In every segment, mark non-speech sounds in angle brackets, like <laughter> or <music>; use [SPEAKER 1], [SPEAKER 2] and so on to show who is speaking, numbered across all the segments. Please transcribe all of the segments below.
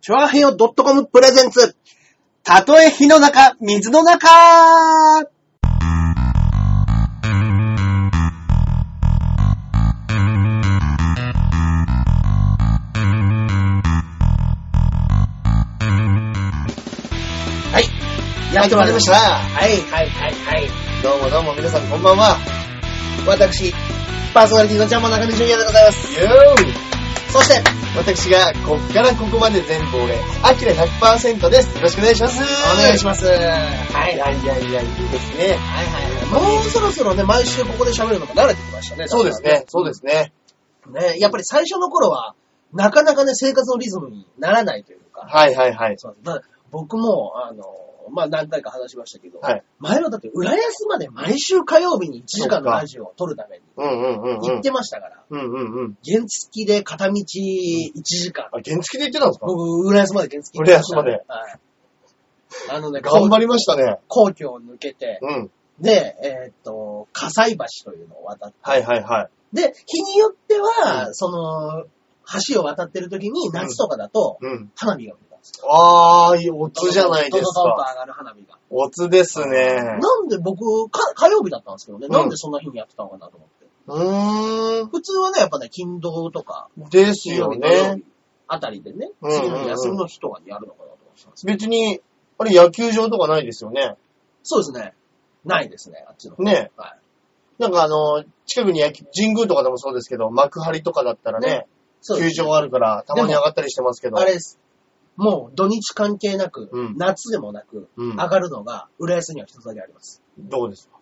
[SPEAKER 1] チョアヘヨ .com プレゼンツ。たとえ火の中、水の中
[SPEAKER 2] はい。
[SPEAKER 1] やってまいりました
[SPEAKER 2] はい、はい、はい、はい。どうもどうも皆さんこんばんは。私、
[SPEAKER 1] パーソナリティのジャンボ中根ジュニアでございます。
[SPEAKER 2] ユーそして、私が、こっからここまで全部俺、アキラ100%です。よろしくお願いします。
[SPEAKER 1] お願いし
[SPEAKER 2] ま
[SPEAKER 1] ます。はい
[SPEAKER 2] す。はい、はい、やいや、いいですね。
[SPEAKER 1] はいはい。もうそろそろね、毎週ここで喋るのが慣れてきましたね。
[SPEAKER 2] そうですね、そうですね。
[SPEAKER 1] ね、やっぱり最初の頃は、なかなかね、生活のリズムにならないというか、
[SPEAKER 2] はい、はい、はい。
[SPEAKER 1] そうだから僕も、あの、まあ、何回か話しましたけど、
[SPEAKER 2] はい
[SPEAKER 1] 前はだって、浦安まで毎週火曜日に1時間のラジオを撮るために
[SPEAKER 2] うん、うん、うん、う
[SPEAKER 1] 行っ
[SPEAKER 2] ん。
[SPEAKER 1] てましたから、
[SPEAKER 2] うん、うん、うん。
[SPEAKER 1] 原付きで片道1時間。
[SPEAKER 2] あ、原付で行ってたんですか
[SPEAKER 1] 僕、浦安まで原付き行ってした
[SPEAKER 2] 浦安
[SPEAKER 1] はい。あのね、
[SPEAKER 2] 頑張りましたね。
[SPEAKER 1] 皇居を抜けて、
[SPEAKER 2] うん。
[SPEAKER 1] で、えーっと、火災橋というのを渡って、
[SPEAKER 2] はい、はい、はい。
[SPEAKER 1] で、日によっては、
[SPEAKER 2] う
[SPEAKER 1] その、橋を渡ってる時に、夏とかだと、
[SPEAKER 2] うん。
[SPEAKER 1] 花火が見えたんですよ。
[SPEAKER 2] あー、おつじゃないです
[SPEAKER 1] ドドドンと
[SPEAKER 2] か。
[SPEAKER 1] 上がる花火が。
[SPEAKER 2] おつですね。
[SPEAKER 1] なんで僕、か火曜日だったんですけどね、
[SPEAKER 2] うん
[SPEAKER 1] なんでそんな日にやってたのかなと思って。
[SPEAKER 2] うーん。
[SPEAKER 1] 普通はね、やっぱね、金土とか、
[SPEAKER 2] です
[SPEAKER 1] 金曜
[SPEAKER 2] よ
[SPEAKER 1] 日、土曜
[SPEAKER 2] ね。
[SPEAKER 1] 日あたりでね、
[SPEAKER 2] うんうんうん
[SPEAKER 1] 次の日休みの日とかにやるのかなと思ってたんですけど、
[SPEAKER 2] 別に、あれ野球場とかないですよね。
[SPEAKER 1] そうですね。ないですね、あっちの方。
[SPEAKER 2] ね。
[SPEAKER 1] はい。
[SPEAKER 2] なんかあの、近くに野球神宮とかでもそうですけど、幕張とかだったらね、
[SPEAKER 1] そうで
[SPEAKER 2] 球
[SPEAKER 1] す
[SPEAKER 2] 場あるから、たまに上がったりしてますけど。
[SPEAKER 1] あれです。もう土日関係なく、
[SPEAKER 2] うん
[SPEAKER 1] 夏でもなく、
[SPEAKER 2] うん
[SPEAKER 1] 上がるのが、浦安には一つだけあります。
[SPEAKER 2] どうですか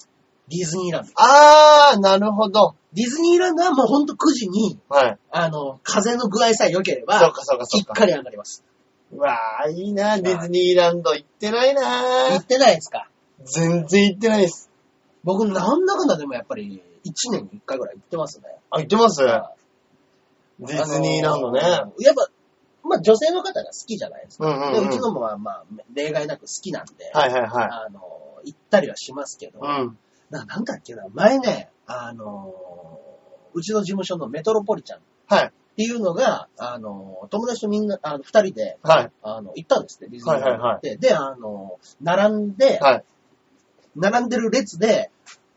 [SPEAKER 1] ディズニーランド。
[SPEAKER 2] あー、なるほど。
[SPEAKER 1] ディズニーランドはもうほんと9時に、
[SPEAKER 2] はい。
[SPEAKER 1] あの、風の具合さえ良けれ
[SPEAKER 2] そう
[SPEAKER 1] ば、
[SPEAKER 2] かそうかそ
[SPEAKER 1] し
[SPEAKER 2] う
[SPEAKER 1] っ
[SPEAKER 2] か。
[SPEAKER 1] かり上がります。
[SPEAKER 2] うわー、いいなディズニーランド行ってない
[SPEAKER 1] 行
[SPEAKER 2] な
[SPEAKER 1] ってないですか
[SPEAKER 2] 全然行ってないです。
[SPEAKER 1] 僕、なんだかんだでもやっぱり、1年に1回ぐらい行ってますね。
[SPEAKER 2] あ、行ってますデ
[SPEAKER 1] あ
[SPEAKER 2] ィズニーランドね。
[SPEAKER 1] あのーやっぱ、まあ女性の方が好きじゃないですか。
[SPEAKER 2] うんうん
[SPEAKER 1] で
[SPEAKER 2] うん
[SPEAKER 1] うちのもは、まあ、例外なく好きなんで、
[SPEAKER 2] はいはいは
[SPEAKER 1] あのー、行ったりはしますけど、
[SPEAKER 2] い。うん。
[SPEAKER 1] ななんだっけな、前ね、あのーうちの事務所のメトロポリちゃんっ
[SPEAKER 2] はい。
[SPEAKER 1] ていうのが、あのー友達とみんな、あの、二人で、
[SPEAKER 2] はい。
[SPEAKER 1] あの、行ったんですって、ディズニーランド
[SPEAKER 2] はいはいはい
[SPEAKER 1] で、で、あのー並んで、
[SPEAKER 2] はい。
[SPEAKER 1] 並んでる列で、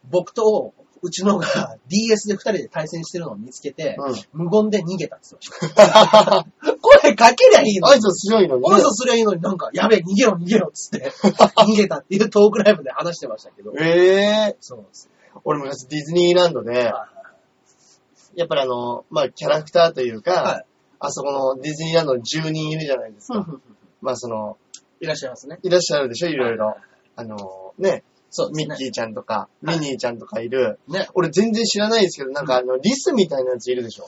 [SPEAKER 1] 僕と、うちのが DS で二人で対戦してるのを見つけて、
[SPEAKER 2] うん。
[SPEAKER 1] 無言で逃げたんですよ。 <laughs> 声かけりゃいいの
[SPEAKER 2] 挨拶しないのにね。
[SPEAKER 1] おいそすりゃいいのになんか、やべえ、逃げろ逃げろっつ
[SPEAKER 2] <laughs>
[SPEAKER 1] って、逃げたっていうトークライブで話してましたけど。
[SPEAKER 2] ええ
[SPEAKER 1] そうですね。
[SPEAKER 2] ー、俺昔ディズニーランドで、
[SPEAKER 1] はい
[SPEAKER 2] やっぱりあの、まあ、キャラクターというか、
[SPEAKER 1] はい
[SPEAKER 2] あそこのディズニーランドの住人いるじゃないですか。まあ、その、
[SPEAKER 1] いらっしゃいますね。
[SPEAKER 2] いらっしゃるでしょ、いろいろ。あの、ね、
[SPEAKER 1] そうです
[SPEAKER 2] ミ
[SPEAKER 1] ね
[SPEAKER 2] ッ。キーちゃんとか、
[SPEAKER 1] は
[SPEAKER 2] ミ
[SPEAKER 1] い
[SPEAKER 2] ニーちゃんとかいる。
[SPEAKER 1] ね。
[SPEAKER 2] 俺全然知らないですけど、なんかあの、リスみたいなやついるでしょ。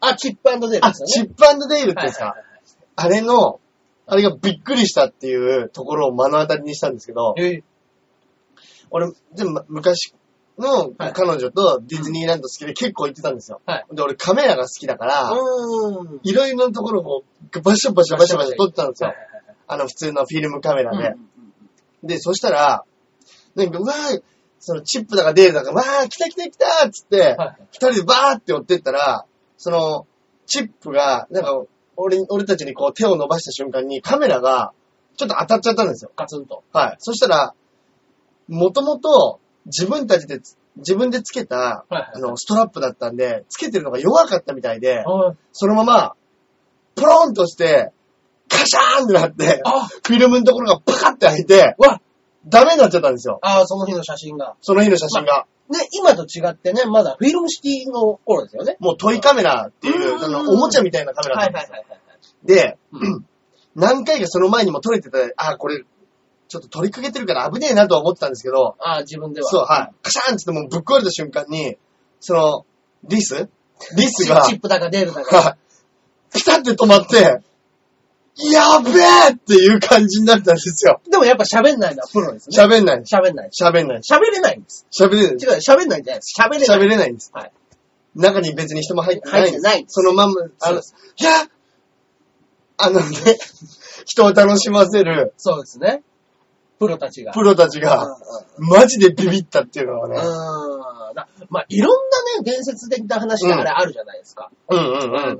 [SPEAKER 1] あ、チップデール
[SPEAKER 2] あ、
[SPEAKER 1] です
[SPEAKER 2] チ
[SPEAKER 1] よ
[SPEAKER 2] ッ
[SPEAKER 1] ね。
[SPEAKER 2] プデールっていうんですか。あれの、あれがびっくりしたっていうところを目の当たりにしたんですけど、
[SPEAKER 1] はいはいはいえ
[SPEAKER 2] 俺、でも昔の
[SPEAKER 1] はい
[SPEAKER 2] 彼女とディズニーランド好きで結構行ってたんですよ。
[SPEAKER 1] はい
[SPEAKER 2] で、俺カメラが好きだから、
[SPEAKER 1] ーうーん。
[SPEAKER 2] いろいろなところをバシャバシャバシャバシャ撮ってたんですよ。あの普通のフィルムカメラ
[SPEAKER 1] はいはいはい
[SPEAKER 2] で。で、そしたら、なんか、うわー、そのチップだかデールだか、わー、来た来た来たっつって
[SPEAKER 1] はい、
[SPEAKER 2] 二人でバーって追ってったら、その、チップが、なんか、俺に、俺たちにこう手を伸ばした瞬間にカメラが、ちょっと当たっちゃったんですよ。
[SPEAKER 1] ガツンと。
[SPEAKER 2] はい。そしたら、もともと自分たちでつ、自分でつけた、
[SPEAKER 1] はいはい
[SPEAKER 2] あの、ストラップだったんで、つけてるのが弱かったみたいで、
[SPEAKER 1] あ
[SPEAKER 2] そのまま、ポロンとして、カシャーンってなって、
[SPEAKER 1] あ
[SPEAKER 2] フィルムのところがパカって開いて、
[SPEAKER 1] わ
[SPEAKER 2] ダメになっちゃったんですよ。
[SPEAKER 1] あー、その日の写真が。
[SPEAKER 2] その日の写真が。
[SPEAKER 1] ね、今と違ってね、まだフィルム式の頃ですよね。
[SPEAKER 2] もうトイカメラっていうう、
[SPEAKER 1] ん
[SPEAKER 2] あの、おもちゃみたいなカメラだったんですよ。
[SPEAKER 1] はい。
[SPEAKER 2] で、
[SPEAKER 1] う
[SPEAKER 2] 何回かその前にも撮れてた、あ、これ、ちょっと取りかけてるから危ねえなとは思ってたんですけど、
[SPEAKER 1] ああ、自分では。
[SPEAKER 2] そう、はい。カシャーンってもうぶっ壊れた瞬間に、その、リスリス
[SPEAKER 1] チ
[SPEAKER 2] が、
[SPEAKER 1] チップだかデールだか。
[SPEAKER 2] はいピタって止まって、やべえっていう感じになったんですよ。
[SPEAKER 1] でもやっぱ喋んないのはプロですね。
[SPEAKER 2] 喋んない。
[SPEAKER 1] 喋んない。
[SPEAKER 2] 喋んない。
[SPEAKER 1] 喋れないんです。
[SPEAKER 2] 喋れない
[SPEAKER 1] 違。う、喋んないんじゃないです。喋れない。
[SPEAKER 2] 喋れないんです。
[SPEAKER 1] はい
[SPEAKER 2] 中に別に人も入ってないんです。
[SPEAKER 1] 入ってないんです
[SPEAKER 2] そのまんま、あ
[SPEAKER 1] そう
[SPEAKER 2] の、
[SPEAKER 1] で
[SPEAKER 2] いやあのね、人を楽しませる
[SPEAKER 1] そうですね。プロたちが。
[SPEAKER 2] プロたち
[SPEAKER 1] うんう
[SPEAKER 2] が、
[SPEAKER 1] んうん
[SPEAKER 2] マジでビビったっていうのは
[SPEAKER 1] う
[SPEAKER 2] ね。
[SPEAKER 1] ーんなまあ、いろんなね、伝説的な話があれあるじゃないですか。
[SPEAKER 2] うんうん
[SPEAKER 1] あ
[SPEAKER 2] うん。
[SPEAKER 1] のー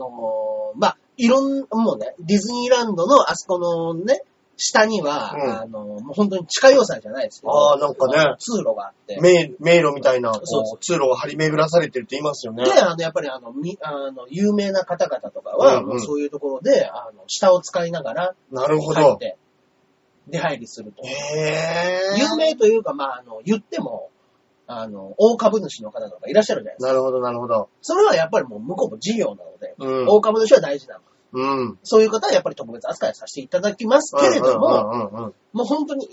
[SPEAKER 1] まあ、いろん、もうね、ディズニーランドのあそこのね、下には、
[SPEAKER 2] うん
[SPEAKER 1] あの、もう本当に地下要塞じゃないですけど、
[SPEAKER 2] あーなんかね
[SPEAKER 1] あの通路があって。
[SPEAKER 2] 迷迷路みたいな、こ、
[SPEAKER 1] そうそう
[SPEAKER 2] 通路が張り巡らされてるって言いますよね。
[SPEAKER 1] で、あの、やっぱりあの、みあの、有名な方々とかは、
[SPEAKER 2] うんうん
[SPEAKER 1] もうそういうところで、あの、下を使いながら、
[SPEAKER 2] なるほ
[SPEAKER 1] 入っ
[SPEAKER 2] ど。
[SPEAKER 1] て、出入りすると。
[SPEAKER 2] へー。
[SPEAKER 1] 有名というか、まあ、あの、言っても、あの、大株主の方とかいらっしゃるじゃないですか。
[SPEAKER 2] なるほど、なるほど。
[SPEAKER 1] それはやっぱりもう向こうも事業なので、
[SPEAKER 2] うん。
[SPEAKER 1] 大株主は大事なの。
[SPEAKER 2] うん。
[SPEAKER 1] そういう方はやっぱり特別扱いさせていただきますけれども、
[SPEAKER 2] うんうんうんうん、
[SPEAKER 1] もう本当に、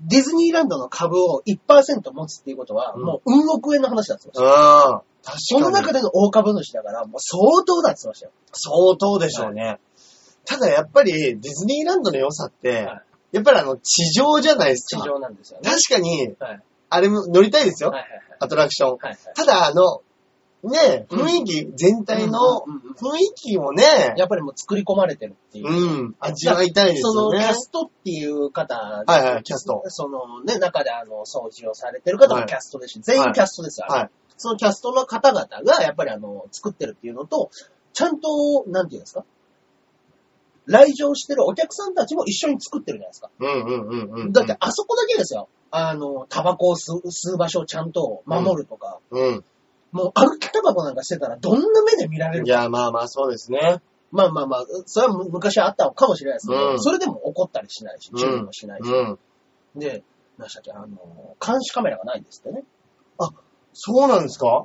[SPEAKER 1] ディズニーランドの株を1%持つっていうことは、
[SPEAKER 2] うん
[SPEAKER 1] もう、うん億円の話だって言ってました。
[SPEAKER 2] ああ、
[SPEAKER 1] その
[SPEAKER 2] 確か
[SPEAKER 1] 中
[SPEAKER 2] に。
[SPEAKER 1] での大株主だから、もう相当だって言ってましたよ。
[SPEAKER 2] 相当でしょうね。ただやっぱり、ディズニーランドの良さって、
[SPEAKER 1] はい
[SPEAKER 2] やっぱりあの、地上じゃないです
[SPEAKER 1] 地
[SPEAKER 2] か。
[SPEAKER 1] 上なんですよね。
[SPEAKER 2] 確かに、
[SPEAKER 1] はい。
[SPEAKER 2] あれも乗りたいですよ。
[SPEAKER 1] はいはい
[SPEAKER 2] アトラクション。
[SPEAKER 1] はい。はい
[SPEAKER 2] ただあの、ね、
[SPEAKER 1] うん
[SPEAKER 2] 雰囲気、全体の
[SPEAKER 1] うんうんうんうん
[SPEAKER 2] 雰囲気もね、
[SPEAKER 1] やっぱりもう作り込まれてるっていう。
[SPEAKER 2] うん、味わいたいです
[SPEAKER 1] そ
[SPEAKER 2] よ
[SPEAKER 1] のキ
[SPEAKER 2] ね
[SPEAKER 1] ャ。ストっていう方、
[SPEAKER 2] はいはい、キャスト。
[SPEAKER 1] そのね、中であの、掃除をされてる方
[SPEAKER 2] は
[SPEAKER 1] も
[SPEAKER 2] い
[SPEAKER 1] キャストですし、全員キャストですよ、あれ
[SPEAKER 2] はい。
[SPEAKER 1] そのキャストの方々が、やっぱりあの、作ってるっていうのと、ちゃんと、なんていうんですか来場してるお客さんたちも一緒に作ってるじゃないですか。
[SPEAKER 2] うんうんうんうん。
[SPEAKER 1] だって、あそこだけですよ。あの、タバコを吸う吸う場所をちゃんと守るとか、
[SPEAKER 2] うん。
[SPEAKER 1] もう歩きタバコなんかしてたらどんな目で見られる
[SPEAKER 2] い
[SPEAKER 1] か。
[SPEAKER 2] や、まあまあ、そうですね。
[SPEAKER 1] まあまあまあ、それは昔はあったのかもしれないですけど、
[SPEAKER 2] うん
[SPEAKER 1] それでも怒ったりしないし、注意もしないし。
[SPEAKER 2] うん。
[SPEAKER 1] で、何でしたっけ、あの、監視カメラがないんですってね。
[SPEAKER 2] そうなんですか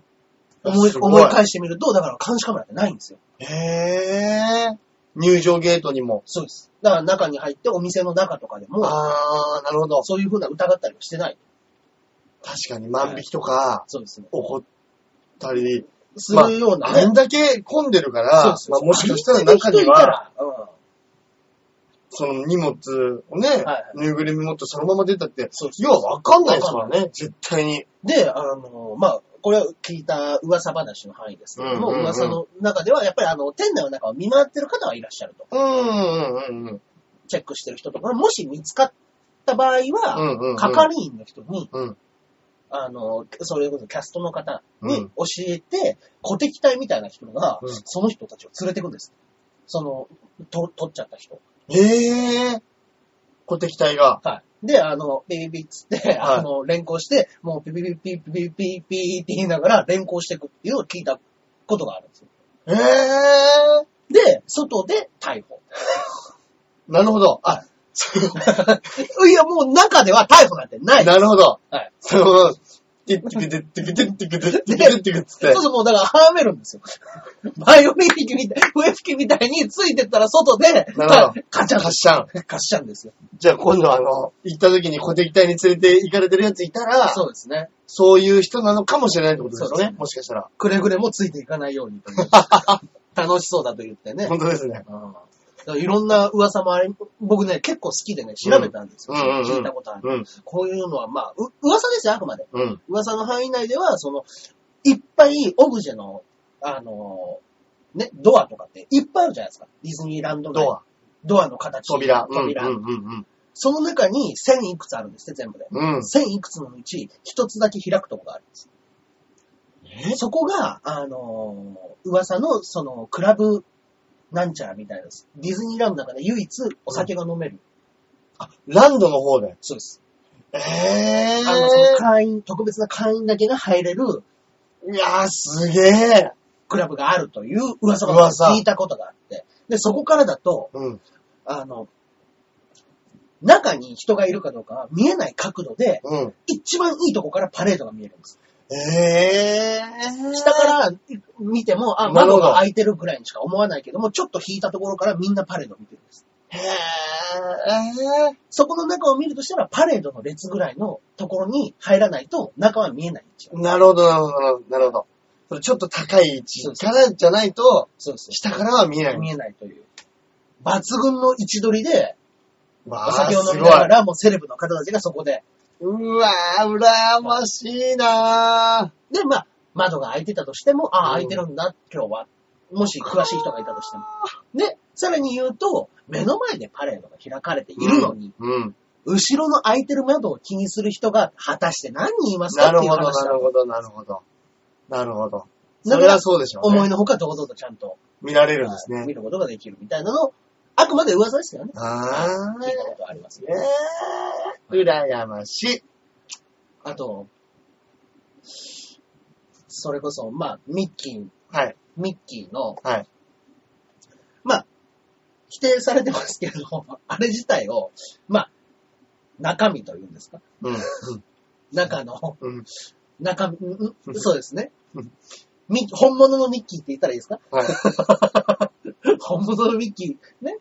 [SPEAKER 1] 思い、
[SPEAKER 2] すご
[SPEAKER 1] 思い返してみると、だから監視カメラってないんですよ。
[SPEAKER 2] へー。入場ゲートにも。
[SPEAKER 1] そうです。だから中に入ってお店の中とかでも、
[SPEAKER 2] あー、なるほど。
[SPEAKER 1] そういう風な疑ったりもしてない。
[SPEAKER 2] 確かに万引きとか、
[SPEAKER 1] そうですね。
[SPEAKER 2] 怒ったり、
[SPEAKER 1] するような
[SPEAKER 2] あ
[SPEAKER 1] ね。
[SPEAKER 2] んだけ混んでるか
[SPEAKER 1] そう
[SPEAKER 2] ら
[SPEAKER 1] で、す
[SPEAKER 2] まあもしかしたら中に
[SPEAKER 1] 人いた
[SPEAKER 2] は、
[SPEAKER 1] らうん
[SPEAKER 2] その荷物をね
[SPEAKER 1] はい、
[SPEAKER 2] ぬいぐるみ持ってそのまま出たって
[SPEAKER 1] そうで、す
[SPEAKER 2] 要はわかんないですからね、絶対に。
[SPEAKER 1] で、あの、まあ、これは聞いた噂話の範囲ですけども、
[SPEAKER 2] うんうんうん
[SPEAKER 1] 噂の中では、やっぱりあの、店内の中を見回ってる方はいらっしゃると。
[SPEAKER 2] うんうんうんうん。
[SPEAKER 1] チェックしてる人とか、もし見つかった場合は、
[SPEAKER 2] うんうんうん
[SPEAKER 1] 係員の人に、
[SPEAKER 2] うん。
[SPEAKER 1] あの、それこそキャストの方に
[SPEAKER 2] うん
[SPEAKER 1] 教えて、小敵隊みたいな人が、
[SPEAKER 2] うん
[SPEAKER 1] その人たちを連れてくんです。その、と、取っちゃった人。
[SPEAKER 2] へー。小敵隊が。
[SPEAKER 1] はい。で、あの、ビビビッつって、あの、連行して、もうピピピピピピピピって言いながら連行していくっていうのを聞いたことがあるんですよ。
[SPEAKER 2] へー。
[SPEAKER 1] で、外で
[SPEAKER 2] <laughs>
[SPEAKER 1] 逮捕。
[SPEAKER 2] なるほど。あ、
[SPEAKER 1] いや、もう中では逮捕なんてない。
[SPEAKER 2] なるほど。
[SPEAKER 1] はい。
[SPEAKER 2] その、ティッティティティティティティティティティティティつっ
[SPEAKER 1] そう
[SPEAKER 2] て
[SPEAKER 1] そ。う、もうだから、はめるんですよ。 <laughs> バイオリン機みたい、笛吹きみたいについてったら外で、
[SPEAKER 2] なるほど
[SPEAKER 1] カチャン
[SPEAKER 2] カッシャン。 <laughs>
[SPEAKER 1] カッシャンですよ。
[SPEAKER 2] じゃあ今度あの、行った時に小敵隊に連れて行かれてるやついたら、
[SPEAKER 1] そうですね。
[SPEAKER 2] そういう人なのかもしれないってことです
[SPEAKER 1] そう
[SPEAKER 2] よ
[SPEAKER 1] です
[SPEAKER 2] ね。
[SPEAKER 1] ね
[SPEAKER 2] もしかしたら。
[SPEAKER 1] くれぐれもついていかないようにという
[SPEAKER 2] <laughs>
[SPEAKER 1] 楽しそうだと言ってね。
[SPEAKER 2] 本当ですね。
[SPEAKER 1] うんだからいろんな噂もあり、僕ね、結構好きでね、調べたんですよ。
[SPEAKER 2] うんうんうんうん
[SPEAKER 1] 聞いたことある。
[SPEAKER 2] うん。
[SPEAKER 1] こういうのは、まあ、う噂ですよ、あくまで。
[SPEAKER 2] うん。
[SPEAKER 1] 噂の範囲内では、その、いっぱいオブジェの、あの、ね、ドアとかっていっぱいあるじゃないですか。ディズニーランド内
[SPEAKER 2] ドア、
[SPEAKER 1] ドアの形。
[SPEAKER 2] 扉。うんうん
[SPEAKER 1] 扉。
[SPEAKER 2] うん
[SPEAKER 1] その中に1000いくつあるんですって、全部で。
[SPEAKER 2] うん。うん。
[SPEAKER 1] 1000いくつのうち、一つだけ開くとこがあるんです。そこが、あのー噂の、その、クラブ、なんちゃらみたいなです。ディズニーランドの中で唯一お酒が飲める。
[SPEAKER 2] ランドの方で。
[SPEAKER 1] そうです。
[SPEAKER 2] え
[SPEAKER 1] あ
[SPEAKER 2] え
[SPEAKER 1] の、その会員、特別な会員だけが入れる
[SPEAKER 2] ー。いやー、すげえ。
[SPEAKER 1] クラブがあるという噂が
[SPEAKER 2] 噂
[SPEAKER 1] 聞いたことがあって。で、そこからだと、
[SPEAKER 2] うん。
[SPEAKER 1] あの、中に人がいるかどうかは見えない角度で、
[SPEAKER 2] うん。
[SPEAKER 1] 一番いいとこからパレードが見えるんです。
[SPEAKER 2] ええー。
[SPEAKER 1] 下から見ても、あ、
[SPEAKER 2] なる
[SPEAKER 1] 窓
[SPEAKER 2] ほど
[SPEAKER 1] が開いてるぐらいにしか思わないけども、ちょっと引いたところからみんなパレードを見てるんです。
[SPEAKER 2] へえ
[SPEAKER 1] そこの中を見るとしたら、パレードの列ぐらいのところに入らないと、中は見えない位置。
[SPEAKER 2] ー。なるほど、なるほど、なるほど。それちょっと高い位置からじゃないと、
[SPEAKER 1] そうです
[SPEAKER 2] 下からは見えない。
[SPEAKER 1] 見えないという。抜群の位置取りで、
[SPEAKER 2] わ
[SPEAKER 1] お
[SPEAKER 2] あ
[SPEAKER 1] 酒を飲み
[SPEAKER 2] す
[SPEAKER 1] な
[SPEAKER 2] ごい
[SPEAKER 1] がら、もうセレブの方たちがそこで。
[SPEAKER 2] うわぁ、羨ましいなぁ。
[SPEAKER 1] で、まあ、窓が開いてたとしても、ああ、
[SPEAKER 2] う
[SPEAKER 1] 開
[SPEAKER 2] ん
[SPEAKER 1] いてるんだ、今日は。もし詳しい人がいたとしても。で、さらに言うと、目の前でパレードが開かれているのに、
[SPEAKER 2] うん。
[SPEAKER 1] 後ろの空いてる窓を気にする人が果たして何人いますか
[SPEAKER 2] なる
[SPEAKER 1] っていう
[SPEAKER 2] ほど、な
[SPEAKER 1] 話だ
[SPEAKER 2] る。ほど、なるほど。なるほど。そ
[SPEAKER 1] だ
[SPEAKER 2] れ
[SPEAKER 1] から
[SPEAKER 2] は、そうでしょう、ね。
[SPEAKER 1] 思いのほか堂々とちゃんと、
[SPEAKER 2] 見られるんです
[SPEAKER 1] はい
[SPEAKER 2] ね。
[SPEAKER 1] 見ることができるみたいなのを、あくまで噂ですよね。
[SPEAKER 2] あ
[SPEAKER 1] 聞いたことありますね。
[SPEAKER 2] ー。うらやましい。
[SPEAKER 1] あと、それこそ、まあ、ミッキー、
[SPEAKER 2] はい。
[SPEAKER 1] ミッキーの、
[SPEAKER 2] はい。
[SPEAKER 1] まあ、否定されてますけど、 <laughs> あれ自体を、まあ、中身というんですか
[SPEAKER 2] うん。
[SPEAKER 1] 中の、
[SPEAKER 2] うん。
[SPEAKER 1] 中身、うんうんそうですね。ミッ本物のミッキーって言ったらいいですか <laughs>
[SPEAKER 2] は
[SPEAKER 1] 本物のミッキー、ね。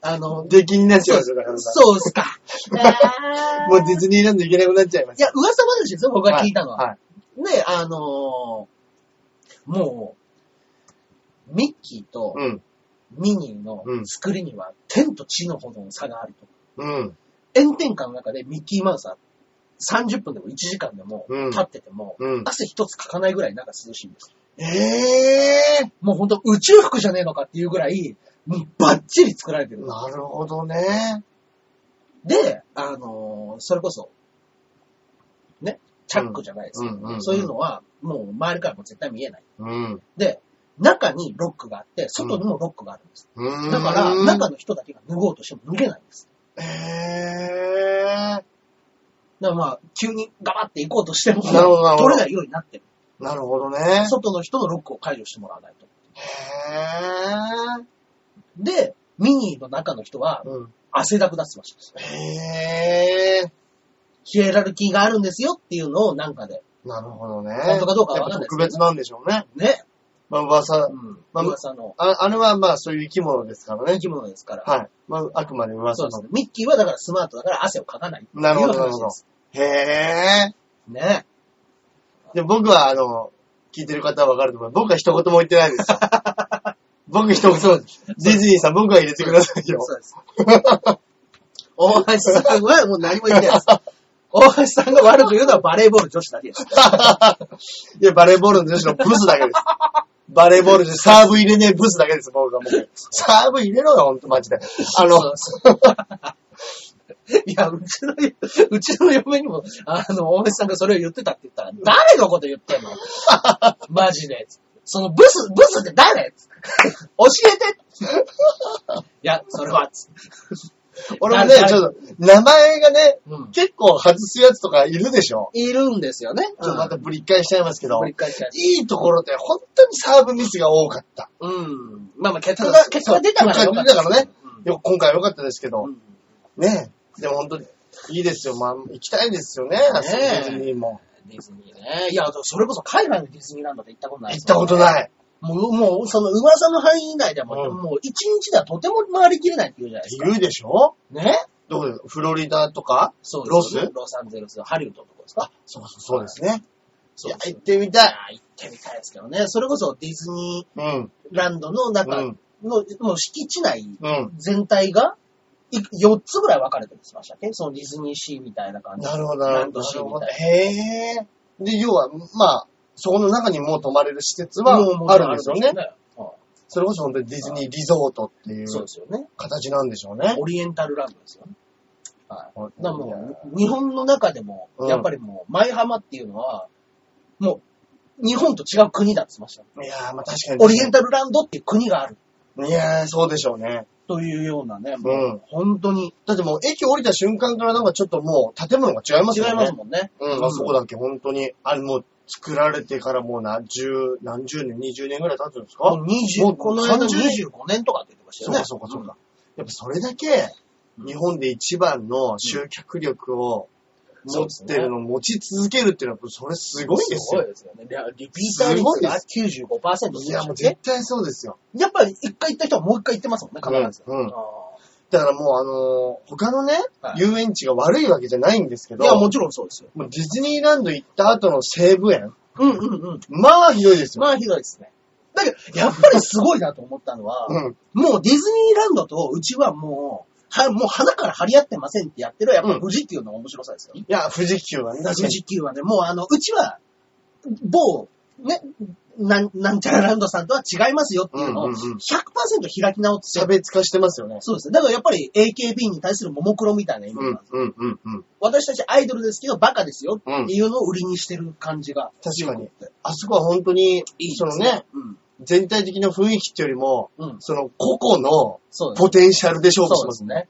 [SPEAKER 1] あの
[SPEAKER 2] い。、出禁になっちゃ
[SPEAKER 1] そ
[SPEAKER 2] ですよ、
[SPEAKER 1] ううん
[SPEAKER 2] だからさ
[SPEAKER 1] そうっすか。
[SPEAKER 2] <laughs> もうディズニーランド行けなくなっちゃいま
[SPEAKER 1] い
[SPEAKER 2] す。
[SPEAKER 1] や、噂話ですよ、僕が聞いたのは。
[SPEAKER 2] はい。はい
[SPEAKER 1] ね、あのーもう、ミッキーと
[SPEAKER 2] うん。
[SPEAKER 1] ミニーの作りには天と地のほどの差があると。
[SPEAKER 2] うん。
[SPEAKER 1] 炎天下の中でミッキーマウスは30分でも1時間でも
[SPEAKER 2] うん
[SPEAKER 1] 立ってても、
[SPEAKER 2] うん。
[SPEAKER 1] 汗一つかかないぐらい中涼しいんです。
[SPEAKER 2] ええ
[SPEAKER 1] もうほんと宇宙服じゃねえのかっていうぐらい、もうバッチリ作られてる
[SPEAKER 2] ー。。なるほどね。
[SPEAKER 1] で、あのーそれこそ、ね、チャックじゃないですけど、
[SPEAKER 2] うんうんうん
[SPEAKER 1] そういうのはもう周りからも絶対見えない。
[SPEAKER 2] うん。
[SPEAKER 1] で、中にロックがあって、外にもロックがあるんです。
[SPEAKER 2] うん。
[SPEAKER 1] だから、中の人だけが脱ごうとしても脱げないんです。
[SPEAKER 2] ええ
[SPEAKER 1] だからまあ、急にガバって行こうとしても、
[SPEAKER 2] なるほどなるほど
[SPEAKER 1] 取れないようになってる。
[SPEAKER 2] ー。なるほどね。
[SPEAKER 1] 外の人のロックを解除してもらわないと。
[SPEAKER 2] へえ
[SPEAKER 1] で、ミニーの中の人は
[SPEAKER 2] ー。うん。
[SPEAKER 1] 汗だく出してました。
[SPEAKER 2] へえ
[SPEAKER 1] ヒエラルキーがあるんですよっていうのをなんかで。
[SPEAKER 2] ー。なるほどね。
[SPEAKER 1] 本当かどうかはわか
[SPEAKER 2] やっぱ
[SPEAKER 1] んない
[SPEAKER 2] 特別なんでしょうね。
[SPEAKER 1] ね。
[SPEAKER 2] まあ、噂
[SPEAKER 1] う、ん。
[SPEAKER 2] まあ
[SPEAKER 1] 噂の
[SPEAKER 2] ああれはまあそういう生き物ですからね
[SPEAKER 1] 生。き物ですから。
[SPEAKER 2] はい。まあ、あくまで噂
[SPEAKER 1] そう
[SPEAKER 2] の。
[SPEAKER 1] ですね。ミッキーはだからスマートだから汗をかかないっていう
[SPEAKER 2] なるほど、なる
[SPEAKER 1] 話
[SPEAKER 2] ほど
[SPEAKER 1] です。。
[SPEAKER 2] へ
[SPEAKER 1] ね。
[SPEAKER 2] ー。で、僕は、あの、聞いてる方はわかると思う。僕は一言も言ってない
[SPEAKER 1] <laughs>
[SPEAKER 2] ですよ。僕一言も、ディズニーさん僕は入れてくださいよ。
[SPEAKER 1] そうです。大橋さんはもう何も言って
[SPEAKER 2] <laughs>
[SPEAKER 1] ないです。大橋さんが悪く言うのはバレーボール女子だけです。
[SPEAKER 2] いや、バレーボールの女子のブスだ
[SPEAKER 1] <laughs>
[SPEAKER 2] けです。バレーボールでサーブ入れねえブスだけです、僕がもう。サーブ入れろよ、ほんと、マジで。あの、
[SPEAKER 1] いや、うちの、うちの嫁にも、あの、大橋さんがそれを言ってたって言ったら、誰のこと言って
[SPEAKER 2] <laughs>
[SPEAKER 1] んのマジで。そのブス、ブスって誰教えていや、それは、つって
[SPEAKER 2] 俺もね、ちょっと、名前がね、
[SPEAKER 1] うん
[SPEAKER 2] 結構外すやつとかいるでしょ。
[SPEAKER 1] いるんですよね。
[SPEAKER 2] ちょっとまた
[SPEAKER 1] うん
[SPEAKER 2] ぶり返しちゃいますけど
[SPEAKER 1] ぶ、り返しちゃう
[SPEAKER 2] いいところで本当にサーブミスが多かった。
[SPEAKER 1] うん。まあまあ、結果が、結果が出たからよかった
[SPEAKER 2] 結果が出たからね
[SPEAKER 1] うん
[SPEAKER 2] よ今回は良かったですけど、
[SPEAKER 1] うん
[SPEAKER 2] ねえ。でも本当に、いいですよ。まあ、行きたいですよね。あそこディズニーも。
[SPEAKER 1] ディズニーね。いや、それこそ海外のディズニーランドで行ったことない、。
[SPEAKER 2] 行ったことないい。っ
[SPEAKER 1] もう、もう、その噂の範囲以内ではもう、
[SPEAKER 2] うん
[SPEAKER 1] もう一日ではとても回りきれないって言うじゃないです
[SPEAKER 2] て
[SPEAKER 1] か。
[SPEAKER 2] 言うでしょ
[SPEAKER 1] ね
[SPEAKER 2] どこでフロリダとか
[SPEAKER 1] そう
[SPEAKER 2] ロ
[SPEAKER 1] ですよね
[SPEAKER 2] ス
[SPEAKER 1] ロサンゼルス、ハリウッドのとこですか
[SPEAKER 2] そうそうそうですね。い
[SPEAKER 1] そう
[SPEAKER 2] や
[SPEAKER 1] で、す
[SPEAKER 2] 行ってみ
[SPEAKER 1] いや
[SPEAKER 2] たい。
[SPEAKER 1] 行ってみたいですけどね。それこそディズニ
[SPEAKER 2] うん。
[SPEAKER 1] ーランドの中
[SPEAKER 2] う
[SPEAKER 1] の、
[SPEAKER 2] ん。
[SPEAKER 1] もう敷地内
[SPEAKER 2] うん。
[SPEAKER 1] 全体が、い4つぐらい分かれてるってましたっけそのディズニーシーみたいな感じ。
[SPEAKER 2] なるほど、な
[SPEAKER 1] ラ
[SPEAKER 2] るほ
[SPEAKER 1] ンドシーみ
[SPEAKER 2] ど。
[SPEAKER 1] たいな。
[SPEAKER 2] へえ。で、要は、まあ、そこの中にもう泊まれる施設は
[SPEAKER 1] もうもう
[SPEAKER 2] あるんですよね。
[SPEAKER 1] うん
[SPEAKER 2] それこそ本当にディズニーリゾートっていう
[SPEAKER 1] そうですよね。
[SPEAKER 2] 形なんでしょうね。
[SPEAKER 1] オリエンタルランドですよね。はい。
[SPEAKER 2] い
[SPEAKER 1] だ
[SPEAKER 2] や
[SPEAKER 1] からもう、日本の中でも、
[SPEAKER 2] うん
[SPEAKER 1] やっぱりもう、舞浜っていうのは、もう、日本と違う国だって言って
[SPEAKER 2] い
[SPEAKER 1] ました。
[SPEAKER 2] やー、まあ確かに。
[SPEAKER 1] オリエンタルランドっていう国がある。
[SPEAKER 2] いやー、そうでしょうね。
[SPEAKER 1] というようなね、もう、
[SPEAKER 2] うん。
[SPEAKER 1] 本当に
[SPEAKER 2] だってもう駅降りた瞬間からなんかちょっともう建物が違います
[SPEAKER 1] 違
[SPEAKER 2] よね。
[SPEAKER 1] いますもんね。
[SPEAKER 2] うん、あそこだけ本当に、あれもう作られてからもう何十、何十年、二十年ぐらい経つんですか、
[SPEAKER 1] もう20
[SPEAKER 2] もう
[SPEAKER 1] この間
[SPEAKER 2] 30
[SPEAKER 1] 25年とかって言ってまし
[SPEAKER 2] そ
[SPEAKER 1] たよ
[SPEAKER 2] う
[SPEAKER 1] ね。
[SPEAKER 2] かそうかそうか。やっぱそれだけ、日本で一番の集客力を持ってるの、持ち続けるっていうのは、それすごいですよ。
[SPEAKER 1] ごいですよね。でリピーター率が95%って
[SPEAKER 2] い
[SPEAKER 1] 言
[SPEAKER 2] や、
[SPEAKER 1] っ
[SPEAKER 2] も
[SPEAKER 1] てま
[SPEAKER 2] う
[SPEAKER 1] した
[SPEAKER 2] 絶
[SPEAKER 1] ね。
[SPEAKER 2] 対そうですよ。
[SPEAKER 1] やっぱり一回行った人はもう一回行ってますもんね、必ず。
[SPEAKER 2] うんうん
[SPEAKER 1] あ
[SPEAKER 2] だからもうあのー他のね、
[SPEAKER 1] はい
[SPEAKER 2] 遊園地が悪いわけじゃないんですけ
[SPEAKER 1] ー
[SPEAKER 2] ど、
[SPEAKER 1] いや、もちろんそうですよ。
[SPEAKER 2] もうディズニーランド行った後の西武園、
[SPEAKER 1] うんうんうん。
[SPEAKER 2] まあひどいですよ。
[SPEAKER 1] まあひどいですね。だけど、やっぱりすごいなと思ったのは、
[SPEAKER 2] うん。
[SPEAKER 1] もうディズニーランドとうちはもう、は、もう花から張り合ってませんってやってる、やっぱ富士っていうのが面白さですよ。
[SPEAKER 2] いや、富士急はね、確か
[SPEAKER 1] 富
[SPEAKER 2] に。
[SPEAKER 1] 士急はね、もうあの、うちは、某、ね、なん、なんちゃらランドさんとは違いますよっていうのを、
[SPEAKER 2] うんうんうん
[SPEAKER 1] 100%開き直って
[SPEAKER 2] 差、別化してますよね。
[SPEAKER 1] そうですね。だからやっぱり AKB に対するももクロみたいな意味
[SPEAKER 2] う
[SPEAKER 1] なん
[SPEAKER 2] ん
[SPEAKER 1] です、
[SPEAKER 2] うんうんうん。
[SPEAKER 1] 私たちアイドルですけど、バカですよ
[SPEAKER 2] うん
[SPEAKER 1] っていうのを売りにしてる感じが。
[SPEAKER 2] 確かに。あそこは本当に、そのね、。
[SPEAKER 1] うん。
[SPEAKER 2] 全体的な雰囲気っていうよりも、
[SPEAKER 1] うん。
[SPEAKER 2] その個々の
[SPEAKER 1] そうですね
[SPEAKER 2] ポテンシャルで勝負し
[SPEAKER 1] そう
[SPEAKER 2] ま
[SPEAKER 1] ですす。ね。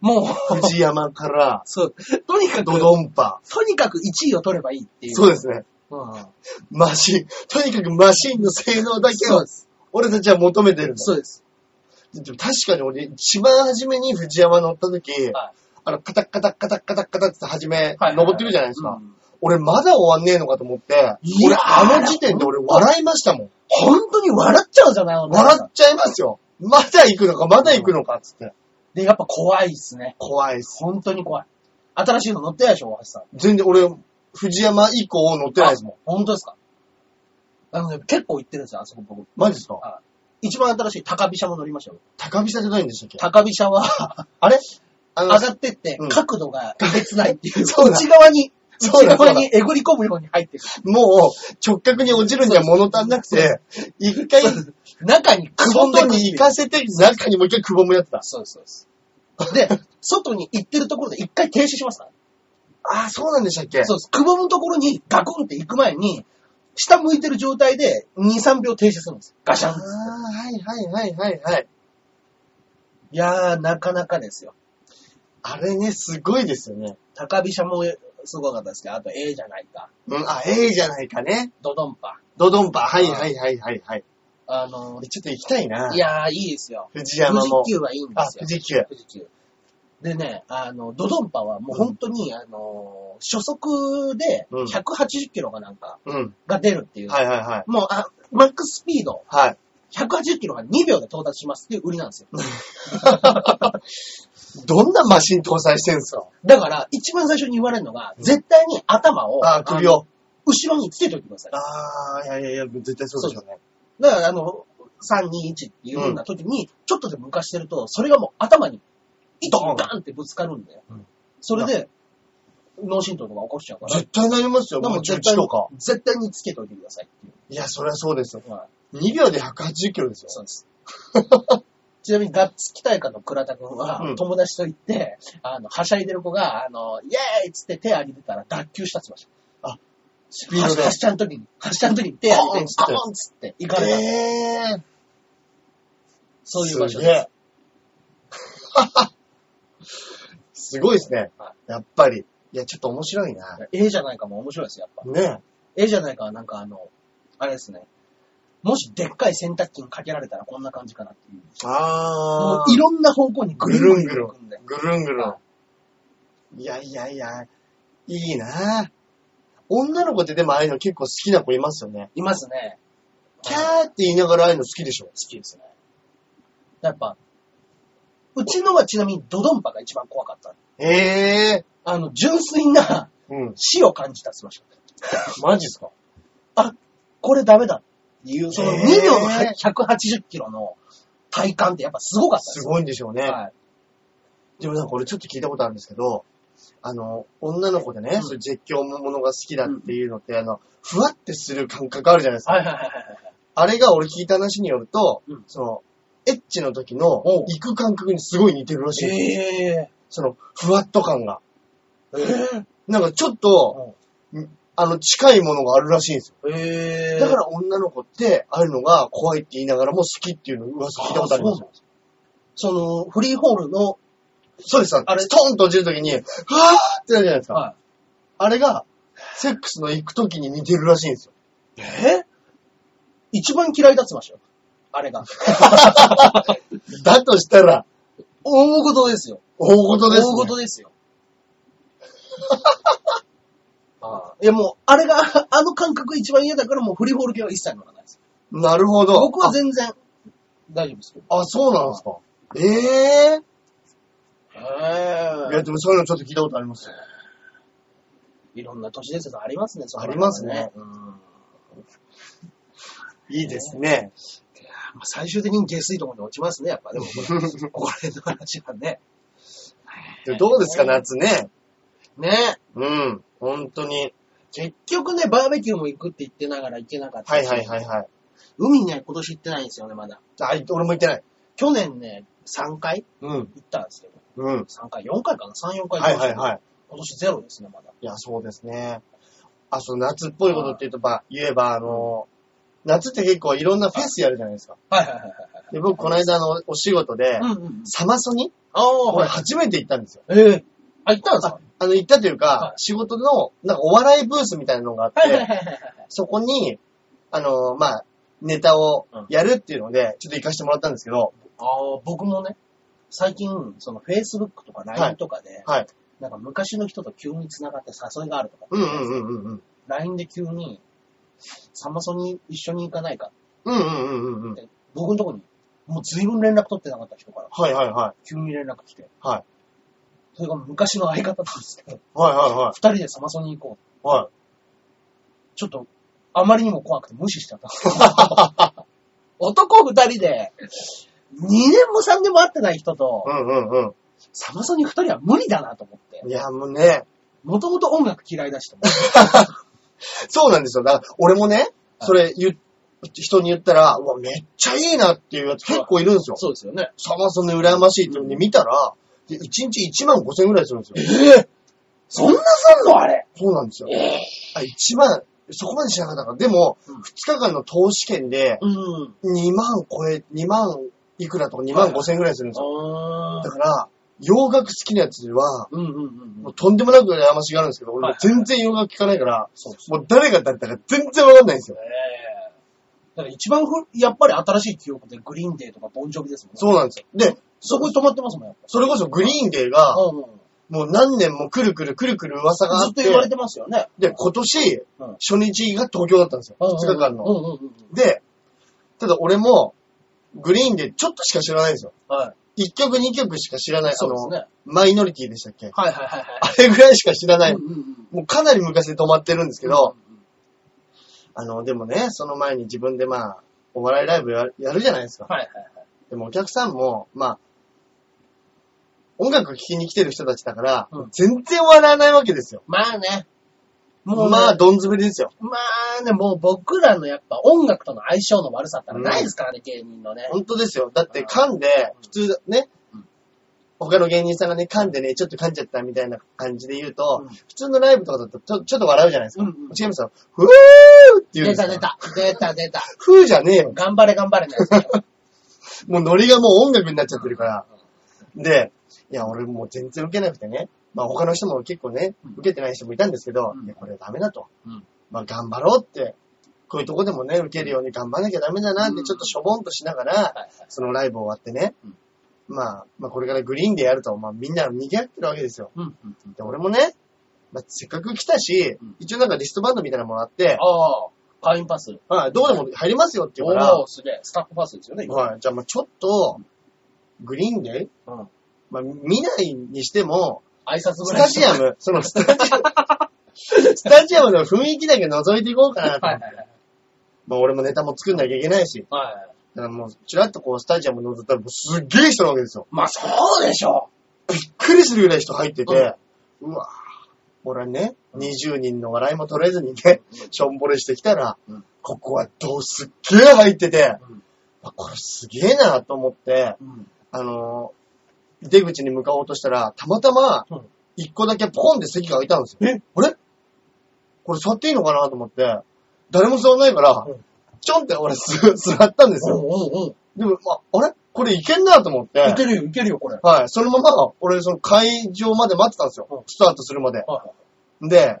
[SPEAKER 1] もう、
[SPEAKER 2] 藤山から、
[SPEAKER 1] そう。とにかく、
[SPEAKER 2] ドドンパ。
[SPEAKER 1] とにかく1位を取ればいいっていう。。
[SPEAKER 2] そうですすね。
[SPEAKER 1] うん、
[SPEAKER 2] マシン。とにかくマシンの性能だけ
[SPEAKER 1] そう
[SPEAKER 2] を
[SPEAKER 1] で、す。
[SPEAKER 2] 俺たちは求めてるんだ。
[SPEAKER 1] そうです。
[SPEAKER 2] でも確かに俺、一番初めに藤山乗った時、
[SPEAKER 1] はい
[SPEAKER 2] あの、カタッカタッカタッカタッカタッって初め、
[SPEAKER 1] はい
[SPEAKER 2] 登ってるじゃないですか。
[SPEAKER 1] うん
[SPEAKER 2] 俺まだ終わんねえのかと思って、
[SPEAKER 1] いや
[SPEAKER 2] 俺あの時点で俺笑いましたもん。
[SPEAKER 1] 本当に笑っちゃうじゃない
[SPEAKER 2] 笑っちゃいますよ。まだ行くのか、まだ行くのか、つって。
[SPEAKER 1] で、やっぱ怖いですね。
[SPEAKER 2] 怖いっす。
[SPEAKER 1] 本当に怖い。新しいの乗ってないでしょ、大橋さん。
[SPEAKER 2] 全然俺、藤山以降乗ってないですもん。
[SPEAKER 1] ん。本当ですかあのね、結構行ってるんですよ、あそこ僕。
[SPEAKER 2] マジですか
[SPEAKER 1] 一番新しい高飛車も乗りましたよ。
[SPEAKER 2] 高飛車じゃないんでしたっけ
[SPEAKER 1] 高飛車は、あれ
[SPEAKER 2] あ
[SPEAKER 1] 上
[SPEAKER 2] の、
[SPEAKER 1] がってって
[SPEAKER 2] うん、
[SPEAKER 1] 角度がえげつないっていう。
[SPEAKER 2] <laughs> そうだ
[SPEAKER 1] 内側に、
[SPEAKER 2] そう
[SPEAKER 1] 内
[SPEAKER 2] だそうだ
[SPEAKER 1] 側にえぐり込むように入ってる。
[SPEAKER 2] もう直角に落ちるには物足んなくて、一回、
[SPEAKER 1] 中にくぼんで
[SPEAKER 2] 外
[SPEAKER 1] くって
[SPEAKER 2] に
[SPEAKER 1] い
[SPEAKER 2] 行
[SPEAKER 1] う
[SPEAKER 2] かせて、中にもう一回くぼむやつだ。
[SPEAKER 1] そうです、そうです。で、外に行ってるところで一回停止しますから。
[SPEAKER 2] ああ、そうなんでしたっけ
[SPEAKER 1] そうです。くぼむところにガコンって行く前に、下向いてる状態で2、3秒停止するんです。ガシャン
[SPEAKER 2] ああ、はいはいはいはいはい。
[SPEAKER 1] いやー、なかなかですよ。
[SPEAKER 2] あれね、すごいですよね。
[SPEAKER 1] 高飛車もすごかったですけど、あと A じゃないか。
[SPEAKER 2] うん、あ、ええじゃないかね。
[SPEAKER 1] ドドンパ。
[SPEAKER 2] ドドンパ、はいはいはいはいはい。
[SPEAKER 1] あのー
[SPEAKER 2] ちょっと行きたいな。
[SPEAKER 1] いやー、いいですよ。
[SPEAKER 2] 富士
[SPEAKER 1] 富
[SPEAKER 2] 山
[SPEAKER 1] 士
[SPEAKER 2] も。
[SPEAKER 1] 急はいいんで
[SPEAKER 2] あ、
[SPEAKER 1] すよ
[SPEAKER 2] 富。士急。
[SPEAKER 1] 富士急。でね、あの、ドドンパはもう本当に、あのー、初速で
[SPEAKER 2] うん
[SPEAKER 1] 180キロかなんか
[SPEAKER 2] うん。
[SPEAKER 1] が出るっていう。
[SPEAKER 2] はいはいはい。
[SPEAKER 1] もう、あ、マックススピード、
[SPEAKER 2] はい。
[SPEAKER 1] 180キロが2秒で到達しますっていう売りなんですよ。
[SPEAKER 2] どんなマシン搭載してんすか
[SPEAKER 1] だから、一番最初に言われるのが、絶対に頭を、
[SPEAKER 2] あー、首を。
[SPEAKER 1] あの後ろにつけておいてください。
[SPEAKER 2] ああ、いやいやいや、絶対そうでしょうね。
[SPEAKER 1] だから、あの、3、2、1っていうような時に、ちょっとでも浮かしてると、それがもう頭に、糸
[SPEAKER 2] うん
[SPEAKER 1] がガンってぶつかるんだよ
[SPEAKER 2] うん。
[SPEAKER 1] それで、脳震盪とか起こしちゃうから。
[SPEAKER 2] 絶対なりますよ、
[SPEAKER 1] で
[SPEAKER 2] もう
[SPEAKER 1] 絶
[SPEAKER 2] 11
[SPEAKER 1] 対に
[SPEAKER 2] とか。、
[SPEAKER 1] 絶対につけておいてくださいっていう。
[SPEAKER 2] いや、そりゃそうですよ。
[SPEAKER 1] はい
[SPEAKER 2] 2秒で180キロですよ。
[SPEAKER 1] そうです。 <laughs> ちなみに、ガッツ期待感の倉田くんは、
[SPEAKER 2] うん
[SPEAKER 1] 友達と行って、あの、はしゃいでる子が、あの、イエーイっつって手上げてたら、脱臼したって言ってました。
[SPEAKER 2] あ、スピードで
[SPEAKER 1] はしゃの時に、はしゃの時に手上げて、
[SPEAKER 2] コーンっつって
[SPEAKER 1] コーンっつって、行かれた。
[SPEAKER 2] えー、
[SPEAKER 1] そういう場所
[SPEAKER 2] すげ
[SPEAKER 1] です。
[SPEAKER 2] え <laughs> すごいですね
[SPEAKER 1] は。
[SPEAKER 2] やっぱり。いや、ちょっと面白いな。
[SPEAKER 1] ええじゃないかも面白いですよ、やっぱ。
[SPEAKER 2] ね
[SPEAKER 1] ええじゃないかはなんかあの、あれですね。もしでっかい洗濯機にかけられたらこんな感じかなっていう。も
[SPEAKER 2] あ
[SPEAKER 1] ういろんな方向にぐ
[SPEAKER 2] ぐ
[SPEAKER 1] る
[SPEAKER 2] るん
[SPEAKER 1] ん
[SPEAKER 2] ぐ
[SPEAKER 1] ぐ
[SPEAKER 2] る
[SPEAKER 1] る
[SPEAKER 2] ん
[SPEAKER 1] んで。。
[SPEAKER 2] ぐるんぐる
[SPEAKER 1] は
[SPEAKER 2] ん。いやいやいや、いいな女の子ってでもああいうの結構好きな子いますよね。
[SPEAKER 1] いますね。
[SPEAKER 2] キ
[SPEAKER 1] 好
[SPEAKER 2] ャーって言いながらああいうの好きでしょ。
[SPEAKER 1] きですね。やっぱ、うちのはちなみにドドンパが一番怖かった。
[SPEAKER 2] ええ
[SPEAKER 1] あの、純粋な
[SPEAKER 2] うん。
[SPEAKER 1] 死を感じたって言ってまし
[SPEAKER 2] マジっすか
[SPEAKER 1] た。これダメだっていう、その
[SPEAKER 2] へ
[SPEAKER 1] 2
[SPEAKER 2] ー
[SPEAKER 1] 秒の180キロの体感ってやっぱすごかったですす。
[SPEAKER 2] ごいんでしょうね。
[SPEAKER 1] はい。
[SPEAKER 2] でもなんか俺ちょっと聞いたことあるんですけど、あの、女の子でね、
[SPEAKER 1] うん
[SPEAKER 2] そういう絶叫ものが好きだっていうのって、あの、ふわってする感覚あるじゃないですか。
[SPEAKER 1] はいはいはいはい。
[SPEAKER 2] あれが俺聞いた話によると、
[SPEAKER 1] うん
[SPEAKER 2] その、エッチの時の
[SPEAKER 1] おう
[SPEAKER 2] 行く感覚にすごい似てるらしい。
[SPEAKER 1] え
[SPEAKER 2] その、ふわっと感が。
[SPEAKER 1] えー。
[SPEAKER 2] なんかちょっと、あの、近いものがあるらしいんですよ。
[SPEAKER 1] ええー。
[SPEAKER 2] だから女の子って、ああいうのが怖いって言いながらも好きっていうの噂聞いたことありますよ。
[SPEAKER 1] その、フリーホールの、
[SPEAKER 2] そうです。あ
[SPEAKER 1] あ
[SPEAKER 2] れ、
[SPEAKER 1] れ
[SPEAKER 2] ストーンと落ちる時に、ふわーってなるじゃないですか。
[SPEAKER 1] は
[SPEAKER 2] あれが、セックスの行く時に似てるらしいんですよ。
[SPEAKER 1] い。え一番嫌いだっつましたよ。あれが。
[SPEAKER 2] だとしたら、
[SPEAKER 1] 大事ですよ。
[SPEAKER 2] 大事です、ね。
[SPEAKER 1] 大事 <laughs> ですよ。ああいやもう、あれが、 <laughs> あの感覚一番嫌だからもうフリーホール系は一切乗らないです。
[SPEAKER 2] なるほど。
[SPEAKER 1] 僕は全然大丈夫ですけど。
[SPEAKER 2] あ、あそうなんですか。ええい
[SPEAKER 1] へ
[SPEAKER 2] や、でもそういうのちょっと聞いたことありますよ。
[SPEAKER 1] いろんな都市伝説ありますね、その
[SPEAKER 2] ありますね
[SPEAKER 1] うん
[SPEAKER 2] いいですね。
[SPEAKER 1] まあ最終的に下水道に落ちますね、やっぱ。で <laughs> もこれ、これの話はね。
[SPEAKER 2] でどうですか、夏ね。
[SPEAKER 1] ね
[SPEAKER 2] うん。本当に。
[SPEAKER 1] 結局ね、バーベキューも行くって言ってながら行けなかった
[SPEAKER 2] はい
[SPEAKER 1] し
[SPEAKER 2] はいはいはい。
[SPEAKER 1] 海ね、今年行ってないんですよね、まだ。
[SPEAKER 2] あ、い俺も行ってない。
[SPEAKER 1] 去年ね、3回
[SPEAKER 2] うん。
[SPEAKER 1] 行ったんですけど、
[SPEAKER 2] うん。
[SPEAKER 1] 3回、4回かな ?3、4
[SPEAKER 2] はい
[SPEAKER 1] 回行きました
[SPEAKER 2] は
[SPEAKER 1] け
[SPEAKER 2] い
[SPEAKER 1] ど
[SPEAKER 2] はい。
[SPEAKER 1] 今年ゼロですね、まだ。
[SPEAKER 2] いや、そうですね。あ、その夏っぽいことって言うとば、言えば、あの、夏って結構いろんなフェスやるじゃないですか。
[SPEAKER 1] はいはいはいはい。
[SPEAKER 2] で、僕、この間、あの、お仕事で、
[SPEAKER 1] うんうん。
[SPEAKER 2] サマソニ
[SPEAKER 1] ああ、
[SPEAKER 2] 俺
[SPEAKER 1] はい。
[SPEAKER 2] 初めて行ったんですよ。
[SPEAKER 1] ええあ、行ったんですか
[SPEAKER 2] あの、行ったという
[SPEAKER 1] は
[SPEAKER 2] か
[SPEAKER 1] い、
[SPEAKER 2] 仕事の、なんかお笑いブースみたいなのがあっ
[SPEAKER 1] はいはい
[SPEAKER 2] て、
[SPEAKER 1] はいはいはい。
[SPEAKER 2] そこに、あの、まあ、ネタをやるっていうので、ちょっと行かせてもらったんですけど、
[SPEAKER 1] ああ、僕もね、最近、その Facebook とか LINE とかで、
[SPEAKER 2] はい。
[SPEAKER 1] なんか昔の人と急に繋がって誘いがあるとか、
[SPEAKER 2] うんうんうんうんうん。
[SPEAKER 1] LINE で急に、サマソに一緒に行かないかって
[SPEAKER 2] うんうんうんうんうん。
[SPEAKER 1] 僕のとこに、もう随分連絡取ってなかった人から、
[SPEAKER 2] はいはいはい。
[SPEAKER 1] 急に連絡来て、
[SPEAKER 2] はい。
[SPEAKER 1] それが昔の相方なんですけど、
[SPEAKER 2] はいはいは
[SPEAKER 1] 二人でサマソに行こう。
[SPEAKER 2] い。はい。
[SPEAKER 1] ちょっと、あまりにも怖くて無視しちゃったんですけど。 <laughs> 男二人で、2年も3年も会ってない人と
[SPEAKER 2] う、んうんう
[SPEAKER 1] サマソに二人は無理だなと思って
[SPEAKER 2] ん。、いや、もうね、
[SPEAKER 1] もともと音楽嫌いだしと思って、
[SPEAKER 2] そうなんですよ。だから、俺もね、それ言っ、人に言ったら、うわ、めっちゃいいなっていうやつ結構いるんですよ。
[SPEAKER 1] <laughs> そうですよね。
[SPEAKER 2] サマソニ羨ましいっていうのに見たら、で1日1万5千円ぐらいするんですよ。
[SPEAKER 1] そんなすんのあれ。
[SPEAKER 2] そうなんですよ。あ、1万、そこまでしなかったから。でも、
[SPEAKER 1] うん
[SPEAKER 2] 2日間の投資券で、
[SPEAKER 1] うん。
[SPEAKER 2] 2万超え、2万いくらとか2万5千円ぐらいするんですよ。
[SPEAKER 1] あ
[SPEAKER 2] だから、洋楽好きなやつは、
[SPEAKER 1] うんうんうんう
[SPEAKER 2] も
[SPEAKER 1] ん
[SPEAKER 2] う。とんでもなく羨ましがあるんですけど、俺も
[SPEAKER 1] はい
[SPEAKER 2] 全然洋楽聴かないから、
[SPEAKER 1] そうです
[SPEAKER 2] もう誰が誰だか全然わかんないんですよ。
[SPEAKER 1] ね。だから一番ふ、やっぱり新しい記憶でグリーンデーとかボンジョビですもんね。
[SPEAKER 2] そうなんですよ。で、
[SPEAKER 1] そこに止まってますもん、やっぱ
[SPEAKER 2] それこそグリーンデーが、
[SPEAKER 1] うんうん。
[SPEAKER 2] もう何年もくるくるくるくる噂があ
[SPEAKER 1] ず
[SPEAKER 2] っ、
[SPEAKER 1] ってと言われてますよね。
[SPEAKER 2] で、今年、
[SPEAKER 1] うん
[SPEAKER 2] 初日が東京だったんですよ。
[SPEAKER 1] うんうん
[SPEAKER 2] 2日間の。
[SPEAKER 1] うんうんうんうん。
[SPEAKER 2] で、ただ俺も、グリーンでちょっとしか知らないんですよ。
[SPEAKER 1] はい。
[SPEAKER 2] 1曲2曲しか知らない。あ
[SPEAKER 1] そうで
[SPEAKER 2] の、
[SPEAKER 1] すね。
[SPEAKER 2] マイノリティでしたっけ
[SPEAKER 1] はいはいはいはい。
[SPEAKER 2] あれぐらいしか知らない。
[SPEAKER 1] うんうんうん
[SPEAKER 2] もうかなり昔で止まってるんですけど、
[SPEAKER 1] うんうん
[SPEAKER 2] あの、でもね、その前に自分でまあ、お笑いライブややるじゃないですか。
[SPEAKER 1] はいはいはい。
[SPEAKER 2] でもお客さんも、まあ、音楽聴きに来てる人たちだから、
[SPEAKER 1] うん
[SPEAKER 2] 全然笑わないわけですよ。
[SPEAKER 1] まあね。も
[SPEAKER 2] も
[SPEAKER 1] う、
[SPEAKER 2] う
[SPEAKER 1] ま
[SPEAKER 2] ま
[SPEAKER 1] あ
[SPEAKER 2] あ、、どんずぶりですよ。
[SPEAKER 1] まあね、もう僕らのやっぱ音楽との相性の悪さったらないですからね、芸人のね。
[SPEAKER 2] 本当ですよ。だって噛んで、普通ね
[SPEAKER 1] うん、
[SPEAKER 2] 他の芸人さんがね、噛んでね、ちょっと噛んじゃったみたいな感じで言うと、
[SPEAKER 1] うん
[SPEAKER 2] 普通のライブとかだとちょちょっと笑うじゃないですか。
[SPEAKER 1] うんうん
[SPEAKER 2] 違いますよ。ふーって言うん
[SPEAKER 1] 出
[SPEAKER 2] です
[SPEAKER 1] た
[SPEAKER 2] よ。
[SPEAKER 1] 出た。出た出た。
[SPEAKER 2] ふーじゃねえよ。
[SPEAKER 1] 頑張れ頑張れのやつね。
[SPEAKER 2] もうノリがもう音楽になっちゃってるから。で、いや、俺もう全然受けなくてね。まあ他の人も結構ね
[SPEAKER 1] うん、
[SPEAKER 2] 受けてない人もいたんですけど、
[SPEAKER 1] うん
[SPEAKER 2] いや、これダメだと。
[SPEAKER 1] うん
[SPEAKER 2] まあ頑張ろうって。こういうとこでもね、受けるように頑張らなきゃダメだなって、
[SPEAKER 1] うん
[SPEAKER 2] ちょっとしょぼんとしながら、
[SPEAKER 1] はいはい
[SPEAKER 2] そのライブ終わってね、
[SPEAKER 1] うん
[SPEAKER 2] まあ、まあこれからグリーンでやると、まあみんな賑わってるわけですよ。
[SPEAKER 1] うんうんうん。
[SPEAKER 2] で、俺もね、まあせっかく来たし、
[SPEAKER 1] うん
[SPEAKER 2] 一応なんかリストバンドみたいなのもらって、
[SPEAKER 1] ああ、会員パス。
[SPEAKER 2] まあどこでも入りますよって言うから、
[SPEAKER 1] おお、すげえ。スタッフパスですよね、今
[SPEAKER 2] はい、じゃあまあちょっと、グリーンで、
[SPEAKER 1] うん
[SPEAKER 2] まあ見ないにしても、
[SPEAKER 1] 挨拶ぐ
[SPEAKER 2] ス
[SPEAKER 1] らい
[SPEAKER 2] タジアム、そのスタジアム、スタジアムの雰囲気だけ覗いていこうかなと。
[SPEAKER 1] はいはいはい。
[SPEAKER 2] まあ俺もネタも作んなきゃいけないし、
[SPEAKER 1] はいはい。
[SPEAKER 2] だからもうちらっとこうスタジアム覗いたらもうすっげえ人なわけですよ。
[SPEAKER 1] まあ、そうでしょ
[SPEAKER 2] びっくりするぐらい人入ってて、うわぁ俺はね、20人の笑いも取れずにね、しょんぼれしてきたら、
[SPEAKER 1] うん
[SPEAKER 2] ここはどうすっげえ入ってて、
[SPEAKER 1] うん
[SPEAKER 2] あこれすげえなと思って、
[SPEAKER 1] う。うん。
[SPEAKER 2] あのー出口に向かおうとしたら、たまたま
[SPEAKER 1] うん、
[SPEAKER 2] 一個だけポンで席が空いたんですよ。
[SPEAKER 1] え
[SPEAKER 2] あれこれ座っていいのかなと思って、誰も座らないから
[SPEAKER 1] うん、
[SPEAKER 2] ちょんって俺す <laughs> 座ったんです
[SPEAKER 1] お
[SPEAKER 2] よ。
[SPEAKER 1] うおうおう。
[SPEAKER 2] でも、ああれこれいけんなと思って。
[SPEAKER 1] いけるよ、いけるよ、これ。
[SPEAKER 2] はい。そのまま、俺、その会場まで待ってたんです
[SPEAKER 1] うん
[SPEAKER 2] よ。スタートするまで。
[SPEAKER 1] はいはい
[SPEAKER 2] で、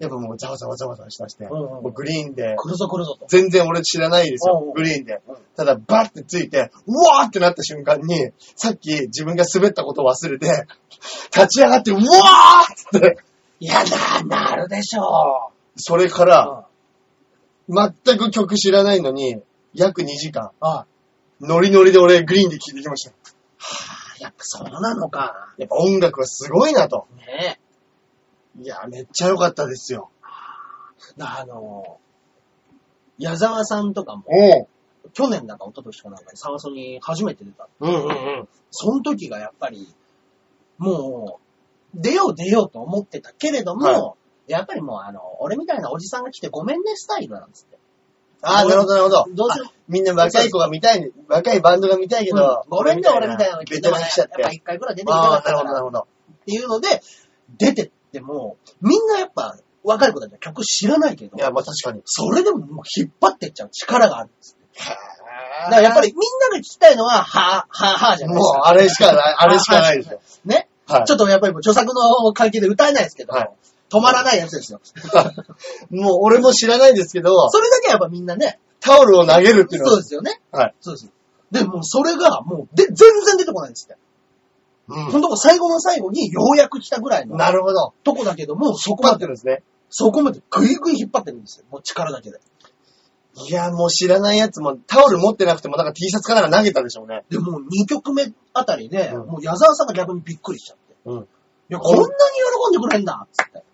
[SPEAKER 2] やっぱもう、ざわざわざわざわしだして、
[SPEAKER 1] うんうん
[SPEAKER 2] もうグリーンで、
[SPEAKER 1] 来るぞ来るぞと。
[SPEAKER 2] 全然俺知らないです
[SPEAKER 1] うんう
[SPEAKER 2] よ
[SPEAKER 1] ん、
[SPEAKER 2] グリーンで
[SPEAKER 1] うん。
[SPEAKER 2] ただ、バッてついて、うわーってなった瞬間に、さっき自分が滑ったことを忘れて、立ち上がって、うわーっつって、
[SPEAKER 1] いや、な、なるでしょ
[SPEAKER 2] それか
[SPEAKER 1] う。
[SPEAKER 2] ら、
[SPEAKER 1] あ
[SPEAKER 2] 全く曲知らないのに、約2時間、
[SPEAKER 1] あ、
[SPEAKER 2] ノリノリで俺、グリーンで聴いてきました。
[SPEAKER 1] やっぱそうなのか。
[SPEAKER 2] やっぱ音楽はすごいなと。
[SPEAKER 1] ね
[SPEAKER 2] いや、めっちゃ良かったですよ。
[SPEAKER 1] え。あの、矢沢さんとかも、
[SPEAKER 2] おう
[SPEAKER 1] 去年なんか一昨年かなんかにサワソに初めて出た。
[SPEAKER 2] うんうんうん。
[SPEAKER 1] その時がやっぱり、もう、出よう出ようと思ってたけれども、
[SPEAKER 2] は
[SPEAKER 1] やっぱりもう、あの、俺みたいなおじさんが来てごめんねスタイルなんですって。
[SPEAKER 2] ああ、なるほど、なるほど。
[SPEAKER 1] どうしよう。
[SPEAKER 2] みんな若い子が見たい、若いバンドが見たいけど、
[SPEAKER 1] うんごめんね、俺みたいなの
[SPEAKER 2] ベ
[SPEAKER 1] 来
[SPEAKER 2] テ
[SPEAKER 1] ても
[SPEAKER 2] ラン
[SPEAKER 1] ね、
[SPEAKER 2] 来ち
[SPEAKER 1] や
[SPEAKER 2] ゃっ
[SPEAKER 1] っぱ
[SPEAKER 2] て。
[SPEAKER 1] 一回ぐらい出てきた
[SPEAKER 2] あ
[SPEAKER 1] か
[SPEAKER 2] あ、
[SPEAKER 1] った
[SPEAKER 2] なる
[SPEAKER 1] か
[SPEAKER 2] ほど、な
[SPEAKER 1] ら
[SPEAKER 2] る
[SPEAKER 1] っ
[SPEAKER 2] ほど。
[SPEAKER 1] ていうので、出てっても、みんなやっぱ、若い子たちは曲知らないけど
[SPEAKER 2] い、や、まあ確かに。
[SPEAKER 1] それでももう引っ張ってっちゃう力があるんです。だ
[SPEAKER 2] だ
[SPEAKER 1] からやっぱりみんなが聞きたいのは、はぁ、はぁ、はぁじゃない
[SPEAKER 2] も
[SPEAKER 1] で
[SPEAKER 2] う
[SPEAKER 1] すか。
[SPEAKER 2] あれしかない、あれしかない <laughs> ですよ。
[SPEAKER 1] ね。
[SPEAKER 2] はい
[SPEAKER 1] ち。ょっとやっぱりもう著作の関係で歌えないですけど、
[SPEAKER 2] はい
[SPEAKER 1] 止まらないやつですよ。
[SPEAKER 2] もう俺も知らないですけど、
[SPEAKER 1] それだけはやっぱみんなね、
[SPEAKER 2] タオルを投げるっていうの
[SPEAKER 1] そ
[SPEAKER 2] は
[SPEAKER 1] うで、すよね。
[SPEAKER 2] はい。
[SPEAKER 1] そうです。で、もうそれがもうで全然出てこないんですって。
[SPEAKER 2] うん
[SPEAKER 1] ほんと最後の最後にようやく来たぐらいの
[SPEAKER 2] なるほど。
[SPEAKER 1] とこだけども、そこ
[SPEAKER 2] 困
[SPEAKER 1] ま
[SPEAKER 2] って
[SPEAKER 1] で、
[SPEAKER 2] るんですね。
[SPEAKER 1] そこまでぐいぐい引っ張ってるんですよ。もう力だけで。
[SPEAKER 2] いや、もう知らないやつも、タオル持ってなくても、なんか T シャツかなんか投げたでしょうね。
[SPEAKER 1] で、もう2曲目あたりで、
[SPEAKER 2] うん
[SPEAKER 1] もう矢沢さんが逆にびっくりしちゃって。
[SPEAKER 2] うん
[SPEAKER 1] いや、こんなに喜んでくれんだっつって。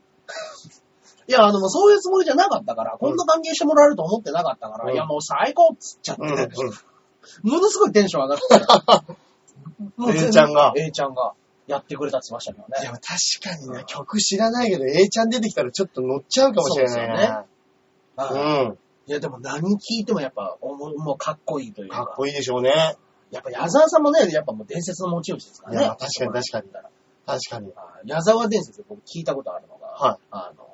[SPEAKER 1] いや、あの、もうそういうつもりじゃなかったから、こんな歓迎してもらえると思ってなかったから、
[SPEAKER 2] うん
[SPEAKER 1] いや、もう最高っつっちゃって、
[SPEAKER 2] うん、うん。
[SPEAKER 1] ものすごいテンション上がって。
[SPEAKER 2] <laughs>
[SPEAKER 1] もう
[SPEAKER 2] A
[SPEAKER 1] 全然
[SPEAKER 2] ちゃんが
[SPEAKER 1] A ちゃんがやってくれたって言ってました
[SPEAKER 2] い
[SPEAKER 1] けど
[SPEAKER 2] や、
[SPEAKER 1] ね。
[SPEAKER 2] 確かにね、曲知らないけど、A ちゃん出てきたらちょっと乗っちゃうかもしれないね。。
[SPEAKER 1] はいいや、でも何聞いてもやっぱ、おももうかっこいいといううんか。
[SPEAKER 2] かっこいいでしょうね。
[SPEAKER 1] やっぱ矢沢さんもね、やっぱもう伝説の持ち主ですから
[SPEAKER 2] い
[SPEAKER 1] ね。
[SPEAKER 2] や確かに確かに
[SPEAKER 1] だら。
[SPEAKER 2] 確かに。
[SPEAKER 1] あ矢沢伝説で僕聞いたことあるのが、
[SPEAKER 2] はい
[SPEAKER 1] あの、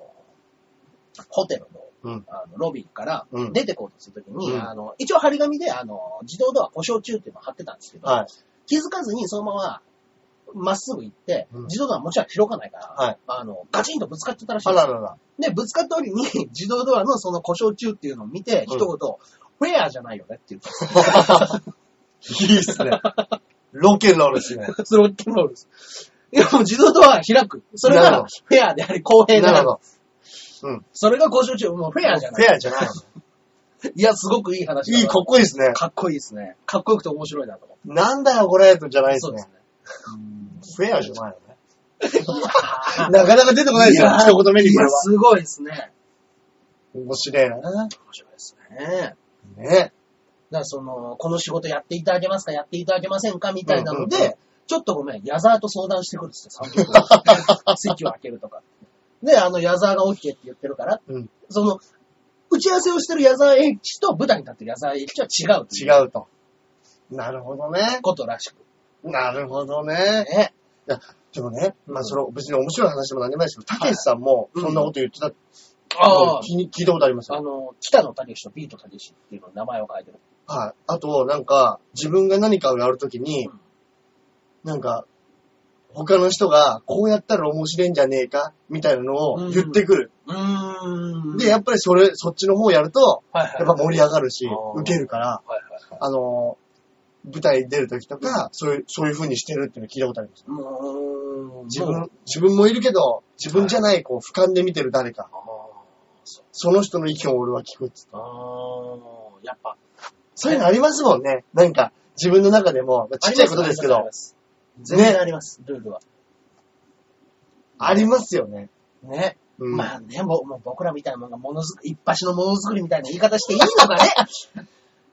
[SPEAKER 1] ホテルの,、
[SPEAKER 2] うん
[SPEAKER 1] あのロビーから
[SPEAKER 2] うん
[SPEAKER 1] 出てこうとするときに、
[SPEAKER 2] うん
[SPEAKER 1] あの、一応張り紙で、あの、自動ドア故障中っていうのを貼ってたんですけど、
[SPEAKER 2] はい。
[SPEAKER 1] 気づかずにそのまま、まっすぐ行って
[SPEAKER 2] うん、
[SPEAKER 1] 自動ドアもちろん開かないから、
[SPEAKER 2] はい
[SPEAKER 1] あの、ガチンとぶつかっちゃったらしい
[SPEAKER 2] あ
[SPEAKER 1] んです
[SPEAKER 2] ら
[SPEAKER 1] よ
[SPEAKER 2] らら。
[SPEAKER 1] で、ぶつかった折に、 <laughs> 自動ドアのその故障中っていうのを見て、
[SPEAKER 2] うん
[SPEAKER 1] 一言、フェアじゃないよねって言っ
[SPEAKER 2] <laughs>
[SPEAKER 1] て、
[SPEAKER 2] いいっすね。ロケロールっすね。
[SPEAKER 1] <laughs> それを言ってもらうんです。いや、もう自動ドアは開く。それ
[SPEAKER 2] なるほど
[SPEAKER 1] がフェアであり、公平で
[SPEAKER 2] なる
[SPEAKER 1] あ
[SPEAKER 2] ほ
[SPEAKER 1] る。
[SPEAKER 2] ど。
[SPEAKER 1] それが故障中、もうフェアじゃな
[SPEAKER 2] フ
[SPEAKER 1] い。
[SPEAKER 2] ェアじゃないの。
[SPEAKER 1] いや、すごくいい話だな
[SPEAKER 2] い、
[SPEAKER 1] い
[SPEAKER 2] かっこいいですね。
[SPEAKER 1] かっこいいですね。かっこよくて面白いなと思って。
[SPEAKER 2] なんだよ、これ、とじゃないで
[SPEAKER 1] そ
[SPEAKER 2] す
[SPEAKER 1] うで
[SPEAKER 2] ね
[SPEAKER 1] す。ね。
[SPEAKER 2] フェアじゃないのね。
[SPEAKER 1] い
[SPEAKER 2] なかなか出てこないですよ、
[SPEAKER 1] やー
[SPEAKER 2] 一言目にこれ
[SPEAKER 1] いや
[SPEAKER 2] は。
[SPEAKER 1] すごいですね。
[SPEAKER 2] 面白いな。
[SPEAKER 1] 面白いですね。
[SPEAKER 2] ね。
[SPEAKER 1] だからその、この仕事やっていただけますか、やっていただけませんか、みたいなので、
[SPEAKER 2] うんうんう
[SPEAKER 1] ちょっとごめん、矢沢と相談してくるっ
[SPEAKER 2] <laughs>
[SPEAKER 1] つって、30分席を開けるとか。で、あの、矢沢が OK って言ってるから、
[SPEAKER 2] うん
[SPEAKER 1] その、打ち合わせをしてる矢沢永吉と舞台に立ってる矢沢永吉は違うと
[SPEAKER 2] 違
[SPEAKER 1] いう
[SPEAKER 2] うと。なるほどね。
[SPEAKER 1] ことらしく
[SPEAKER 2] なるほど
[SPEAKER 1] て
[SPEAKER 2] ね。
[SPEAKER 1] ね。
[SPEAKER 2] でもね、まあそれ別に面白い話でも何でもないですけど、たけしさんも
[SPEAKER 1] うん
[SPEAKER 2] そんなこと言ってたって
[SPEAKER 1] ああ、
[SPEAKER 2] 聞い聞いたことあります
[SPEAKER 1] あ
[SPEAKER 2] よ。
[SPEAKER 1] の、北野武とビート武志っていうの名前を変えてる。
[SPEAKER 2] はい。あと、なんか、自分が何かをやるときに
[SPEAKER 1] うん、
[SPEAKER 2] なんか、他の人がこうやったら面白いんじゃねえかみたいなのを言ってくる。
[SPEAKER 1] うーん
[SPEAKER 2] で、やっぱりそれ、そっちの方をやると、
[SPEAKER 1] はい
[SPEAKER 2] <laughs> やっぱ盛り上がるし
[SPEAKER 1] あ、ー
[SPEAKER 2] 受けるから、
[SPEAKER 1] はいはいはい
[SPEAKER 2] あの、舞台に出るときとか、そういう、そういう風にしてるっていうの聞いたことあります。
[SPEAKER 1] もう
[SPEAKER 2] 自分、自分もいるけど、自分じゃない、こう、俯瞰で見てる誰か。
[SPEAKER 1] ああ、そう
[SPEAKER 2] その人の意見を俺は聞くっつって。
[SPEAKER 1] ああ、やっぱ、
[SPEAKER 2] そういうのありますもんね。なんか、自分の中でも、まあちっちゃいことですけど、
[SPEAKER 1] あ
[SPEAKER 2] あ
[SPEAKER 1] り
[SPEAKER 2] り
[SPEAKER 1] ます。全然あります、ルールは。
[SPEAKER 2] ますよね。
[SPEAKER 1] ね。
[SPEAKER 2] うん
[SPEAKER 1] まあね、もうもう僕らみたいなもんがものづく、一発のものづくりみたいな言い方していいのかね <laughs>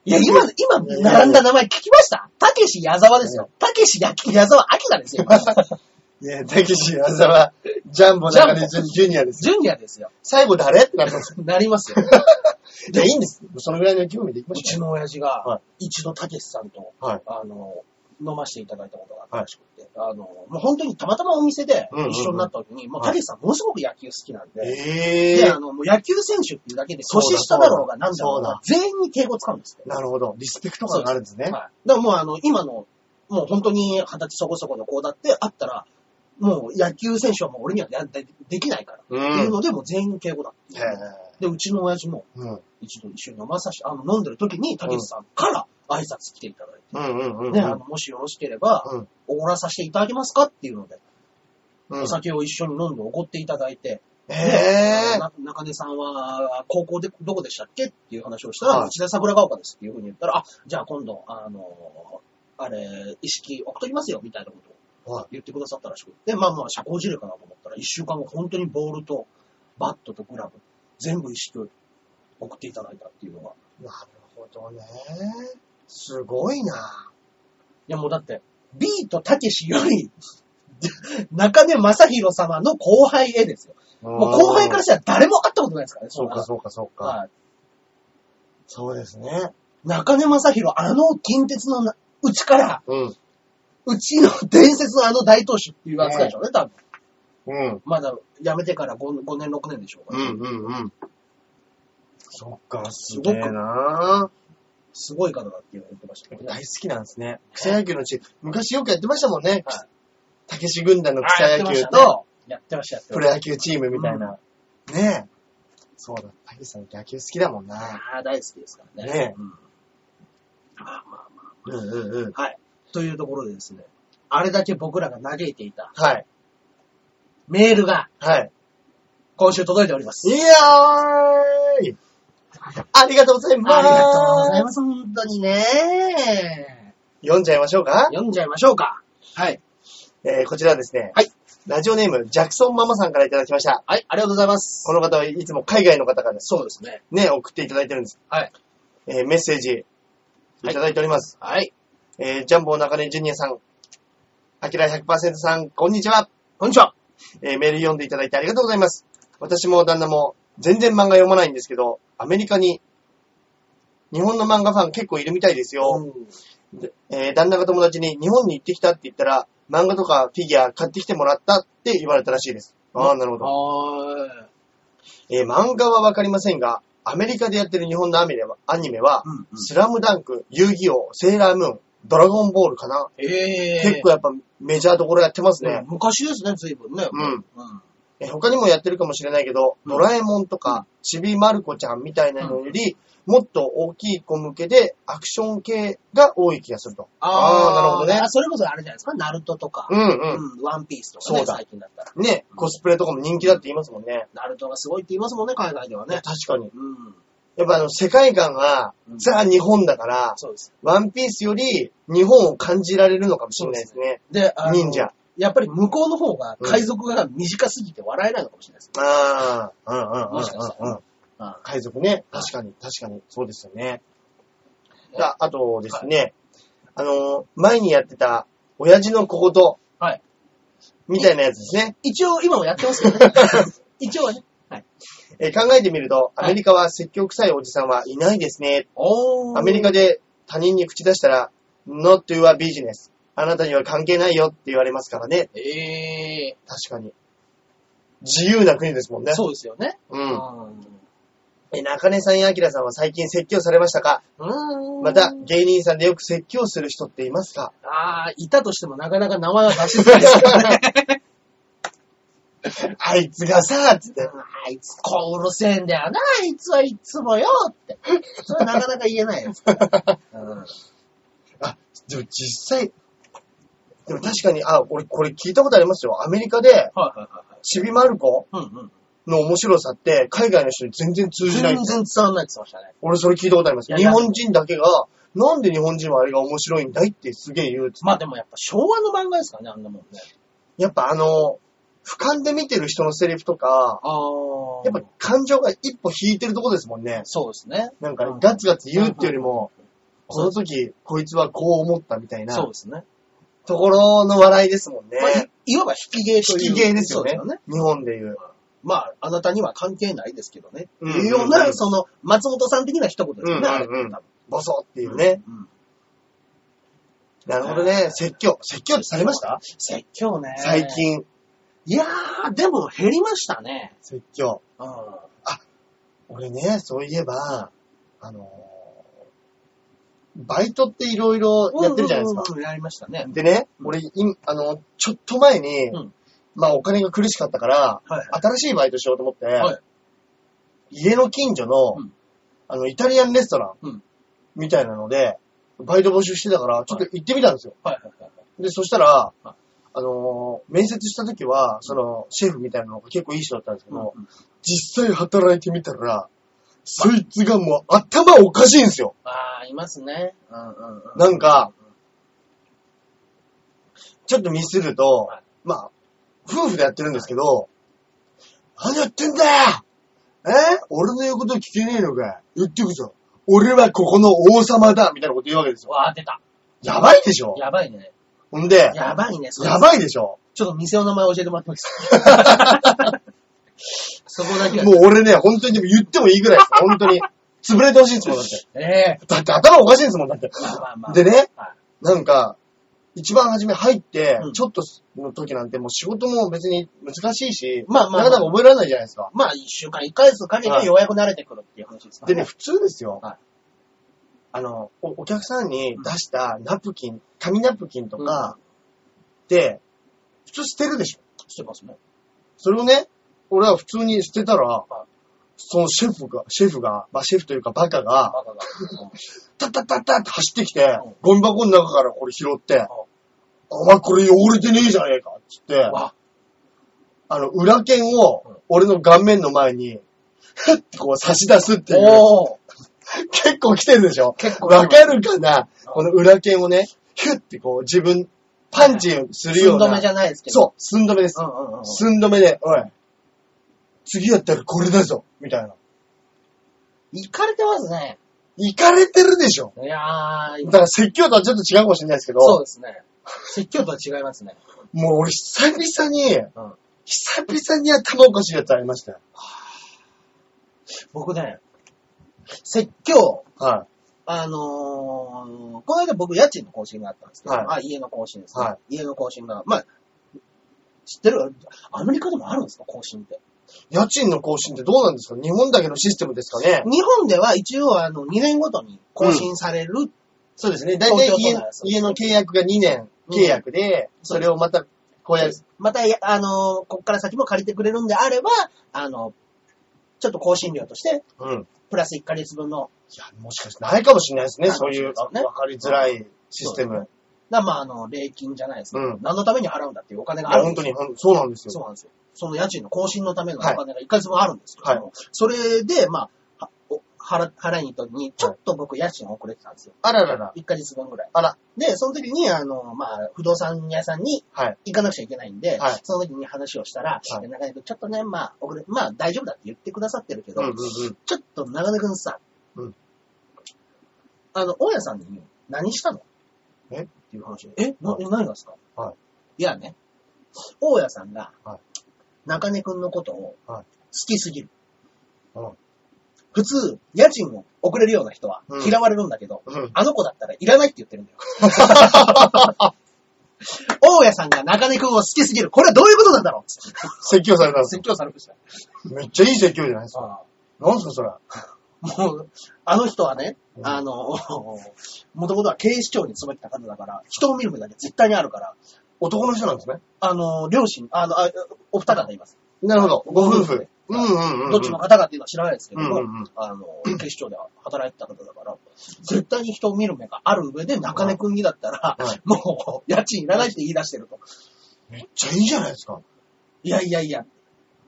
[SPEAKER 1] いや、今、今、並んだ名前聞きましたたけし矢沢ですよ。たけしや矢沢明 <laughs> ですよ。
[SPEAKER 2] いや、たけし、あざは、ジャンボ中でジュジュニアです。
[SPEAKER 1] ジュニアですよ。
[SPEAKER 2] 最後誰ってなります。
[SPEAKER 1] なりますよ。
[SPEAKER 2] <laughs> いや、いいんです。そのぐらいの興味でいきま
[SPEAKER 1] う
[SPEAKER 2] し
[SPEAKER 1] ち
[SPEAKER 2] ょ
[SPEAKER 1] の親父
[SPEAKER 2] は
[SPEAKER 1] が、一度たけしさんと、
[SPEAKER 2] はい
[SPEAKER 1] あの、飲ませていただいたことがあったらしくて、あの、もう本当にたまたまお店で
[SPEAKER 2] うんうんうん
[SPEAKER 1] 一緒になった時に、もう
[SPEAKER 2] はい
[SPEAKER 1] たけしさんものすごく野球好きなん
[SPEAKER 2] う。
[SPEAKER 1] で、
[SPEAKER 2] え
[SPEAKER 1] で、あ
[SPEAKER 2] え
[SPEAKER 1] の、もう野球選手っていうだけで、年下だろうがなんだろうが、全員に敬語使うんですって。
[SPEAKER 2] なるほど。リスペクト感があるんですね。
[SPEAKER 1] はい。だからもうあの、今の、もう本当に二十歳そこそこの子だってあったら、もう野球選手はもう俺にはやでできないから。
[SPEAKER 2] う。
[SPEAKER 1] っていうんので、もう全員敬語だって
[SPEAKER 2] へ
[SPEAKER 1] いうで、うちの親父も
[SPEAKER 2] ーうん。
[SPEAKER 1] 一度一緒に飲まさし、あの、飲んでる時に、たけしさんから挨拶来ていただいて、
[SPEAKER 2] うんうんうんうん。
[SPEAKER 1] ね、あの、もしよろしければ
[SPEAKER 2] うん、
[SPEAKER 1] おごらさせていただけますかっていうので、
[SPEAKER 2] うん
[SPEAKER 1] お酒を一緒に飲んでおごっていただいて、
[SPEAKER 2] へ
[SPEAKER 1] ね
[SPEAKER 2] え。
[SPEAKER 1] な中根さんは、高校で、どこでしたっけっていう話をしたら、
[SPEAKER 2] はいう
[SPEAKER 1] ちで桜ヶ丘ですっていうふうに言ったら、あ、じゃあ今度、あの、あれ、意識送っときますよ、みたいなこと
[SPEAKER 2] はい
[SPEAKER 1] を言ってくださったらしくて、で、まあまあ、社交辞令かなと思ったら、一週間後、本当にボールと、バットとグラブ、全部意識送っていただいたっていうのが、い
[SPEAKER 2] なるほどね。すごいな。
[SPEAKER 1] やもうだって、 <laughs> ビートたけしより、中根正宏様の後輩へですよ。もう後輩から
[SPEAKER 2] ら
[SPEAKER 1] したら誰も会ったことないですからね、
[SPEAKER 2] そうか、
[SPEAKER 1] そ
[SPEAKER 2] そうか、そう
[SPEAKER 1] う
[SPEAKER 2] か。そうですね。
[SPEAKER 1] 中根正宏、あの近鉄のなうちから、
[SPEAKER 2] うん。
[SPEAKER 1] うちの伝説のあの大投手っていう扱いでしょうね、多分。
[SPEAKER 2] うん。
[SPEAKER 1] まだ辞めてから 5, 5年、6年でしょう
[SPEAKER 2] う
[SPEAKER 1] か、
[SPEAKER 2] ん、うん、うん。そっか、す
[SPEAKER 1] す
[SPEAKER 2] ご
[SPEAKER 1] ごく
[SPEAKER 2] いなぁ。
[SPEAKER 1] すごい方だって言ってましたけどね。
[SPEAKER 2] 大好きなんですね。草野球のチーム。昔よくやってましたもんね
[SPEAKER 1] はい。
[SPEAKER 2] たけし軍団の
[SPEAKER 1] あーや
[SPEAKER 2] 草野
[SPEAKER 1] ってまし
[SPEAKER 2] 球
[SPEAKER 1] たね
[SPEAKER 2] と、
[SPEAKER 1] やってました、やって
[SPEAKER 2] プ
[SPEAKER 1] ま
[SPEAKER 2] ロ
[SPEAKER 1] し
[SPEAKER 2] 野球チームみたいな。ねえ。そうだ、たけしさん野球好きだもん
[SPEAKER 1] た。
[SPEAKER 2] な。
[SPEAKER 1] ああ、大好きですからね。
[SPEAKER 2] ね
[SPEAKER 1] うんまあまあま
[SPEAKER 2] うんうんうん。
[SPEAKER 1] あ。はい。というところでですね、あれだけ僕らが嘆いていた
[SPEAKER 2] はい。
[SPEAKER 1] メールが
[SPEAKER 2] はい。
[SPEAKER 1] 今週届いております。
[SPEAKER 2] いやーいありがとうございます。
[SPEAKER 1] ありがとうございます、本当にね。
[SPEAKER 2] 読んじゃいましょうか。
[SPEAKER 1] 読んじゃいましょうか。はい。
[SPEAKER 2] えー、こちらはですね。
[SPEAKER 1] はい。
[SPEAKER 2] ラジオネーム、ジャクソンママさんからいただきました。
[SPEAKER 1] はい、ありがとうございます。
[SPEAKER 2] この方はいつも海外の方からです
[SPEAKER 1] そうですね。
[SPEAKER 2] ね、送っていただいてるんです。
[SPEAKER 1] はい。
[SPEAKER 2] えー、メッセージ、いただいております。
[SPEAKER 1] はい。
[SPEAKER 2] えー、ジャンボ中根ジュニアさん、アキラ100%さん、こんにちは。
[SPEAKER 1] こんにちは。
[SPEAKER 2] えーメール読んでいただいてありがとうございます。私も旦那も全然漫画読まないんですけど、アメリカに日本の漫画ファン結構いるみたいですよ。でえー旦那が友達に日本に行ってきたって言ったら、漫画とかフィギュア買ってきてもらったって言われたらしいです。ああ、なるほど。
[SPEAKER 1] は
[SPEAKER 2] えー漫画はわかりませんが、アメリカでやってる日本のアニメは、アニメは
[SPEAKER 1] ーい。うん
[SPEAKER 2] スラムダンク、遊戯王、セーラームーン、ドラゴンボールかな、
[SPEAKER 1] ええ
[SPEAKER 2] 結構やっぱメジャーどころやってますね。
[SPEAKER 1] うん昔ですね、随分ね。
[SPEAKER 2] うん
[SPEAKER 1] うん。
[SPEAKER 2] えー他にもやってるかもしれないけど、
[SPEAKER 1] うん
[SPEAKER 2] ドラえもんとか、ちびまる子ちゃんみたいなのより、もっと大きい子向けで、アクション系が多い気がすると。ーなるほどね
[SPEAKER 1] あ。それこそあれじゃないですか、ナルトとか、
[SPEAKER 2] うんうん。
[SPEAKER 1] うんワンピースとかね
[SPEAKER 2] そうだ
[SPEAKER 1] 最近だったら。
[SPEAKER 2] ね、コスプレとかも人気だって言いますもんね。
[SPEAKER 1] ナルトがすごいって言いますもんね、海外ではね
[SPEAKER 2] 確。かに。
[SPEAKER 1] うん。
[SPEAKER 2] やっぱあの、世界観が
[SPEAKER 1] う、ん
[SPEAKER 2] ザ・日本だから、
[SPEAKER 1] そうです。
[SPEAKER 2] ワンピースより日本を感じられるのかもしれないですね。
[SPEAKER 1] で、あの
[SPEAKER 2] 忍者。。
[SPEAKER 1] やっぱり向こうの方が海賊が短すぎて笑えないのかもしれないです。
[SPEAKER 2] ああ、うんうんうん
[SPEAKER 1] もしかした
[SPEAKER 2] うんうん。
[SPEAKER 1] あ
[SPEAKER 2] 海賊ね。確かに、確かに。そうですよね。ああとですね、あの、前にやってた、親父の小言。
[SPEAKER 1] はい。
[SPEAKER 2] みたいなやつですね。
[SPEAKER 1] 一応、今もやってますけ
[SPEAKER 2] <laughs>
[SPEAKER 1] ど、一応はね。はい。
[SPEAKER 2] えー考えてみると、
[SPEAKER 1] はい
[SPEAKER 2] アメリカは説教臭いおじさんはいないですね。
[SPEAKER 1] お
[SPEAKER 2] アメリカで他人に口出したら、not your business。あなたには関係ないよって言われますからね。
[SPEAKER 1] ええ
[SPEAKER 2] 確かに。自由な国ですもんね。
[SPEAKER 1] そうですよね。
[SPEAKER 2] う。。
[SPEAKER 1] うんん。
[SPEAKER 2] え、中根さんや明さんは最近説教されましたか
[SPEAKER 1] うーん
[SPEAKER 2] また、芸人さんでよく説教する人っていますか
[SPEAKER 1] ああ、いたとしてもなかなか名前は出しづらい <laughs> ですからね。
[SPEAKER 2] あいつがさ、つ
[SPEAKER 1] <laughs>
[SPEAKER 2] って。
[SPEAKER 1] あいつ、こううるせえんだよな、あいつはいつもよって。それはなかなか言えない
[SPEAKER 2] <laughs>
[SPEAKER 1] ですから。うん
[SPEAKER 2] でも実際、でも確かに、あ、俺これ聞いたことありますよ。アメリカで、
[SPEAKER 1] はいはいはいはい。
[SPEAKER 2] ちびまる子
[SPEAKER 1] うんうん。
[SPEAKER 2] の面白さって、海外の人に全然通じない
[SPEAKER 1] 全
[SPEAKER 2] って。
[SPEAKER 1] 然伝わんないって言ってましたね。
[SPEAKER 2] 俺それ聞いたことあります。
[SPEAKER 1] いや
[SPEAKER 2] 日本人だけが、なんで日本人はあれが面白いんだいってすげえ言うっつって
[SPEAKER 1] まあでもやっぱ昭和の漫画ですからね、あんなもんね。
[SPEAKER 2] やっぱあの、俯瞰で見てる人のセリフとか、
[SPEAKER 1] ああ
[SPEAKER 2] やっぱ感情が一歩引いてるとこですもんね。
[SPEAKER 1] そうですね。
[SPEAKER 2] なんか
[SPEAKER 1] うん
[SPEAKER 2] ガツガツ言うっていうよりも、こ
[SPEAKER 1] そう
[SPEAKER 2] の時、こいつはこう思ったみたいな、
[SPEAKER 1] そうですね。
[SPEAKER 2] ところの笑いですもんね。
[SPEAKER 1] まあいいわば引き芸という
[SPEAKER 2] 引き芸ですよね
[SPEAKER 1] そうですよね。
[SPEAKER 2] 日本でいう。
[SPEAKER 1] まあ、あなたには関係ないですけどね。
[SPEAKER 2] うん
[SPEAKER 1] いうよう
[SPEAKER 2] うんう
[SPEAKER 1] な、
[SPEAKER 2] ん
[SPEAKER 1] その、松本さん的な一言ですよね、
[SPEAKER 2] うん
[SPEAKER 1] あれって
[SPEAKER 2] うんうん
[SPEAKER 1] 多分
[SPEAKER 2] ボソっていうね。
[SPEAKER 1] うん
[SPEAKER 2] なるほどね。説教。説教ってされました
[SPEAKER 1] 説教ね。
[SPEAKER 2] 最。近。
[SPEAKER 1] いやー、でも減りましたね。
[SPEAKER 2] 説教。
[SPEAKER 1] うん。
[SPEAKER 2] 俺ね、そういえば、あのー、バイトっていろいろやってるじゃないですか。
[SPEAKER 1] うんうんうんやりましたね。
[SPEAKER 2] でね、
[SPEAKER 1] うん
[SPEAKER 2] 俺、今あの、ちょっと前に、
[SPEAKER 1] うん
[SPEAKER 2] まあお金が苦しかったから、
[SPEAKER 1] はいはい。
[SPEAKER 2] 新しいバイトしようと思って、
[SPEAKER 1] はい
[SPEAKER 2] 家の近所の、
[SPEAKER 1] うん
[SPEAKER 2] あの、イタリアンレストラ
[SPEAKER 1] う
[SPEAKER 2] ン
[SPEAKER 1] ん、
[SPEAKER 2] みたいなので、バイト募集してたから、ちょっと行ってみたんですよ。
[SPEAKER 1] はいはいはい。
[SPEAKER 2] で、そしたら
[SPEAKER 1] は、
[SPEAKER 2] あのー面接した時は、その、シェフみたいなのが結構いい人だったんですけど、
[SPEAKER 1] うんうん
[SPEAKER 2] 実際働いてみたら、そいつがもう頭おかしいんですよ。
[SPEAKER 1] あー、いますね。うんうんうん。
[SPEAKER 2] なんか、ちょっとミスると、まあ、夫婦でやってるんですけど、何やってんだよえ俺の言うこと聞けねえのか言ってくぞ。俺はここの王様だみたいなこと言うわけですよ。
[SPEAKER 1] わー、出た。
[SPEAKER 2] やばいでしょ
[SPEAKER 1] やばいね。
[SPEAKER 2] ほんで、
[SPEAKER 1] やばいね。それ
[SPEAKER 2] やばいでしょ <laughs>
[SPEAKER 1] ちょっと店の名前教えてもらってもいいですかそこだけは
[SPEAKER 2] もう俺ね、本当にでも言ってもいいぐらいです。本当に。潰れてほしいんですもん、だって。
[SPEAKER 1] ねえ。
[SPEAKER 2] だって頭おかしいんですもん、だって。
[SPEAKER 1] まあまあまあ。
[SPEAKER 2] でね
[SPEAKER 1] は
[SPEAKER 2] なんか、一番初め入って
[SPEAKER 1] う、ん
[SPEAKER 2] ちょっとの時なんてもう仕事も別に難しいし、
[SPEAKER 1] まあまあまあ
[SPEAKER 2] なかなか覚えられないじゃないですか。
[SPEAKER 1] まあ、一週間、一ヶ月かけてようやく慣れてくるっていう話ですから
[SPEAKER 2] でね、普通ですよ。
[SPEAKER 1] はい
[SPEAKER 2] あのお、お客さんに出したナプキン、紙ナプキンとか、で、普通捨てるでしょ。
[SPEAKER 1] してますね。
[SPEAKER 2] それをね、俺は普通に捨てたら
[SPEAKER 1] は、
[SPEAKER 2] そのシェフが、シェフが、まあシェフというかバカが、
[SPEAKER 1] バカが。
[SPEAKER 2] タッタッタッタッって走ってきて
[SPEAKER 1] うん、
[SPEAKER 2] ゴミ箱の中からこれ拾って、あ、お前これ汚れてねえじゃねえかっつって
[SPEAKER 1] うん、わ、
[SPEAKER 2] あの、裏剣
[SPEAKER 1] うん
[SPEAKER 2] を、俺の顔面の前に、ふってこう差し出すっていう、
[SPEAKER 1] おー
[SPEAKER 2] 結構来てるでしょ
[SPEAKER 1] 結構。
[SPEAKER 2] わかるかなこの裏剣をね、ふってこう自分、パンチするよう
[SPEAKER 1] 寸止
[SPEAKER 2] な
[SPEAKER 1] めじ。ゃないですけど。
[SPEAKER 2] そう、寸止めです。
[SPEAKER 1] うんうんうん。
[SPEAKER 2] 寸止めで、おい、次やったらこれだぞ、みたいな。
[SPEAKER 1] いかれてますね。
[SPEAKER 2] 行かれてるでしょ。
[SPEAKER 1] いやー
[SPEAKER 2] だ、から説教とはちょっと違うかもしれないですけど、
[SPEAKER 1] そうですね。説教とは違いますね。
[SPEAKER 2] もう俺久々に、
[SPEAKER 1] うん
[SPEAKER 2] 久々に頭おかしいやつありましたよ。
[SPEAKER 1] 僕ね、説教、
[SPEAKER 2] は
[SPEAKER 1] あのー、この間僕家賃の更新があったんですけど、
[SPEAKER 2] は
[SPEAKER 1] あ、家の更新ですね。
[SPEAKER 2] は
[SPEAKER 1] 家の更新が、まあ、知ってるアメリカでもあるんですか更新って。
[SPEAKER 2] い。家賃の更新ってどうなんですか日本だけのシステムですかね
[SPEAKER 1] 日本では一応あの、2年ごとに更新される、
[SPEAKER 2] そうですね。大体
[SPEAKER 1] 東京都
[SPEAKER 2] 家
[SPEAKER 1] 内はそう
[SPEAKER 2] 家の契約が2年契約で、それをまた、こうやって、
[SPEAKER 1] また、やあのー、こっから先も借りてくれるんであれば、あの、ちょっと更新料として、
[SPEAKER 2] うん。
[SPEAKER 1] プラス1ヶ月分の、
[SPEAKER 2] いや、もしかしてないかもしれないですね。
[SPEAKER 1] ないか
[SPEAKER 2] そ
[SPEAKER 1] も
[SPEAKER 2] う
[SPEAKER 1] しれ
[SPEAKER 2] いう
[SPEAKER 1] ないですよね
[SPEAKER 2] わかりづらいシステム。い
[SPEAKER 1] だまあ、あの、礼金じゃないですか、
[SPEAKER 2] うん
[SPEAKER 1] 何のために払うんだっていうお金があ
[SPEAKER 2] や、
[SPEAKER 1] るん
[SPEAKER 2] 本
[SPEAKER 1] です
[SPEAKER 2] 当に、
[SPEAKER 1] よ
[SPEAKER 2] ほんそうなんです
[SPEAKER 1] そ
[SPEAKER 2] よ。
[SPEAKER 1] うなんですよ。その家賃の更新のためのお金が一ヶ月分あるんですけど、
[SPEAKER 2] はい
[SPEAKER 1] それで、まあ、はお払払いに行った時に、ちょっと僕家賃遅れてたんですよ。
[SPEAKER 2] あららら。
[SPEAKER 1] 1ヶ月分ぐらい。
[SPEAKER 2] あら。
[SPEAKER 1] で、その時に、あの、まあ、不動産屋さんに
[SPEAKER 2] はい。
[SPEAKER 1] 行かなくちゃいけないんで、
[SPEAKER 2] はい
[SPEAKER 1] その時に話をしたら、
[SPEAKER 2] はい
[SPEAKER 1] 中根君、ちょっとね、まあ、遅れ、まあ大丈夫だって言ってくださってるけ
[SPEAKER 2] う
[SPEAKER 1] ど、
[SPEAKER 2] んうんうん。
[SPEAKER 1] ちょっと長根くんさ、
[SPEAKER 2] うん
[SPEAKER 1] あの、大家さんに何したの
[SPEAKER 2] え
[SPEAKER 1] っていう話で。えな、
[SPEAKER 2] はい
[SPEAKER 1] え何がですか。
[SPEAKER 2] はい
[SPEAKER 1] いやね、大家さんが
[SPEAKER 2] はい、
[SPEAKER 1] 中根くんのことを
[SPEAKER 2] は
[SPEAKER 1] 好きすぎる。
[SPEAKER 2] うん
[SPEAKER 1] 普通、家賃を遅れるような人は
[SPEAKER 2] うん
[SPEAKER 1] 嫌われるんだけど、
[SPEAKER 2] うん。
[SPEAKER 1] あの子だったらいらないって言ってるんだ
[SPEAKER 2] <laughs>
[SPEAKER 1] よ。大家さんが中根くんを好きすぎる。これはどういうことなんだろうつって
[SPEAKER 2] 説教されたんです
[SPEAKER 1] 説教されました。
[SPEAKER 2] めっちゃいい説教じゃないですか。なんですか、それ。
[SPEAKER 1] もう、あの人はね
[SPEAKER 2] う、ん
[SPEAKER 1] あの、もともとは警視庁に勤めてた方だから、人を見る目だけ絶対にあるから、
[SPEAKER 2] 男の人なんですね。
[SPEAKER 1] あの、両親、あの、あお二方います。
[SPEAKER 2] なるほど。ご夫婦。う
[SPEAKER 1] う
[SPEAKER 2] んんうんうん。
[SPEAKER 1] どっちの方かっていうのは知らないですけども、
[SPEAKER 2] うんうんうん
[SPEAKER 1] あの、警視庁では働いてた方だから、絶対に人を見る目がある上で、中根くんにだったら、
[SPEAKER 2] はい
[SPEAKER 1] もう、家賃いらないって言い出してると。
[SPEAKER 2] めっちゃいいじゃないですか。
[SPEAKER 1] いやいやいや。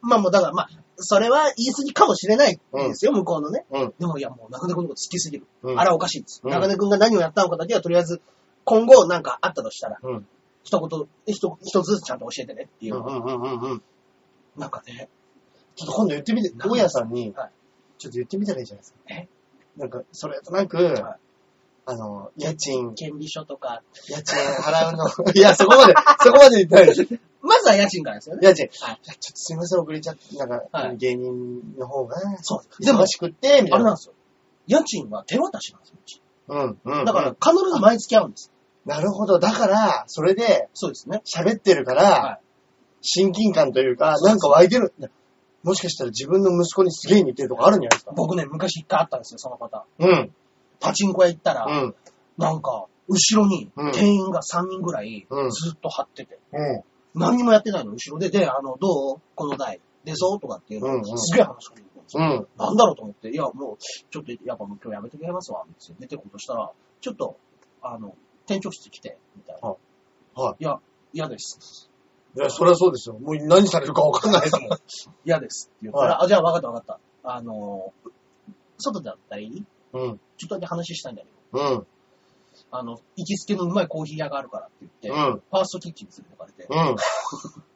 [SPEAKER 1] まあもう、だからまあ、それは言い過ぎかもしれないんですよ、向こうのね。
[SPEAKER 2] うん。
[SPEAKER 1] でもいや、もう中根くんのこと好きすぎる。
[SPEAKER 2] うん
[SPEAKER 1] あらおかしいです。
[SPEAKER 2] うん
[SPEAKER 1] 中根くんが何をやったのかだけは、とりあえず、今後なんかあったとしたら、
[SPEAKER 2] うん。
[SPEAKER 1] 一言、一一つずつちゃんと教えてねっていうう。
[SPEAKER 2] んうんうんうんうん。
[SPEAKER 1] なんかね、
[SPEAKER 2] ちょっと今度言ってみて、大家さんに、ちょ
[SPEAKER 1] はい
[SPEAKER 2] っと言ってみたらいいじゃないですか。
[SPEAKER 1] え
[SPEAKER 2] なんか、それとなく、
[SPEAKER 1] い
[SPEAKER 2] あの、家賃、
[SPEAKER 1] 権利書とか、
[SPEAKER 2] 家賃払うの。
[SPEAKER 1] <laughs>
[SPEAKER 2] いや、そこまで、そこまで言ってないです。
[SPEAKER 1] まずは家賃からですよね。
[SPEAKER 2] 家賃。い
[SPEAKER 1] はい
[SPEAKER 2] や、ちょっとすいません、遅れちゃって、なんか、
[SPEAKER 1] はい
[SPEAKER 2] 芸人の方が、
[SPEAKER 1] そう。でも
[SPEAKER 2] 忙、しくって、みたい
[SPEAKER 1] あれなん
[SPEAKER 2] な。
[SPEAKER 1] ですよ。家賃は手渡しなんですよ、うち
[SPEAKER 2] うん、うん。
[SPEAKER 1] だから
[SPEAKER 2] うん、
[SPEAKER 1] 必ず毎月会うんです。
[SPEAKER 2] なるほど。だから、それで、
[SPEAKER 1] そうですね。
[SPEAKER 2] 喋ってるか
[SPEAKER 1] は
[SPEAKER 2] ら、親近感というか、なんか湧いてる。もしかしたら自分の息子にすげえ似てるとかあるんじゃないですか。
[SPEAKER 1] 僕ね、昔一回あったんですよ、その方。
[SPEAKER 2] うん。
[SPEAKER 1] パチンコ屋行ったら、
[SPEAKER 2] うん。
[SPEAKER 1] なんか、後ろに
[SPEAKER 2] うん
[SPEAKER 1] 店員が3人ぐらい
[SPEAKER 2] うん
[SPEAKER 1] ずっと張ってて、
[SPEAKER 2] うん。
[SPEAKER 1] 何にもやってないの、後ろで、で、あの、どうこの台、出そうとかっていう
[SPEAKER 2] うんう
[SPEAKER 1] の、
[SPEAKER 2] ん
[SPEAKER 1] すげえ話しかけてくるんですよ。
[SPEAKER 2] うん。
[SPEAKER 1] なんだろうと思って、いや、もう、ちょっと、やっぱもう今日やめてくれますわ、って出てこうとしたら、ちょっと、あの、店長室来て、みたいな。
[SPEAKER 2] はいはい
[SPEAKER 1] や、嫌です。
[SPEAKER 2] いや、そりゃそうですよ。もう何されるかわかんないですもん。
[SPEAKER 1] 嫌です。って言ったら、あ、じゃあ分かった分かった。あの、外だったらいい
[SPEAKER 2] うん。
[SPEAKER 1] ちょっとだけ話したいんだけど、
[SPEAKER 2] うん。
[SPEAKER 1] あの、行きつけのうまいコーヒー屋があるからって言って、
[SPEAKER 2] う
[SPEAKER 1] フ
[SPEAKER 2] ん。
[SPEAKER 1] ァーストキッチンに連れてかれて、
[SPEAKER 2] うん。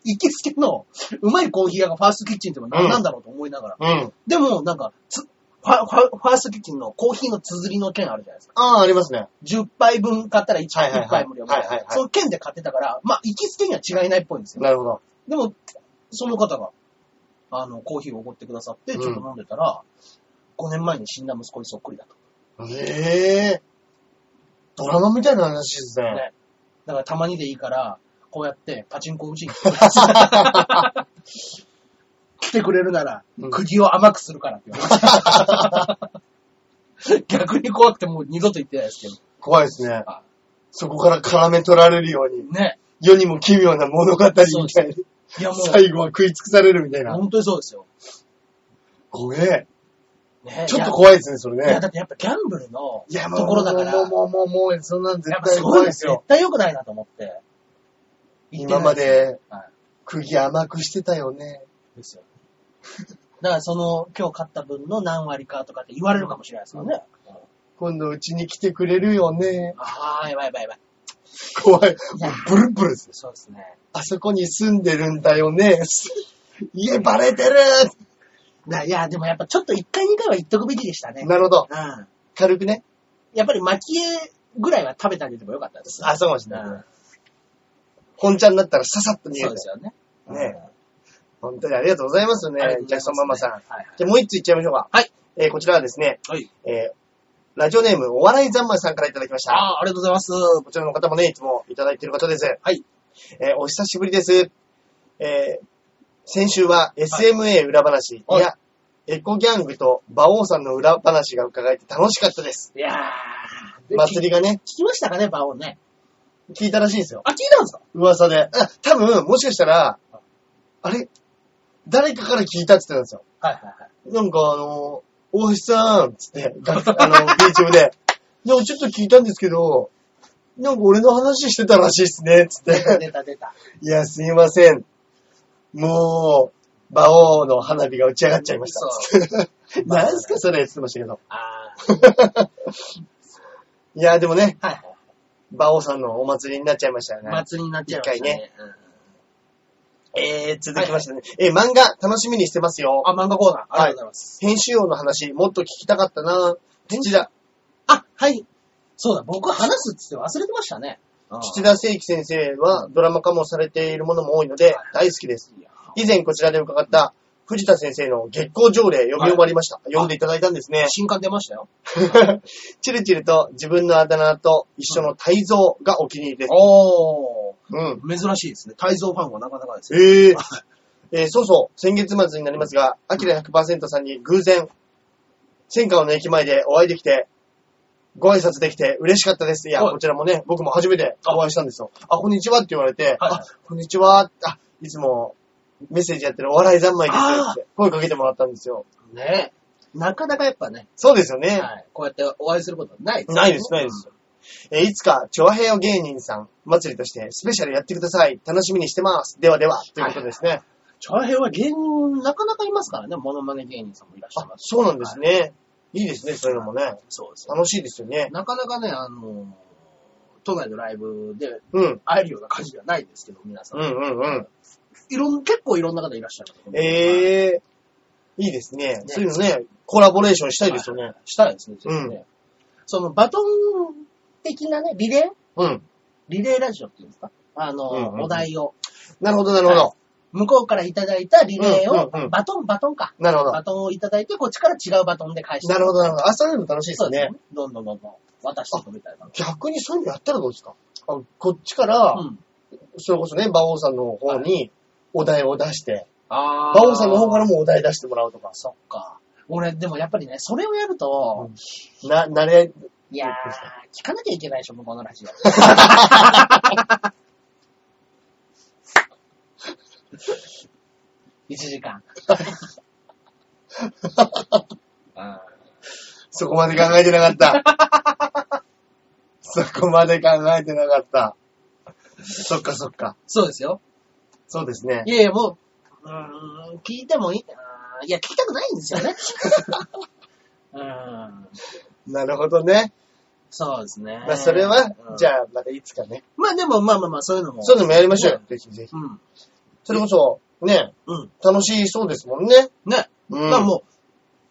[SPEAKER 1] 行きつけのうまいコーヒー屋がファーストキッチンっての
[SPEAKER 2] う
[SPEAKER 1] は
[SPEAKER 2] ん
[SPEAKER 1] 何なんだろうと思いながら、
[SPEAKER 2] うん。
[SPEAKER 1] でも、なんか、つファファファーストキッチンのコーヒーの綴りの券あるじゃないですか。
[SPEAKER 2] ああ、ありますね。
[SPEAKER 1] 10杯分買ったら 1,
[SPEAKER 2] はいはいはい
[SPEAKER 1] 杯無料みたい
[SPEAKER 2] はいはい
[SPEAKER 1] な
[SPEAKER 2] は。い
[SPEAKER 1] その券で買ってたから、まあ、行きつけには違いないっぽいんですよ。
[SPEAKER 2] なるほど。
[SPEAKER 1] でも、その方が、あの、コーヒーをおごってくださって、
[SPEAKER 2] うん
[SPEAKER 1] ちょっと飲んでたら、5年前に死んだ息子にそっくりだと。
[SPEAKER 2] ええドラマみたいな話ですね。
[SPEAKER 1] ねだからたまにでいいから、こうやってパチンコ打ちに来てください来てくれるなら、
[SPEAKER 2] うん
[SPEAKER 1] 釘を甘くするからって言われました。逆に怖くてもう二度と言ってないですけど。
[SPEAKER 2] 怖いですね
[SPEAKER 1] あ。
[SPEAKER 2] そこから絡め取られるように、
[SPEAKER 1] ね。
[SPEAKER 2] 世にも奇妙な物語みたいに、
[SPEAKER 1] いやもう、
[SPEAKER 2] 最後は食い尽くされるみたいな。
[SPEAKER 1] 本当にそうですよ。
[SPEAKER 2] 怖え。
[SPEAKER 1] ね、
[SPEAKER 2] ちょっと
[SPEAKER 1] い
[SPEAKER 2] 怖いですね、それ
[SPEAKER 1] や。いや、
[SPEAKER 2] ね。
[SPEAKER 1] だってやっぱギャンブルの
[SPEAKER 2] いや、
[SPEAKER 1] ところだから、
[SPEAKER 2] もう、もう、もう、もう、そんなん
[SPEAKER 1] や
[SPEAKER 2] 絶
[SPEAKER 1] っぱ
[SPEAKER 2] 対
[SPEAKER 1] すご
[SPEAKER 2] 怖
[SPEAKER 1] い
[SPEAKER 2] いで
[SPEAKER 1] ですすよ
[SPEAKER 2] よ。。
[SPEAKER 1] 絶対良くないなと思って。言って
[SPEAKER 2] 今
[SPEAKER 1] な
[SPEAKER 2] ま
[SPEAKER 1] いすよ。
[SPEAKER 2] で
[SPEAKER 1] はい
[SPEAKER 2] 釘甘くしてたよね。
[SPEAKER 1] ですよ。だからその、今日買った分の何割かとかって言われるかもしれないですからね。
[SPEAKER 2] 今度うちに来てくれるよね。
[SPEAKER 1] ああ、やばいやばいやばい。
[SPEAKER 2] 怖い。
[SPEAKER 1] い
[SPEAKER 2] も
[SPEAKER 1] や
[SPEAKER 2] うブルブルです。
[SPEAKER 1] そうですね。
[SPEAKER 2] あそこに住んでるんだよね。 <laughs> 家バレてる
[SPEAKER 1] ないや、でもやっぱちょっと1回2回は言っとくべきでしたね。
[SPEAKER 2] なるほど。
[SPEAKER 1] うん。
[SPEAKER 2] 軽くね。
[SPEAKER 1] やっぱり蒔絵ぐらいは食べてあげてもよかったです。
[SPEAKER 2] あ、そうかもし
[SPEAKER 1] う
[SPEAKER 2] れない。
[SPEAKER 1] ん。
[SPEAKER 2] 本ちゃんだったらささっと逃げ
[SPEAKER 1] そう
[SPEAKER 2] て
[SPEAKER 1] で。すよね。
[SPEAKER 2] ね本当にありがとうございます
[SPEAKER 1] う
[SPEAKER 2] ね
[SPEAKER 1] ん。ありがとうご
[SPEAKER 2] ジ
[SPEAKER 1] ざい
[SPEAKER 2] ャ
[SPEAKER 1] ま
[SPEAKER 2] ク
[SPEAKER 1] す
[SPEAKER 2] ソンママさん。
[SPEAKER 1] はい
[SPEAKER 2] じゃあもう一ついっちゃいましょうか。
[SPEAKER 1] はい。
[SPEAKER 2] えーこちらはですね、
[SPEAKER 1] はい。はい。
[SPEAKER 2] えーラジオネームお笑いざんまいさんからいただきまし
[SPEAKER 1] あ
[SPEAKER 2] た。
[SPEAKER 1] あ、ありがとうございます。
[SPEAKER 2] こちらの方もね、いつもいただいている方です。
[SPEAKER 1] はい。
[SPEAKER 2] えーお久しぶりです。えー先週は SMA 裏話、
[SPEAKER 1] はい
[SPEAKER 2] い、や、エコギャングと馬王さんの裏話が伺えて楽しかったです。
[SPEAKER 1] いやー。
[SPEAKER 2] 祭りがね、
[SPEAKER 1] 聞きましたかね、バオね。
[SPEAKER 2] 聞いたらしいんですよ。
[SPEAKER 1] あ、聞いたんですか
[SPEAKER 2] 噂で。あ多分、もしかしたら、あれ誰かから聞いたって言ってたんですよ。
[SPEAKER 1] はいはいはい。
[SPEAKER 2] なんかあの、大橋さん、つって、があの、YouTube で、でもちょっと聞いたんですけど、なんか俺の話してたらしいっすね、つっ
[SPEAKER 1] 出た <laughs>
[SPEAKER 2] て。
[SPEAKER 1] 出た出た。
[SPEAKER 2] いや、すいません。もう、馬王の花火が打ち上がっちゃいました。つって <laughs> なんすかそれ、つってましたけど。
[SPEAKER 1] あ <laughs>
[SPEAKER 2] いや、でもね、
[SPEAKER 1] あ。はいはい。
[SPEAKER 2] 馬王さんのお祭りになっちゃいましたよね。
[SPEAKER 1] 祭りになっちゃいましたね。うん
[SPEAKER 2] えー、続きましてね。えー、漫画楽しみにしてますよ。
[SPEAKER 1] あ、漫画コーナー。ありがとうございます。
[SPEAKER 2] 編集王の話、もっと聞きたかったな。土田、
[SPEAKER 1] あ、はい。そうだ、僕話すっつって忘れてましたね。
[SPEAKER 2] 土田聖輝先生はドラマ化もされているものも多いので、大好きです。
[SPEAKER 1] いや
[SPEAKER 2] 以前こちらで伺った藤田先生の月光条例読み終わりました。読んでいただいたんですね。
[SPEAKER 1] 新刊出ましたよ。
[SPEAKER 2] <laughs> チルチルと自分のあだ名と一緒の体像がお気に入りです。
[SPEAKER 1] お
[SPEAKER 2] うん。
[SPEAKER 1] ー。珍しいですね。泰造ファンはなかなかですね。
[SPEAKER 2] えええーそうそう、先月末になりますが、アキラ100%さんに偶然、戦火の駅前でお会いできて、ご挨拶できて嬉しかったです。いや、
[SPEAKER 1] はい
[SPEAKER 2] こちらもね、僕も初めてお会いしたんですよ。あ、こんにちはって言われて、
[SPEAKER 1] はい
[SPEAKER 2] あ、こんにちは、あ、いつもメッセージやってるお笑い三昧ですよって声かけてもらったんですよ。
[SPEAKER 1] ねなかなかやっぱね、
[SPEAKER 2] そうですよね。
[SPEAKER 1] はい。こうやってお会いすることはないですね
[SPEAKER 2] ないです、ないで。す。えーいつか、チョアヘヨ芸人さん祭りとしてスペシャルやってください。楽しみにしてます。ではでは、ということですね。
[SPEAKER 1] チャーヘイは芸人、なかなかいますからね。モノマネ芸人さんもいらっしゃい
[SPEAKER 2] あ
[SPEAKER 1] ますし。
[SPEAKER 2] そうなんです
[SPEAKER 1] はい。
[SPEAKER 2] ね。いいですね、そういうのもね。
[SPEAKER 1] そうですね。
[SPEAKER 2] 楽しいですよね。
[SPEAKER 1] なかなかね、あの、都内のライブで
[SPEAKER 2] うん。
[SPEAKER 1] 会えるような感じではないですけど、皆さ。
[SPEAKER 2] うんんうん
[SPEAKER 1] いろん、結構いろんな方いらっしゃると
[SPEAKER 2] う
[SPEAKER 1] 思うん
[SPEAKER 2] ん。
[SPEAKER 1] ですけど。
[SPEAKER 2] ええいいですね。そういうのね、コラボレーションしたいですよ
[SPEAKER 1] は
[SPEAKER 2] ね。。
[SPEAKER 1] したいですね、ぜひ
[SPEAKER 2] う
[SPEAKER 1] ね。その、バトン的なね、リレー
[SPEAKER 2] うん。
[SPEAKER 1] リレーラジオっていうんですかあの、
[SPEAKER 2] うんうんうん
[SPEAKER 1] お題を、
[SPEAKER 2] なるほど、なるほど。
[SPEAKER 1] 向こうからいただいたリレーを、
[SPEAKER 2] うんうんうん
[SPEAKER 1] バトン、バトンか。
[SPEAKER 2] なるほど。
[SPEAKER 1] バトンをいただいて、こっちから違うバトンで返して。
[SPEAKER 2] なるほど、なるほど。あ、そういうの楽しいです
[SPEAKER 1] そうです
[SPEAKER 2] ね
[SPEAKER 1] ね。。どんどんどんどん渡していくみたいな。
[SPEAKER 2] 逆にそういうのやったらどうですかあこっちから、
[SPEAKER 1] うん。
[SPEAKER 2] それこそね、馬王さんの方にお題を出して、
[SPEAKER 1] あ。
[SPEAKER 2] 馬王さんの方かららもお題出してもらうとか。
[SPEAKER 1] そっか。俺、でもやっぱりね、それをやると、
[SPEAKER 2] な、慣れ、
[SPEAKER 1] いやー、聞かなきゃいけないでしょ、向こうのラジオ。1時間。
[SPEAKER 2] <laughs>
[SPEAKER 1] あ
[SPEAKER 2] そこまで考えてなかった。 <laughs> そこまで考えてなかった。そっかそっか
[SPEAKER 1] ー。そうですよ。
[SPEAKER 2] そうですね。
[SPEAKER 1] いやいや、もう、うーん、聞いてもいいあーいや、聞きたくないんですよね。うーん、
[SPEAKER 2] なるほどね。
[SPEAKER 1] そうですね。
[SPEAKER 2] まあ、それは、じ
[SPEAKER 1] あ。
[SPEAKER 2] ゃあ、またいつかね。
[SPEAKER 1] まあでも、まあまあまあ、そういうのも。
[SPEAKER 2] そういうのもやりましょうよ。ぜひぜひ。
[SPEAKER 1] うん。
[SPEAKER 2] それこそ、ね、
[SPEAKER 1] うん。
[SPEAKER 2] 楽しそうですもんね。
[SPEAKER 1] ね。
[SPEAKER 2] う
[SPEAKER 1] だからもう、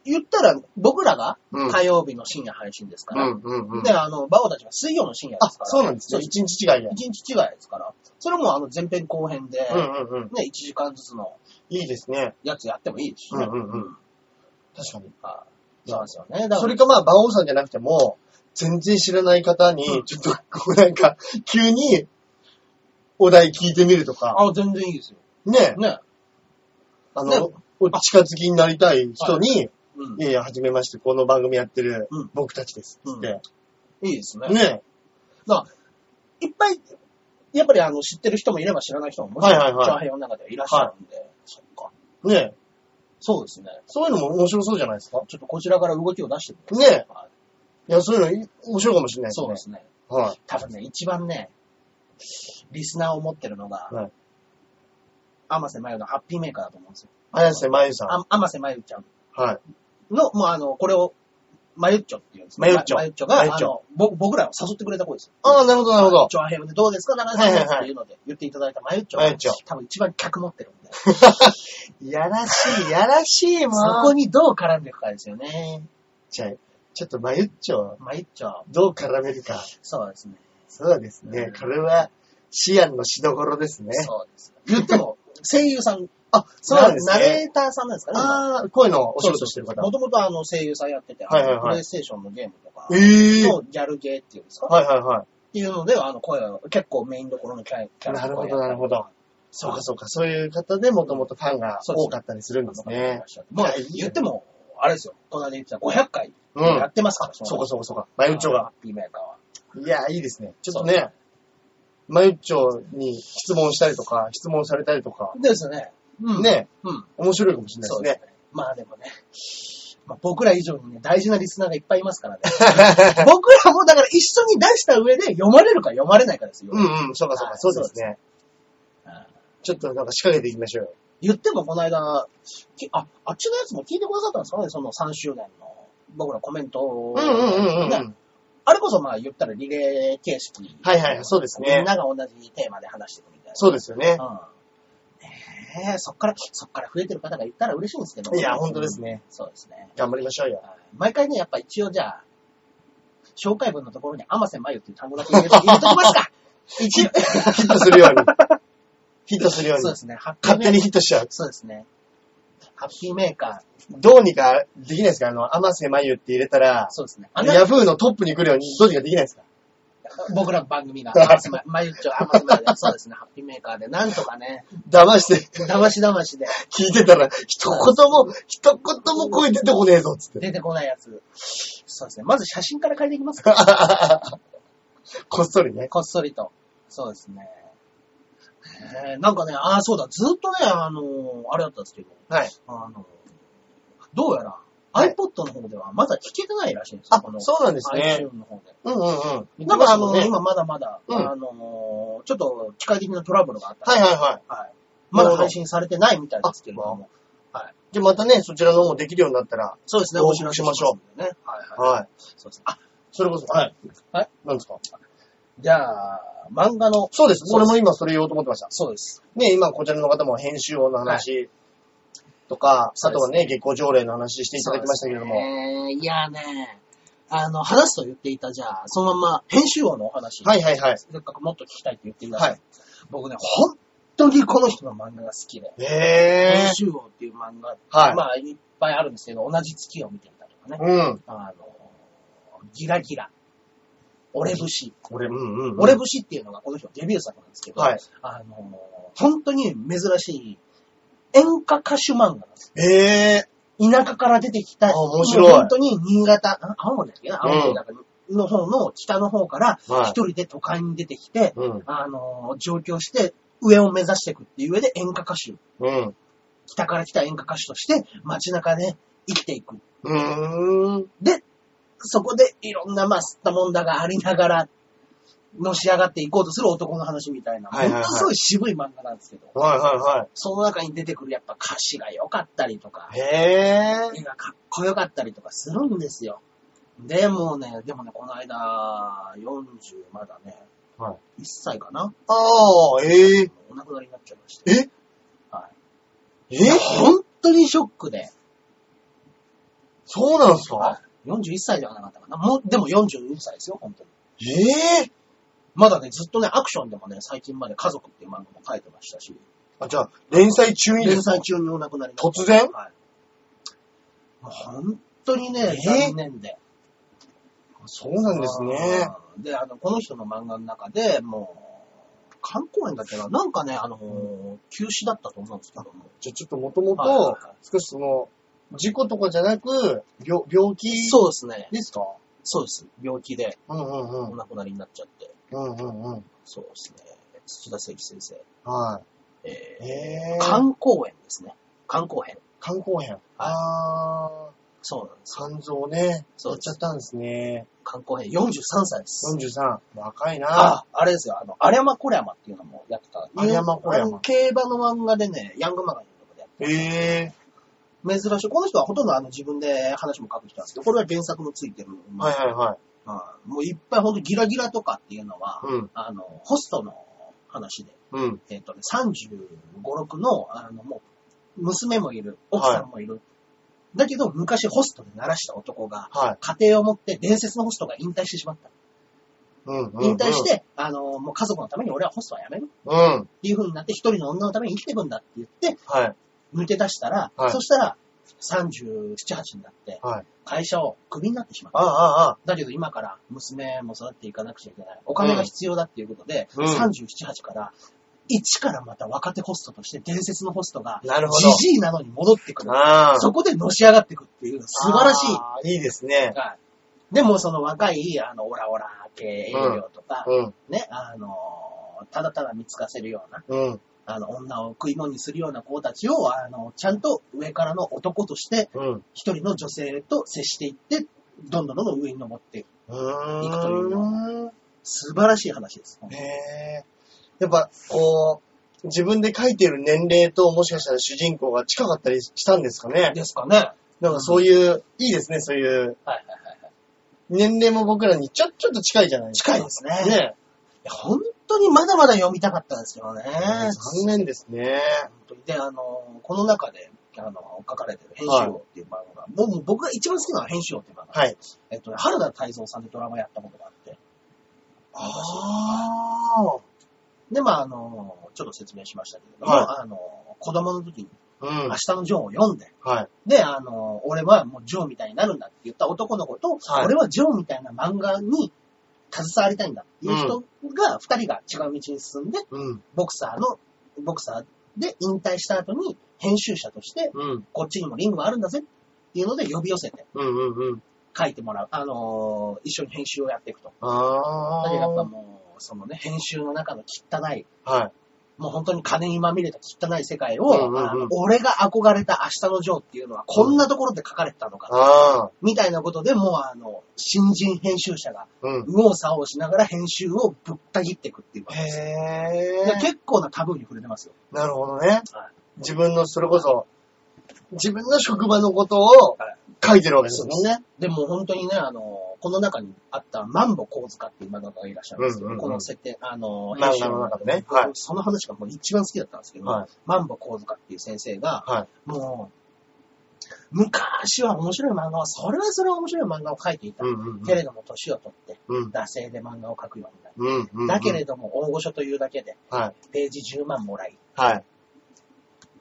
[SPEAKER 1] 言ったら、僕らが
[SPEAKER 2] うん
[SPEAKER 1] 火曜日の深夜配信ですか
[SPEAKER 2] う
[SPEAKER 1] ら。
[SPEAKER 2] ん、うん、うん。
[SPEAKER 1] で、あの、バオたちは水曜の深夜で
[SPEAKER 2] あ
[SPEAKER 1] すか、ら。
[SPEAKER 2] そうなんです
[SPEAKER 1] そう
[SPEAKER 2] ね。
[SPEAKER 1] です
[SPEAKER 2] 一日違いで。
[SPEAKER 1] 一日違いですから。それもあの、前編後編で、
[SPEAKER 2] うん、うん、うん。
[SPEAKER 1] ね、1時間ずつの
[SPEAKER 2] いいですね。
[SPEAKER 1] やつやってもいいですしね。
[SPEAKER 2] うんうんうん確かに。
[SPEAKER 1] はい。そうですよね。だから
[SPEAKER 2] それかまあ、馬王さんじゃなくても、全然知らない方に
[SPEAKER 1] うん、
[SPEAKER 2] ちょっと、こうなんか、急に、お題聞いてみるとか、
[SPEAKER 1] あ、全然いいですよ。
[SPEAKER 2] ね、
[SPEAKER 1] ね。
[SPEAKER 2] あ
[SPEAKER 1] ね
[SPEAKER 2] の、お近づきになりたい人に、
[SPEAKER 1] うん
[SPEAKER 2] い。やいや、はじめまして、この番組やってる
[SPEAKER 1] うん
[SPEAKER 2] 僕たちです。つって。
[SPEAKER 1] いいですね。
[SPEAKER 2] ね。
[SPEAKER 1] いっぱい、やっぱりあの、知ってる人もいれば知らない人ももち
[SPEAKER 2] はいはい
[SPEAKER 1] ろん、
[SPEAKER 2] はい
[SPEAKER 1] 長編の中ではいらっしゃるんで。そっか。
[SPEAKER 2] ね。
[SPEAKER 1] そうですね。
[SPEAKER 2] そういうのも面白そうじゃないですか。
[SPEAKER 1] ちょっとこちらから動きを出してみ
[SPEAKER 2] ね
[SPEAKER 1] はい
[SPEAKER 2] いや、そういうのい面白いかもしれないですね。
[SPEAKER 1] そうですね。
[SPEAKER 2] はい。
[SPEAKER 1] 多分ね、一番ね、リスナーを持ってるのが、
[SPEAKER 2] はい
[SPEAKER 1] 天瀬まゆのハッピーメーカーだと思うんですよ。
[SPEAKER 2] 綾瀬まゆさん。
[SPEAKER 1] あ天瀬まゆちゃん
[SPEAKER 2] はい。
[SPEAKER 1] の、もうあの、これを、まゆっちょっていうんですね
[SPEAKER 2] まゆっちょ
[SPEAKER 1] まゆっちょが、
[SPEAKER 2] まゆっ
[SPEAKER 1] あ
[SPEAKER 2] ちょ
[SPEAKER 1] の、僕僕らを誘ってくれた子ですよ。
[SPEAKER 2] ああ、なるほど、なるほど。
[SPEAKER 1] チョアヘヨでどうですか長
[SPEAKER 2] はい
[SPEAKER 1] 瀬
[SPEAKER 2] はい
[SPEAKER 1] さ
[SPEAKER 2] はい
[SPEAKER 1] んっていうので言っていただいたまゆっちょ
[SPEAKER 2] まゆ
[SPEAKER 1] が
[SPEAKER 2] っちょ、
[SPEAKER 1] 多分一番客持ってるんで、
[SPEAKER 2] やら <laughs> しい、やらしい、もう。
[SPEAKER 1] そこにどう絡んでいくかですよね。
[SPEAKER 2] じゃあちょっとまゆっちょ、
[SPEAKER 1] まゆっちょ、
[SPEAKER 2] どう絡めるか。
[SPEAKER 1] そうですね。
[SPEAKER 2] そうです
[SPEAKER 1] う
[SPEAKER 2] ね
[SPEAKER 1] ん。
[SPEAKER 2] これは、シアンのしどころですね。
[SPEAKER 1] そうです。言っても、声優さん、
[SPEAKER 2] <laughs> あ、そうなんです
[SPEAKER 1] ナレ
[SPEAKER 2] ね。
[SPEAKER 1] ーターさんなんですかね。
[SPEAKER 2] ああ、声のお仕事してる方
[SPEAKER 1] も。ともとあの声優さんやってて、あの
[SPEAKER 2] はいはいはい
[SPEAKER 1] プレイステーションのゲームとか、
[SPEAKER 2] ええ
[SPEAKER 1] のギャルゲーっていうんですか、
[SPEAKER 2] はいはいは
[SPEAKER 1] っていうので、あの声を結構メインどころのキャラキャ
[SPEAKER 2] い。
[SPEAKER 1] ラ
[SPEAKER 2] なる
[SPEAKER 1] の
[SPEAKER 2] ほ
[SPEAKER 1] 声
[SPEAKER 2] ど、なるほど。そうかそうか、そういう方でもともとファンが多かったりするんですね。
[SPEAKER 1] もう
[SPEAKER 2] いやいいね
[SPEAKER 1] 言っても、あれですよ、隣で言ってたら500回
[SPEAKER 2] うん。
[SPEAKER 1] やってますから、
[SPEAKER 2] そうかそうかそうか。
[SPEAKER 1] う
[SPEAKER 2] まゆっちょが。。
[SPEAKER 1] ハッピーメーカーは。
[SPEAKER 2] いや、いいですね。ちょっとね、まゆっちょに質問したりとか、質問されたりとか、
[SPEAKER 1] ですね。うん。。
[SPEAKER 2] ね、
[SPEAKER 1] うん。
[SPEAKER 2] 面白いかもしれな
[SPEAKER 1] そう
[SPEAKER 2] い
[SPEAKER 1] で
[SPEAKER 2] ですす
[SPEAKER 1] ね。まあでもね、まあ、僕ら以上にね、大事なリスナーがいっぱいいま
[SPEAKER 2] <laughs>
[SPEAKER 1] すからね。
[SPEAKER 2] ね。
[SPEAKER 1] 僕らもだから一緒に出した上で読まれるか読まれないかですよ。
[SPEAKER 2] うんうん、そうかそう
[SPEAKER 1] は
[SPEAKER 2] か、
[SPEAKER 1] い
[SPEAKER 2] そうですね
[SPEAKER 1] はい。
[SPEAKER 2] ちょっとなんか仕掛けていきましょうよ。
[SPEAKER 1] 言ってもこの間、きあ、あっちのやつも聞いてくださったんですかね、その3周年の。僕らコメントを、
[SPEAKER 2] うんうんうんうん。
[SPEAKER 1] ねあれこそまあ言ったらリレー形式。
[SPEAKER 2] はいはいはいそうですね
[SPEAKER 1] みんなが同じテーマで話していくみたいな。
[SPEAKER 2] そうですよね。
[SPEAKER 1] うん。ねえ、そっから、そっから増えてる方がいたら嬉しいんですけど。
[SPEAKER 2] いや、本当です。ね。
[SPEAKER 1] そうですね。
[SPEAKER 2] 頑張りましょうよ。
[SPEAKER 1] はい毎回ね、やっぱ一応じゃあ、紹介文のところに天瀬まゆっていう単語だけ入れと入れときま
[SPEAKER 2] <laughs>
[SPEAKER 1] すか。一応。
[SPEAKER 2] ヒットするよう <laughs> に。ヒットするよう
[SPEAKER 1] そう
[SPEAKER 2] に
[SPEAKER 1] で。すね。ハッピー
[SPEAKER 2] 勝
[SPEAKER 1] メ
[SPEAKER 2] 手に
[SPEAKER 1] ーカー。
[SPEAKER 2] ヒットしちゃう。
[SPEAKER 1] そうですね。ハッピーメーカー。
[SPEAKER 2] どうにかできないですかあの、甘瀬まゆって入れたら、
[SPEAKER 1] そうですね。あな
[SPEAKER 2] ヤフーのトップに来るようにどうにかできないですか
[SPEAKER 1] 僕らの番組が、まままゆっちょ、あままで、
[SPEAKER 2] <laughs>
[SPEAKER 1] そうですね、ハッピーメーカーで、なんとかね、
[SPEAKER 2] 騙して
[SPEAKER 1] 騙し騙しで、
[SPEAKER 2] 聞いてたら、一言も、一言も声出てこねえぞ、つって。
[SPEAKER 1] 出てこないやつ。そうですね、まず写真から借りていきますか。
[SPEAKER 2] <laughs> こっそりね。
[SPEAKER 1] こっそりと。そうですね。えーなんかね、ああ、そうだ、ずっとね、あのーあれだったんですけど、
[SPEAKER 2] はい。
[SPEAKER 1] あのーどうやら、
[SPEAKER 2] はい
[SPEAKER 1] iPod の方ではまだ聴けてないらしいんですよ、
[SPEAKER 2] あ、そうなんですね。
[SPEAKER 1] iTunes の方で。
[SPEAKER 2] うんうんうん。
[SPEAKER 1] なんかあの、
[SPEAKER 2] ね
[SPEAKER 1] 今まだまだ、
[SPEAKER 2] うん
[SPEAKER 1] あのーちょっと機械的なトラブルがあったんで
[SPEAKER 2] はいはいはい。
[SPEAKER 1] はい。まだ配信されてないみたいですけれども。
[SPEAKER 2] じゃあまたね、そちらの方もできるようになったら、
[SPEAKER 1] そうですね、
[SPEAKER 2] 報
[SPEAKER 1] お
[SPEAKER 2] 告
[SPEAKER 1] 知らせ
[SPEAKER 2] しましょ
[SPEAKER 1] う。ね。はいはい。
[SPEAKER 2] はい。
[SPEAKER 1] そうですね。あ、
[SPEAKER 2] それこそ、はい。
[SPEAKER 1] はい。
[SPEAKER 2] なんですか
[SPEAKER 1] じゃあ、漫画の、
[SPEAKER 2] そうです。
[SPEAKER 1] そうで
[SPEAKER 2] 俺
[SPEAKER 1] す
[SPEAKER 2] も今それ言おうと思ってました。
[SPEAKER 1] そうです。
[SPEAKER 2] ね、今こちらの方も編集音の話とか、
[SPEAKER 1] そう
[SPEAKER 2] あ
[SPEAKER 1] で
[SPEAKER 2] と
[SPEAKER 1] す
[SPEAKER 2] は
[SPEAKER 1] ね
[SPEAKER 2] ね、月光条例の話していただきましたけれども。
[SPEAKER 1] そうですねいやね、あの、話すと言っていたじゃあ、そのまま編集王のお話、
[SPEAKER 2] はいはいはい。
[SPEAKER 1] せっかくもっと聞きたいって言ってください。
[SPEAKER 2] はい
[SPEAKER 1] 僕ね、本当にこの人の漫画が好きで、
[SPEAKER 2] へえ
[SPEAKER 1] 編。集王っていう漫画、
[SPEAKER 2] はい
[SPEAKER 1] まあ、いっぱいあるんですけど、同じ月を見てみたとかね、
[SPEAKER 2] うん。
[SPEAKER 1] あの、ギラギラ、俺節。
[SPEAKER 2] 俺、うんうんうん。
[SPEAKER 1] 俺節っていうのがこの人のデビュー作なんですけど、
[SPEAKER 2] はい。
[SPEAKER 1] あのー本当に珍しい演歌歌手漫画なんです。
[SPEAKER 2] へえ。
[SPEAKER 1] 田舎から出てきた、
[SPEAKER 2] あ面白い
[SPEAKER 1] 本当に新潟、あ青森だっけな青森だかの方の北の方から
[SPEAKER 2] はい
[SPEAKER 1] 一人で都会に出てきて、
[SPEAKER 2] うん。
[SPEAKER 1] あのー上京して上を目指していくっていう上で演歌歌手、
[SPEAKER 2] うん。
[SPEAKER 1] 北から来た演歌歌手として街中で生きていく。
[SPEAKER 2] うーん。
[SPEAKER 1] で、そこでいろんなまあ吸ったもんだがありながら、のし上がっていこうとする男の話みたいな、
[SPEAKER 2] はいはいはい
[SPEAKER 1] 本当すごい渋い漫画なんですけど。
[SPEAKER 2] はいは
[SPEAKER 1] その中に出てくるやっぱ歌詞が良かったりとか
[SPEAKER 2] いはい。、へえ。
[SPEAKER 1] 絵がかっこよかったりとかするんですよ。でもね、でもね、この間、40まだね、
[SPEAKER 2] は
[SPEAKER 1] 1歳かな、
[SPEAKER 2] ああ、ええ。
[SPEAKER 1] お亡くなりになっちゃいました。
[SPEAKER 2] え
[SPEAKER 1] は
[SPEAKER 2] え
[SPEAKER 1] 本当にショックで。
[SPEAKER 2] そうなんすか
[SPEAKER 1] 41歳ではなかったかな。もう、でも42歳ですよ、本当に。
[SPEAKER 2] ええ
[SPEAKER 1] まだね、ずっとね、アクションでもね、最近まで家族っていう漫画も書いてましたし、
[SPEAKER 2] あ、じゃあ、連載中にで
[SPEAKER 1] 連
[SPEAKER 2] すか
[SPEAKER 1] 載中にお亡くなりになった
[SPEAKER 2] 突然
[SPEAKER 1] はい。もう本当にね、
[SPEAKER 2] えー
[SPEAKER 1] 残念で。
[SPEAKER 2] そうなんですね。
[SPEAKER 1] あー。で、あの、この人の漫画の中でもう、観光園だっけな、なんかね、あのー、休止だったと思うんですけども。
[SPEAKER 2] じゃあ、ちょっともとも
[SPEAKER 1] はいはい
[SPEAKER 2] と
[SPEAKER 1] はい、
[SPEAKER 2] 少しその、事故とかじゃなく、病、病気
[SPEAKER 1] そうですね。
[SPEAKER 2] ですか
[SPEAKER 1] そうです。病気で
[SPEAKER 2] うんうんう
[SPEAKER 1] お
[SPEAKER 2] ん。
[SPEAKER 1] 亡くなりになっちゃって。
[SPEAKER 2] うんうんうん。
[SPEAKER 1] そうですね。土田聖輝先生。
[SPEAKER 2] は
[SPEAKER 1] え
[SPEAKER 2] い。
[SPEAKER 1] ー
[SPEAKER 2] ええー。
[SPEAKER 1] 観光園ですね。観光編。
[SPEAKER 2] 肝硬変。あー、
[SPEAKER 1] そうなんです。
[SPEAKER 2] 肝臓ね。
[SPEAKER 1] そう
[SPEAKER 2] やっちゃったんですね。
[SPEAKER 1] 観光編。43歳です。
[SPEAKER 2] 43。若いな
[SPEAKER 1] あ、あれですよ。あの、あれやまこれやまっていうのもやってた。
[SPEAKER 2] あれやまこれやま
[SPEAKER 1] 競馬の漫画でね、ヤングマガジンとかでやって
[SPEAKER 2] ええ
[SPEAKER 1] 珍しい。この人はほとんどあの自分で話も書く人なんですけど、これは原作もついてる。
[SPEAKER 2] ー。はいはいはい。
[SPEAKER 1] うんもういっぱいほんとギラギラとかっていうのは、
[SPEAKER 2] うん。
[SPEAKER 1] あの、ホストの話で、
[SPEAKER 2] うん。
[SPEAKER 1] えっ、とね、35、6の、あの、もう、娘もいる、奥さんもいる。だけど、昔ホストで鳴らした男が、
[SPEAKER 2] はい。
[SPEAKER 1] 家庭を持って伝説のホストが引退してしまった。
[SPEAKER 2] うんうん、うん。
[SPEAKER 1] 引退し。て、あの、もう家族のために俺はホストはやめる
[SPEAKER 2] うん。はい。
[SPEAKER 1] っていう風になって、一人の女のために生きていくんだって言って、抜け出したら、
[SPEAKER 2] はい
[SPEAKER 1] そしたら、37、8になって、
[SPEAKER 2] はい。
[SPEAKER 1] 会社をクビになってしまった。
[SPEAKER 2] ああ、ああ。
[SPEAKER 1] だけど今から娘も育っていかなくちゃいけない。お金が必要だっていうことで、
[SPEAKER 2] うん
[SPEAKER 1] 37、8から、一からまた若手ホストとして伝説のホストが、
[SPEAKER 2] なるほど
[SPEAKER 1] じじいなのに戻ってくる。
[SPEAKER 2] ああ。
[SPEAKER 1] そこでのし上がってくっていう、素晴らしい。
[SPEAKER 2] あー。いいですね。
[SPEAKER 1] はいでもその若い、あの、オラオラ系営業とか、
[SPEAKER 2] うん。
[SPEAKER 1] ね、あの、ただただ見つかせるような、
[SPEAKER 2] うん。
[SPEAKER 1] あの、女を食い物にするような子たちを、あの、ちゃんと上からの男として、
[SPEAKER 2] うん。
[SPEAKER 1] 一人の女性と接していって、どんどんどんどん上に登っていく。
[SPEAKER 2] うーん。
[SPEAKER 1] いくというよ素晴らしい話です。
[SPEAKER 2] へえ。やっぱ、こう、自分で書いてる年齢ともしかしたら主人公が近かったりしたんですかね。
[SPEAKER 1] ですかね。はい
[SPEAKER 2] なんかそういう、いいですね、そういう。
[SPEAKER 1] はいはい。
[SPEAKER 2] 年齢も僕らにちょ、ちょっと近いじゃないですか。
[SPEAKER 1] 近いですね。い
[SPEAKER 2] ね。
[SPEAKER 1] や本当にまだまだ読みたかったですけどね。
[SPEAKER 2] 残念ですね。
[SPEAKER 1] 本当にで、あの、この中で、あの、書かれてる編集王っていう漫画が、もうもう僕が一番好きなのは編集王っていう漫画。
[SPEAKER 2] はい。
[SPEAKER 1] えっとね、原田泰造さんでドラマやったことがあって。
[SPEAKER 2] ああ。
[SPEAKER 1] で、まああの、ちょっと説明しましたけれども、
[SPEAKER 2] は
[SPEAKER 1] あの、子供の時に
[SPEAKER 2] うん
[SPEAKER 1] 明。日のジョーを読んで、
[SPEAKER 2] はい。
[SPEAKER 1] で、あの、俺はもうジョーみたいになるんだって言った男の子と、
[SPEAKER 2] はい
[SPEAKER 1] 俺はジョーみたいな漫画に携わりたいんだっていう人が、二人が違う道に進んで、
[SPEAKER 2] うん。
[SPEAKER 1] ボクサーの、ボクサーで引退した後に編集者として、
[SPEAKER 2] うん。
[SPEAKER 1] こっちにもリングがあるんだぜっていうので呼び寄せて
[SPEAKER 2] うんうんうん。
[SPEAKER 1] 書いてもらう。あのー一緒に編集をやっていくと。
[SPEAKER 2] あ
[SPEAKER 1] だけどやっぱ
[SPEAKER 2] あ。
[SPEAKER 1] もう、そのね、編集の中の汚い、
[SPEAKER 2] はい。
[SPEAKER 1] もう本当に金にまみれた汚い世界を、
[SPEAKER 2] うんうんうん
[SPEAKER 1] あの俺が憧れた明日のジョーっていうのはこんなところで書かれてたのか、
[SPEAKER 2] ああ。
[SPEAKER 1] みたいなことでもうあの、新人編集者が
[SPEAKER 2] うん。
[SPEAKER 1] 右往左往しながら編集をぶった切っていくっていう感じです。
[SPEAKER 2] へ
[SPEAKER 1] いや
[SPEAKER 2] え。
[SPEAKER 1] 結構なタブーに触れてますよ。
[SPEAKER 2] なるほどね
[SPEAKER 1] は。
[SPEAKER 2] 自分の、それこそ、自分の職場のことを
[SPEAKER 1] はい
[SPEAKER 2] 書いてるわけですもんね。
[SPEAKER 1] でも本当にね、あの、この中にあったマンボコウズカっていう漫画家がいらっしゃるんですけど、
[SPEAKER 2] うんうんうん
[SPEAKER 1] この設定、あの、
[SPEAKER 2] 漫画の中でね
[SPEAKER 1] 編集の
[SPEAKER 2] はい
[SPEAKER 1] その話がもう一番好きだったんですけど、
[SPEAKER 2] はい
[SPEAKER 1] マンボコウズカっていう先生が、
[SPEAKER 2] は
[SPEAKER 1] もう、昔は面白い漫画は、それはそれは面白い漫画を描いていた。
[SPEAKER 2] うんうん
[SPEAKER 1] けれども、年を取って、
[SPEAKER 2] うん。
[SPEAKER 1] 惰性で漫画を描くようになる。
[SPEAKER 2] うんうん。
[SPEAKER 1] だけれども、大御所というだけで、
[SPEAKER 2] ど。はい。
[SPEAKER 1] ページ10万もらい、
[SPEAKER 2] はい。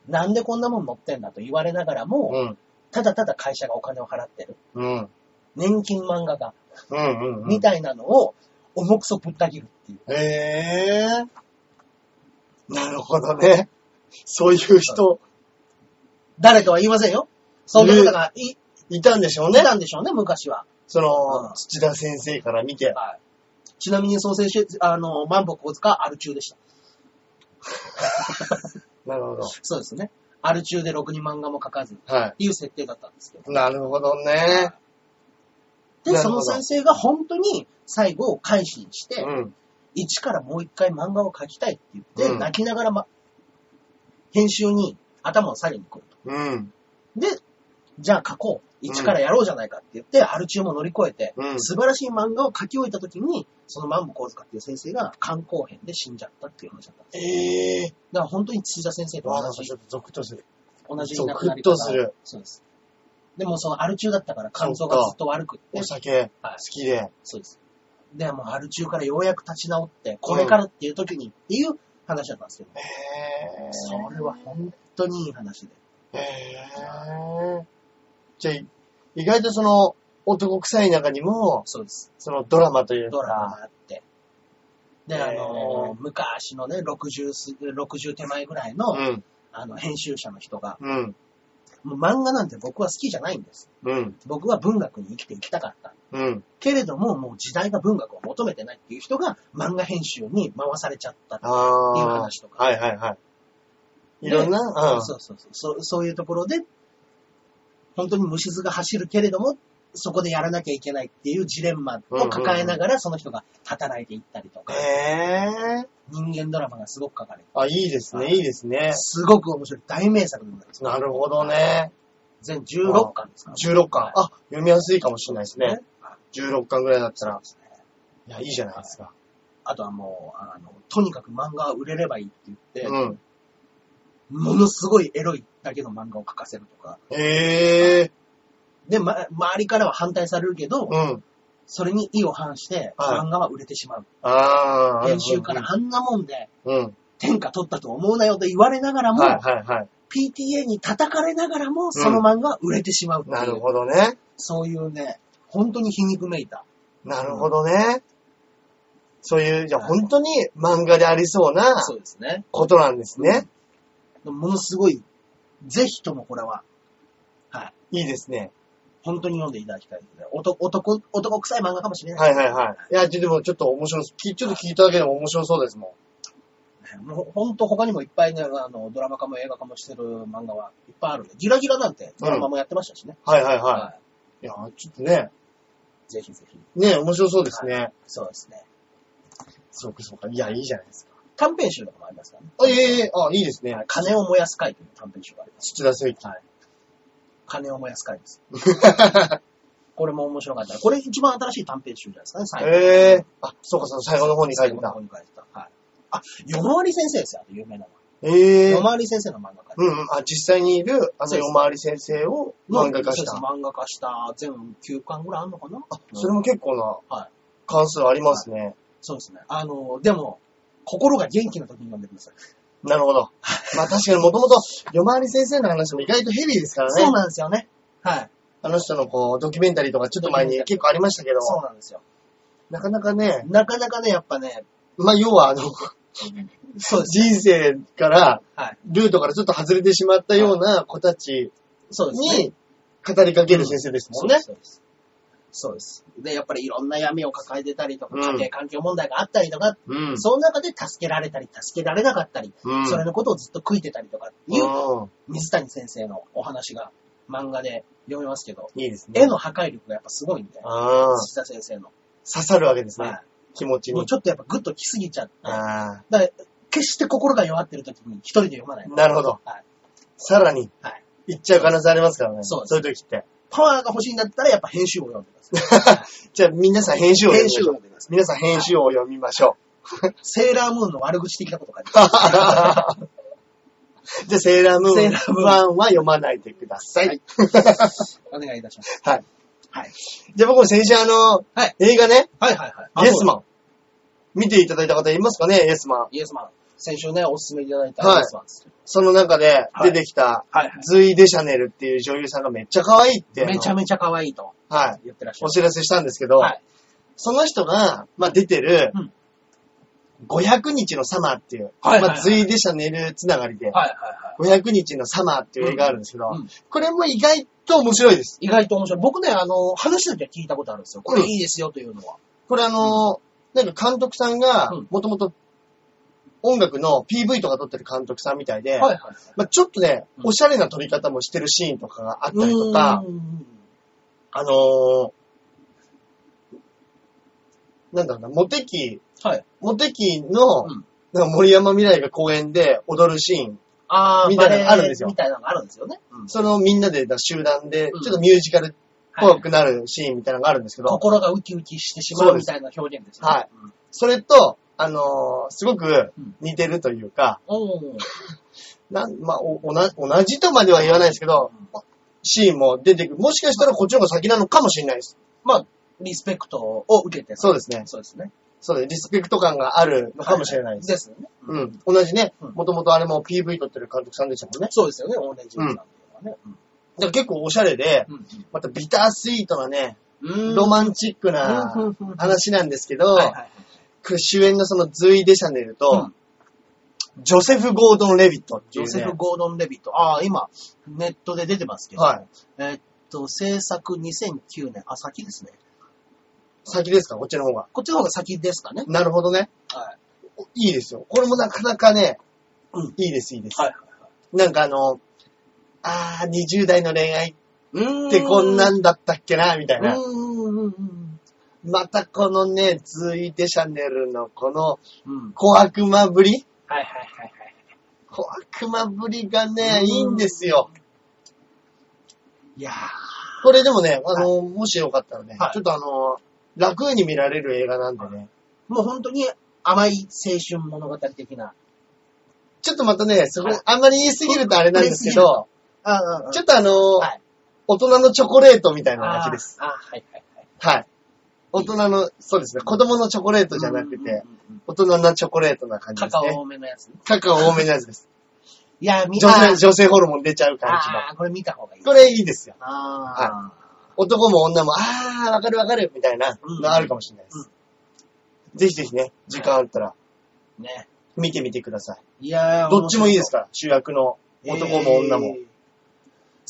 [SPEAKER 1] なんでこんなもん持ってんだと言われながらも、
[SPEAKER 2] うん。
[SPEAKER 1] ただただ会社がお金を払ってる。
[SPEAKER 2] うん。
[SPEAKER 1] 年金漫画が、
[SPEAKER 2] うんうんう
[SPEAKER 1] み
[SPEAKER 2] ん。
[SPEAKER 1] たいなのを、重くそぶった切るっていう。
[SPEAKER 2] へえ。なるほどね。そういう人、
[SPEAKER 1] 誰とは言いませんよ。そんな方がい、
[SPEAKER 2] いたんでしょう
[SPEAKER 1] い
[SPEAKER 2] ね。
[SPEAKER 1] たんでしょうね、昔は。
[SPEAKER 2] そ
[SPEAKER 1] うん
[SPEAKER 2] の、土田先生から見て。
[SPEAKER 1] ちなみに創生し、あの、万博大塚、アル中でした。
[SPEAKER 2] なるほど。
[SPEAKER 1] そうですね。アル中でろくに漫画も描かず、っ
[SPEAKER 2] は
[SPEAKER 1] ていう設定だったんですけど。
[SPEAKER 2] い。なるほどね。
[SPEAKER 1] で、
[SPEAKER 2] なる
[SPEAKER 1] そ
[SPEAKER 2] ほ
[SPEAKER 1] の
[SPEAKER 2] ど
[SPEAKER 1] 先生が本当に最後を改心して、
[SPEAKER 2] うん。
[SPEAKER 1] 一からもう一回漫画を描きたいって言って、
[SPEAKER 2] うん
[SPEAKER 1] 泣きながら、ま、編集に頭を下げに来ると。
[SPEAKER 2] うん。
[SPEAKER 1] で、じゃあ書こう。一からやろうじゃないかって言って、春中も乗り越えて、
[SPEAKER 2] うん
[SPEAKER 1] 素晴らしい漫画を書き終えた時に、そのマンボコウズカっていう先生が肝硬変で死んじゃったっていう話だったんです。
[SPEAKER 2] ええ。
[SPEAKER 1] だから本当に土田先生と
[SPEAKER 2] わあ、なん
[SPEAKER 1] 同
[SPEAKER 2] か
[SPEAKER 1] じ
[SPEAKER 2] ちょ、っとゾクッとする。
[SPEAKER 1] 同じになく
[SPEAKER 2] ゾ
[SPEAKER 1] な
[SPEAKER 2] ク
[SPEAKER 1] り
[SPEAKER 2] ッ
[SPEAKER 1] 方
[SPEAKER 2] とする。
[SPEAKER 1] そうです。でもそのアル中だったから肝臓がずっと悪くって
[SPEAKER 2] お。酒、
[SPEAKER 1] はい
[SPEAKER 2] 好きで。
[SPEAKER 1] そうです。で、もうアル中からようやく立ち直って、これからっていう時にっていう話だったんですけど、
[SPEAKER 2] へぇ
[SPEAKER 1] それは本当にいい話で。
[SPEAKER 2] へぇじゃあ、意外とその、男臭い中にも、
[SPEAKER 1] そうです。
[SPEAKER 2] そのドラマというか。
[SPEAKER 1] ドラマがあって。で、あ
[SPEAKER 2] へ
[SPEAKER 1] の、昔のね、60す、60手前ぐらいの、
[SPEAKER 2] うん、
[SPEAKER 1] あの、編集者の人が、
[SPEAKER 2] うん、
[SPEAKER 1] もう漫画なんて僕は好きじゃないんです。
[SPEAKER 2] うん、
[SPEAKER 1] 僕は文学に生きていきたかった。
[SPEAKER 2] うん。
[SPEAKER 1] けれども、もう時代が文学を求めてないっていう人が漫画編集に回されちゃったって
[SPEAKER 2] あ
[SPEAKER 1] いう
[SPEAKER 2] あ。
[SPEAKER 1] 話とか。
[SPEAKER 2] はいはいはい。いろんな、うん。
[SPEAKER 1] そうそうそうそう。そういうところで、本当に虫図が走るけれども、そこでやらなきゃいけないっていうジレンマを抱えながら、その人が働いていったりとか、
[SPEAKER 2] へぇ
[SPEAKER 1] 人間ドラマがすごく書かれて、
[SPEAKER 2] あ、いいです
[SPEAKER 1] は
[SPEAKER 2] ね、
[SPEAKER 1] い
[SPEAKER 2] いいですね。
[SPEAKER 1] すごく面白い大名作になります。
[SPEAKER 2] なるほどね。
[SPEAKER 1] 全16巻ですから、
[SPEAKER 2] 16巻。あ、読みやすいかもしれないですね。
[SPEAKER 1] はい
[SPEAKER 2] 16巻ぐらいだったら。
[SPEAKER 1] そうですね
[SPEAKER 2] いや、いいじゃないですか。
[SPEAKER 1] あとはもう、あの、とにかく漫画は売れればいいって言って、
[SPEAKER 2] うん。
[SPEAKER 1] ものすごいエロいだけの漫画を描かせるとか。
[SPEAKER 2] へぇ
[SPEAKER 1] で、ま、周りからは反対されるけど、
[SPEAKER 2] うん。
[SPEAKER 1] それに意を反して、
[SPEAKER 2] はい
[SPEAKER 1] 漫画は売れてしまう。
[SPEAKER 2] ああ。
[SPEAKER 1] 編集から。あんなもんで、
[SPEAKER 2] うん。
[SPEAKER 1] 天下取ったと思うなよと言われながらも、
[SPEAKER 2] はいはいはい。
[SPEAKER 1] PTA に叩かれながらも、その漫画は売れてしまうっていう、
[SPEAKER 2] なるほどね。
[SPEAKER 1] そういうね、本当に皮肉めいた。
[SPEAKER 2] なるほどね。そういう、じゃあ
[SPEAKER 1] はい
[SPEAKER 2] 本当に漫画でありそうな
[SPEAKER 1] そうですね。
[SPEAKER 2] ことなんですね。
[SPEAKER 1] ものすごい、ぜひともこれは、はい。
[SPEAKER 2] いいですね。
[SPEAKER 1] 本当に読んでいただきたいですね。男、男、男臭い漫画かもしれない。
[SPEAKER 2] はいはいはい。いや、でもちょっと面白そう。きちょっと聞いただけでも面白そうですも
[SPEAKER 1] もう本当他にもいっぱいね、あの、ドラマ化も映画化もしてる漫画はいっぱいあるんで、ギラギラなんてドラマもやってましたしね。
[SPEAKER 2] ん。はいはいは。
[SPEAKER 1] はい
[SPEAKER 2] いや、ちょっとね、
[SPEAKER 1] い。ぜひぜひ。
[SPEAKER 2] ね、面白そうですね。
[SPEAKER 1] そうですね。
[SPEAKER 2] そうかそうか。いや、いいじゃないですか。
[SPEAKER 1] 短編集とかもありますからね。
[SPEAKER 2] あ、いえいえ、あ、いいですね。
[SPEAKER 1] 金を燃やす会という短編集があります。
[SPEAKER 2] 土田聖輝。
[SPEAKER 1] 金を燃やす
[SPEAKER 2] <laughs>
[SPEAKER 1] 会です。これも面白かった。これ一番新しい短編集じゃないですかね、最後。
[SPEAKER 2] ええあ、そうかそうか、最後の方に書い
[SPEAKER 1] 最
[SPEAKER 2] て
[SPEAKER 1] 後の
[SPEAKER 2] た
[SPEAKER 1] 方。に書いてた。はい。あ、夜回り先生ですよ、あと有名なのは。
[SPEAKER 2] ええ
[SPEAKER 1] 夜回り先生の漫画家
[SPEAKER 2] うんうん。あ、実際にいる、あ
[SPEAKER 1] そ
[SPEAKER 2] の、
[SPEAKER 1] うです
[SPEAKER 2] 夜回り先生を
[SPEAKER 1] の
[SPEAKER 2] 漫画化し
[SPEAKER 1] そう
[SPEAKER 2] た。
[SPEAKER 1] です漫画化した全9巻ぐらいあるのかな
[SPEAKER 2] それも結構な、
[SPEAKER 1] はい
[SPEAKER 2] 関数ありますね。
[SPEAKER 1] そうですね。あの、でも、心が元気な時に読んでください。
[SPEAKER 2] なるほ
[SPEAKER 1] <laughs>
[SPEAKER 2] ど。まあ確かにもともと、夜回り先生の話も意外とヘビーですから
[SPEAKER 1] そう
[SPEAKER 2] ね。
[SPEAKER 1] なんですよね。はい。
[SPEAKER 2] あの人のこう、ドキュメンタリーとかちょっと前に結構ありましたけど、
[SPEAKER 1] そうなんですよ。
[SPEAKER 2] なかなかね、
[SPEAKER 1] なかなかね、やっぱね、
[SPEAKER 2] まあ要はあの、
[SPEAKER 1] そうです。
[SPEAKER 2] 人生から、
[SPEAKER 1] はい。
[SPEAKER 2] ルートからちょっと外れてしまったような子たち
[SPEAKER 1] そうですね。
[SPEAKER 2] に語りかける先生ですもんね。
[SPEAKER 1] そうです。そうです。で、やっぱりいろんな闇を抱えてたりとか、
[SPEAKER 2] うん
[SPEAKER 1] 家庭環境問題があったりとか、
[SPEAKER 2] うん
[SPEAKER 1] その中で助けられたり、助けられなかったり、
[SPEAKER 2] うん
[SPEAKER 1] それのことをずっと悔いてたりとかっていううん水谷先生のお話が漫画で読めますけど、
[SPEAKER 2] いいですね。
[SPEAKER 1] 絵の破壊力がやっぱすごいんで、
[SPEAKER 2] ああ、
[SPEAKER 1] 土田先生の。
[SPEAKER 2] 刺さるわけですね。
[SPEAKER 1] は
[SPEAKER 2] 気持ち
[SPEAKER 1] い。もう
[SPEAKER 2] に。
[SPEAKER 1] ちょっとやっぱグッと来すぎちゃって、
[SPEAKER 2] ああ、
[SPEAKER 1] だから決して心が弱ってる時に一人で読まない。
[SPEAKER 2] なるほど。
[SPEAKER 1] はい
[SPEAKER 2] さらに、
[SPEAKER 1] はい
[SPEAKER 2] いっちゃう可能性ありますからね。
[SPEAKER 1] そうです
[SPEAKER 2] いう時って。
[SPEAKER 1] パワーが欲しいんだったらやっぱ編集を読んでくださ
[SPEAKER 2] じゃあ、皆さん編集を
[SPEAKER 1] い。
[SPEAKER 2] 読
[SPEAKER 1] 編
[SPEAKER 2] みましょう。
[SPEAKER 1] 集を読んでください。
[SPEAKER 2] 皆さん編集を読みましょ
[SPEAKER 1] セーラームーンの悪口的なこと書いて
[SPEAKER 2] う。
[SPEAKER 1] ます。
[SPEAKER 2] じゃあ、セーラームーン
[SPEAKER 1] セーラームーン
[SPEAKER 2] 1は読まないでください。
[SPEAKER 1] はいお願いいたします。
[SPEAKER 2] はい。
[SPEAKER 1] はい。
[SPEAKER 2] じゃあ、僕も先週あの、
[SPEAKER 1] はい
[SPEAKER 2] 映画ね、
[SPEAKER 1] はいはいはい。
[SPEAKER 2] イエスマ
[SPEAKER 1] ン。
[SPEAKER 2] ン。見ていただいた方いますかね、イエスマン。
[SPEAKER 1] イエスマン。先週ね、おすすめいただいた
[SPEAKER 2] はい
[SPEAKER 1] イエスマンです。
[SPEAKER 2] その中で出てきた、
[SPEAKER 1] はいはい
[SPEAKER 2] ズイ・デシャネルっていう女優さんがめっちゃ可愛いって、
[SPEAKER 1] めちゃめちゃ可愛いと
[SPEAKER 2] はい、
[SPEAKER 1] 言ってらっし
[SPEAKER 2] お
[SPEAKER 1] ゃる。
[SPEAKER 2] 知らせしたんですけど、
[SPEAKER 1] はい。
[SPEAKER 2] その人が、まあ、出てる
[SPEAKER 1] うん、
[SPEAKER 2] 500日のサマーっていう、
[SPEAKER 1] はいはいはい
[SPEAKER 2] まあ、ズイ・デシャネルつながりで、
[SPEAKER 1] はいはいはい。
[SPEAKER 2] 500日のサマーっていう映画あるんですけど、
[SPEAKER 1] うん
[SPEAKER 2] これも意外と面白いです。
[SPEAKER 1] 意外と面白い。僕ね、あの、話だけは聞いたことあるんですよ。これいいですよというのは。
[SPEAKER 2] これあのーなんか監督さんが
[SPEAKER 1] うん、
[SPEAKER 2] もともと音楽の PV とか撮ってる監督さんみたいで、
[SPEAKER 1] はいはい。
[SPEAKER 2] まあ、ちょっとね、
[SPEAKER 1] うん
[SPEAKER 2] おしゃれな撮り方もしてるシーンとかがあったりとか、
[SPEAKER 1] うーん、
[SPEAKER 2] あのーなんだろうな、モテキ、
[SPEAKER 1] はい。
[SPEAKER 2] モテキの、
[SPEAKER 1] うん
[SPEAKER 2] なんか森山未来が公園で踊るシーン、
[SPEAKER 1] あー、
[SPEAKER 2] みたいなのがあるんですよ
[SPEAKER 1] バレエみたいなのがあるんですよね。うん
[SPEAKER 2] そのみんなで集団で
[SPEAKER 1] う、ん
[SPEAKER 2] ちょっとミュージカルっぽくなるシーンみたいなのがあるんですけど、
[SPEAKER 1] 心がウキウキしてしまうみたいな表現ですね。
[SPEAKER 2] はい
[SPEAKER 1] うん。
[SPEAKER 2] それと、あのーすごく似てるというか、
[SPEAKER 1] おー。
[SPEAKER 2] なん、まあ、お、おな、同じとまでは言わないですけど、シーンも出てくる。もしかしたらこっちの方が先なのかもしれないです。
[SPEAKER 1] リスペクトを受けて。
[SPEAKER 2] そうですね。
[SPEAKER 1] そうですね。
[SPEAKER 2] そうです。リスペクト感があるのかもしれないです。
[SPEAKER 1] ですよね。
[SPEAKER 2] うん。同じね、
[SPEAKER 1] うん
[SPEAKER 2] もともとあれも PV 撮ってる監督さんでしたもんね。
[SPEAKER 1] そうですよね、オンライン授業さんっていうのはね。
[SPEAKER 2] だから結構おしゃれで、
[SPEAKER 1] うん
[SPEAKER 2] またビタースイートなね、
[SPEAKER 1] うん
[SPEAKER 2] ロマンチック
[SPEAKER 1] うんう
[SPEAKER 2] なん
[SPEAKER 1] うん
[SPEAKER 2] 話なんですけど、
[SPEAKER 1] はいはい
[SPEAKER 2] 主演のそのズイ・デシャネルと、ジョセフ・ゴードン・レビットって
[SPEAKER 1] ジ
[SPEAKER 2] いう、
[SPEAKER 1] ョ
[SPEAKER 2] ね。
[SPEAKER 1] セフ・ゴードン・レビット。ああ、今、ネットで出てますけど。
[SPEAKER 2] はい。
[SPEAKER 1] えーっと、制作2009年、あ、先ですね。
[SPEAKER 2] 先ですかこっちの方が。
[SPEAKER 1] こっちの方が先ですかね。
[SPEAKER 2] なるほどね。
[SPEAKER 1] はい
[SPEAKER 2] いですよ。これもなかなかね、
[SPEAKER 1] うん
[SPEAKER 2] いいです、いいです。
[SPEAKER 1] はい
[SPEAKER 2] なんかあの、あー、20代の恋愛
[SPEAKER 1] い。う
[SPEAKER 2] ってこんなんんだったっけな、みたいな。
[SPEAKER 1] うんうんうん
[SPEAKER 2] またこのね、ズイ・デシャネルのこの
[SPEAKER 1] うん。
[SPEAKER 2] 小悪魔ぶり
[SPEAKER 1] はいはいはいはい。
[SPEAKER 2] 小悪魔ぶりがね、
[SPEAKER 1] うん
[SPEAKER 2] いいんですよ。
[SPEAKER 1] いや
[SPEAKER 2] これでもね、あの、もしよかったらね、
[SPEAKER 1] はい
[SPEAKER 2] ちょっとあの、楽に見られる映画なんでね、
[SPEAKER 1] ーもう本当に甘い青春物語的な。
[SPEAKER 2] ちょっとまたね、そこ
[SPEAKER 1] はい、
[SPEAKER 2] あんまり言いすぎるとあれなんですけ
[SPEAKER 1] 言い
[SPEAKER 2] ど、
[SPEAKER 1] ああ
[SPEAKER 2] ち
[SPEAKER 1] ち
[SPEAKER 2] ょ
[SPEAKER 1] ょっ
[SPEAKER 2] っとあの、
[SPEAKER 1] はい
[SPEAKER 2] 大人のチョコレートみたい
[SPEAKER 1] と
[SPEAKER 2] な感じです。。
[SPEAKER 1] あーあー、はいはいはい。
[SPEAKER 2] はい。大人の、そうですね、子供のチョコレートじゃなく
[SPEAKER 1] うんうん
[SPEAKER 2] て、
[SPEAKER 1] うんうん
[SPEAKER 2] 大人なチョコレートな感じ
[SPEAKER 1] カ
[SPEAKER 2] です
[SPEAKER 1] カオ
[SPEAKER 2] ね。
[SPEAKER 1] 多めのやつね。
[SPEAKER 2] カカオ多めのやつです。
[SPEAKER 1] いやー、み
[SPEAKER 2] 女性、女性ホルモン出ちゃう感じの。
[SPEAKER 1] あーこれ見た方がいい。
[SPEAKER 2] これいいですよ。
[SPEAKER 1] あ
[SPEAKER 2] 男も女も、あー、わかるわかる、みたいな
[SPEAKER 1] うん
[SPEAKER 2] のあるかもしれないです。ぜひぜひね、時間あったら
[SPEAKER 1] あ、ね。
[SPEAKER 2] 見てみてください。
[SPEAKER 1] いやー
[SPEAKER 2] どっちもいいです
[SPEAKER 1] か
[SPEAKER 2] から、主役の男も女も。。
[SPEAKER 1] えー